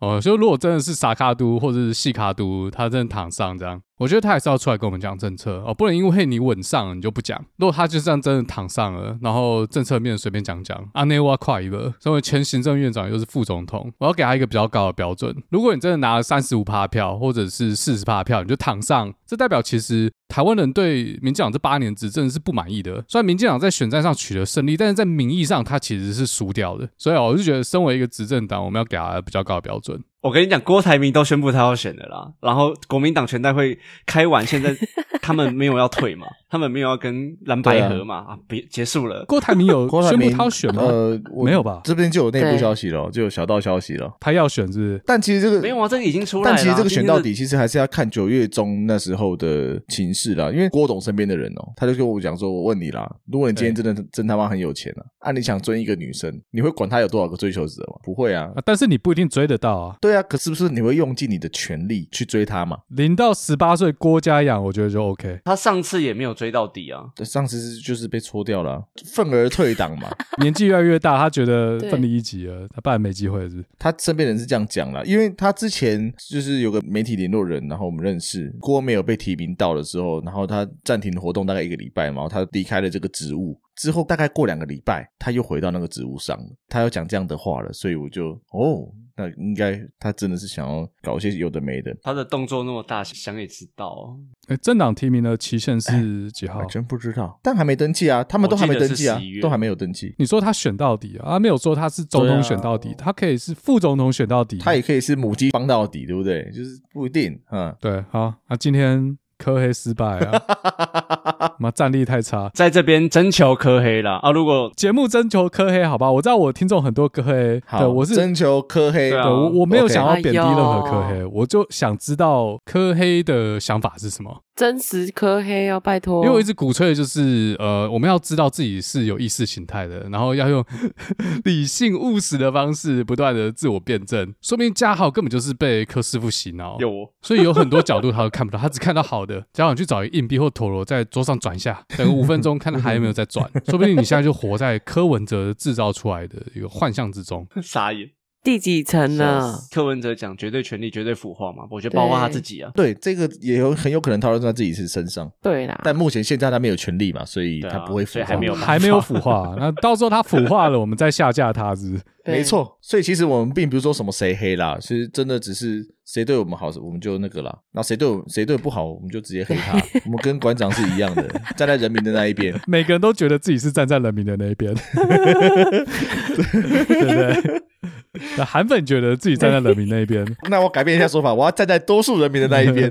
Speaker 1: 哦，就如果真的是傻卡都或者是细卡都，他真的躺上这样，我觉得他还是要出来跟我们讲政策哦，不能因为你稳上了你就不讲。如果他就这样真的躺上了，然后政策面随便讲讲，阿内瓦快乐，身为前行政院长又是副总统，我要给他一个比较高的标准。如果你真的拿了三十五趴票或者是四十趴票，你就躺上，这代表其实台湾人对民进党这八年执政是不满意的。虽然民进党在选战上取得胜利，但是在民意上他其实是输掉的。所以啊我就觉得，身为一个执政党，我们要给他比较高的标准。
Speaker 2: 我跟你讲，郭台铭都宣布他要选的啦，然后国民党全代会开完，现在他们没有要退嘛，他们没有要跟蓝白合嘛，啊，别结束了。
Speaker 1: 郭台铭有
Speaker 3: 郭台
Speaker 1: 宣布
Speaker 3: 铭
Speaker 1: 他要选吗？
Speaker 3: 呃，我
Speaker 1: 没有吧
Speaker 3: 这边就有内部
Speaker 4: 对
Speaker 3: 消息了，就有小道消息了。
Speaker 1: 他要选是不是？
Speaker 3: 但其实这个
Speaker 2: 没有啊，这个已经出来了啊。
Speaker 3: 但其实这个
Speaker 2: 今天
Speaker 3: 选
Speaker 2: 的
Speaker 3: 到底，其实还是要看九月中那时候的情势啦。因为郭董身边的人哦、他就跟我讲说：“我问你啦，如果你今天真的真他妈很有钱啊，啊你想追一个女生，你会管她有多少个追求者吗？不会啊。
Speaker 1: 啊，但是你不一定追得到啊。
Speaker 3: 对啊，可是不是你会用尽你的全力去追她嘛？
Speaker 1: 零到十八岁郭家养，我觉得就 OK。
Speaker 2: 他上次也没有追到底啊。
Speaker 3: 对上次是就是被戳掉了啊、愤而退党嘛。
Speaker 1: 年纪越来越大，他觉 得
Speaker 4: 对
Speaker 1: 奋力一击了，他不然没机会了是不是？
Speaker 3: 他身边人是这样讲啦，因为他之前就是有个媒体联络人，然后我们认识郭没有被提名到了之后，然后他暂停活动大概一个礼拜嘛，然后他离开了这个职务之后，大概过两个礼拜他又回到那个职务上了，他要讲这样的话了，所以我就哦，那应该他真的是想要搞一些有的没的，
Speaker 2: 他的动作那么大，想也知道哦。
Speaker 1: 哎，政党提名的期限是几号
Speaker 3: 我？真不知道，但还没登记啊，他们都还没登记
Speaker 2: 我
Speaker 3: 啊
Speaker 2: 记得是11，月
Speaker 3: 都还没有登记。
Speaker 1: 你说他选到底啊？他没有说他是总
Speaker 3: 对
Speaker 1: 统
Speaker 3: 啊
Speaker 1: 选到底，他可以是副总统选到底。
Speaker 3: 他也可以是母鸡帮到底，对不对？就是不一定，嗯，
Speaker 1: 对，好啊，今天科黑失败啊， 妈战力太差。
Speaker 2: 在这边征求科黑啦啊！如果
Speaker 1: 节目征求科黑，好吧？我知道我听众很多科黑，对
Speaker 3: 好，
Speaker 1: 我是
Speaker 3: 征求科黑，哎
Speaker 2: 对啊
Speaker 1: 对我我没有想要贬低任何
Speaker 4: OK
Speaker 1: 科黑，我就想知道科黑的想法是什么。
Speaker 4: 真实科黑哦，拜托。
Speaker 1: 因为我一直鼓吹的就是，呃，我们要知道自己是有意识形态的，然后要用 理性务实的方式不断的自我辩证，说明嘉豪根本就是被柯师傅洗脑，
Speaker 2: 有我，
Speaker 1: 所以有很多角度他都看不到，他只看到好的。嘉豪你去找一个硬币或陀螺在桌上转一下，等个五分钟看他还有没有在转，说不定你现在就活在柯文哲制造出来的一个幻象之中。
Speaker 2: 傻眼。
Speaker 4: 第几 层呢？
Speaker 2: 柯文哲讲绝对权力、绝对腐化嘛，我觉得包括他自己啊。
Speaker 3: 对，这个也有很有可能套用在自己是身上，
Speaker 4: 对啦，
Speaker 3: 但目前现在他没有权利嘛，所以
Speaker 2: 嗯对啊
Speaker 3: 他不会腐
Speaker 2: 所以
Speaker 3: 化。
Speaker 2: 还没有办法
Speaker 1: 还没有腐化，那到时候他腐化了，我们再下架他是不是
Speaker 4: 对
Speaker 3: 没，错，所以其实我们并不是说什么谁黑啦，其实真的只是谁对我们好，我们就那个啦；那谁对我谁对我不好，我们就直接黑他。我们跟馆长是一样的，站在人民的那一边。
Speaker 1: 每个人都觉得自己是站在人民的那一边，对不对？那韩粉觉得自己站在人民那一边，
Speaker 3: 那我改变一下说法，我要站在多数人民的那 一边。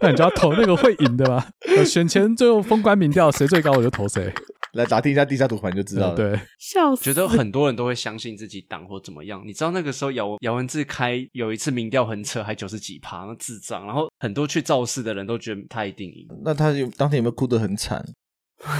Speaker 1: 那你就要投那个会赢的嘛。呃选前最后封官民调，谁最高我就投谁。
Speaker 3: 来打听一下地下赌盘就知道
Speaker 2: 嗯
Speaker 3: 了。，
Speaker 1: 对，
Speaker 4: 笑死！
Speaker 2: 觉得很多人都会相信自己党或怎么样。你知道那个时候姚姚文智开有一次民调很扯，还九十几趴，那智障。然后很多去造势的人都觉得他一定赢。
Speaker 3: 那他有当天有没有哭得很惨？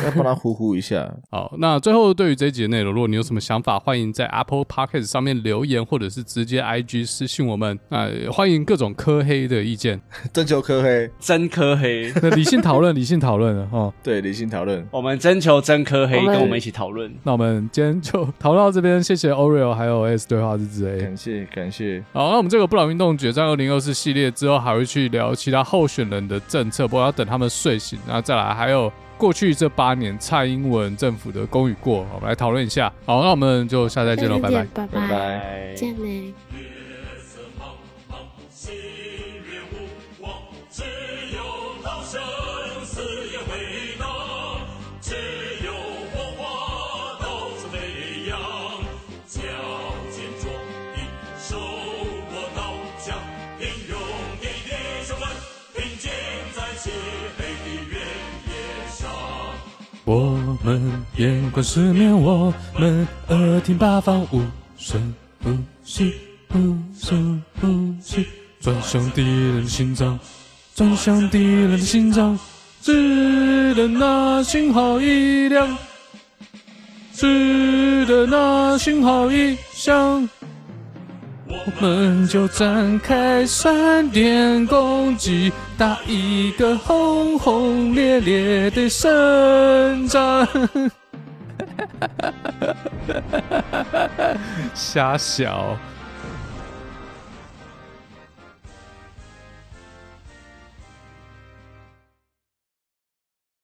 Speaker 3: 要帮他呼呼一下。
Speaker 1: 好，那最后对于这一集的内容，如果你有什么想法，欢迎在 Apple Podcast 上面留言，或者是直接 IG 私信我们。那、也欢迎各种科黑的意见，
Speaker 3: 征求科黑，
Speaker 2: 真科黑，
Speaker 1: 那理性讨论，理性讨论了 哦。
Speaker 3: 对理性讨论，
Speaker 2: 我们征求真科黑，
Speaker 4: 我们
Speaker 2: 跟我们一起讨论。
Speaker 1: 那我们今天就讨论到这边，谢谢 Oreo 还有 S 对话日志 A。
Speaker 3: 感谢感谢。
Speaker 1: 好，那我们这个不老运动决战二零二四系列之后，还会去聊其他候选人的政策，不过要等他们睡醒，然后再来还有过去这八年蔡英文政府的功与过，我们来讨论一下。好，那我们就下次再见喽，拜拜。
Speaker 5: 拜
Speaker 3: 拜拜
Speaker 5: 拜，
Speaker 4: 哎
Speaker 2: 拜。
Speaker 5: 见嘞。
Speaker 6: 夜色茫茫，岁月无望，只有老生死也为难，只有文化到此飞扬。矫健壮丁，手握刀枪，英勇的英雄们，并肩在漆黑的原野上。
Speaker 1: 我们眼观四面，我们耳听八方，无声无息，无声无息，转向敌人的心脏，转向敌人的心脏，只得那心好一亮，只得那心好一响。我们就展开闪电攻击，打一个轰轰烈烈的胜仗。 瞎小。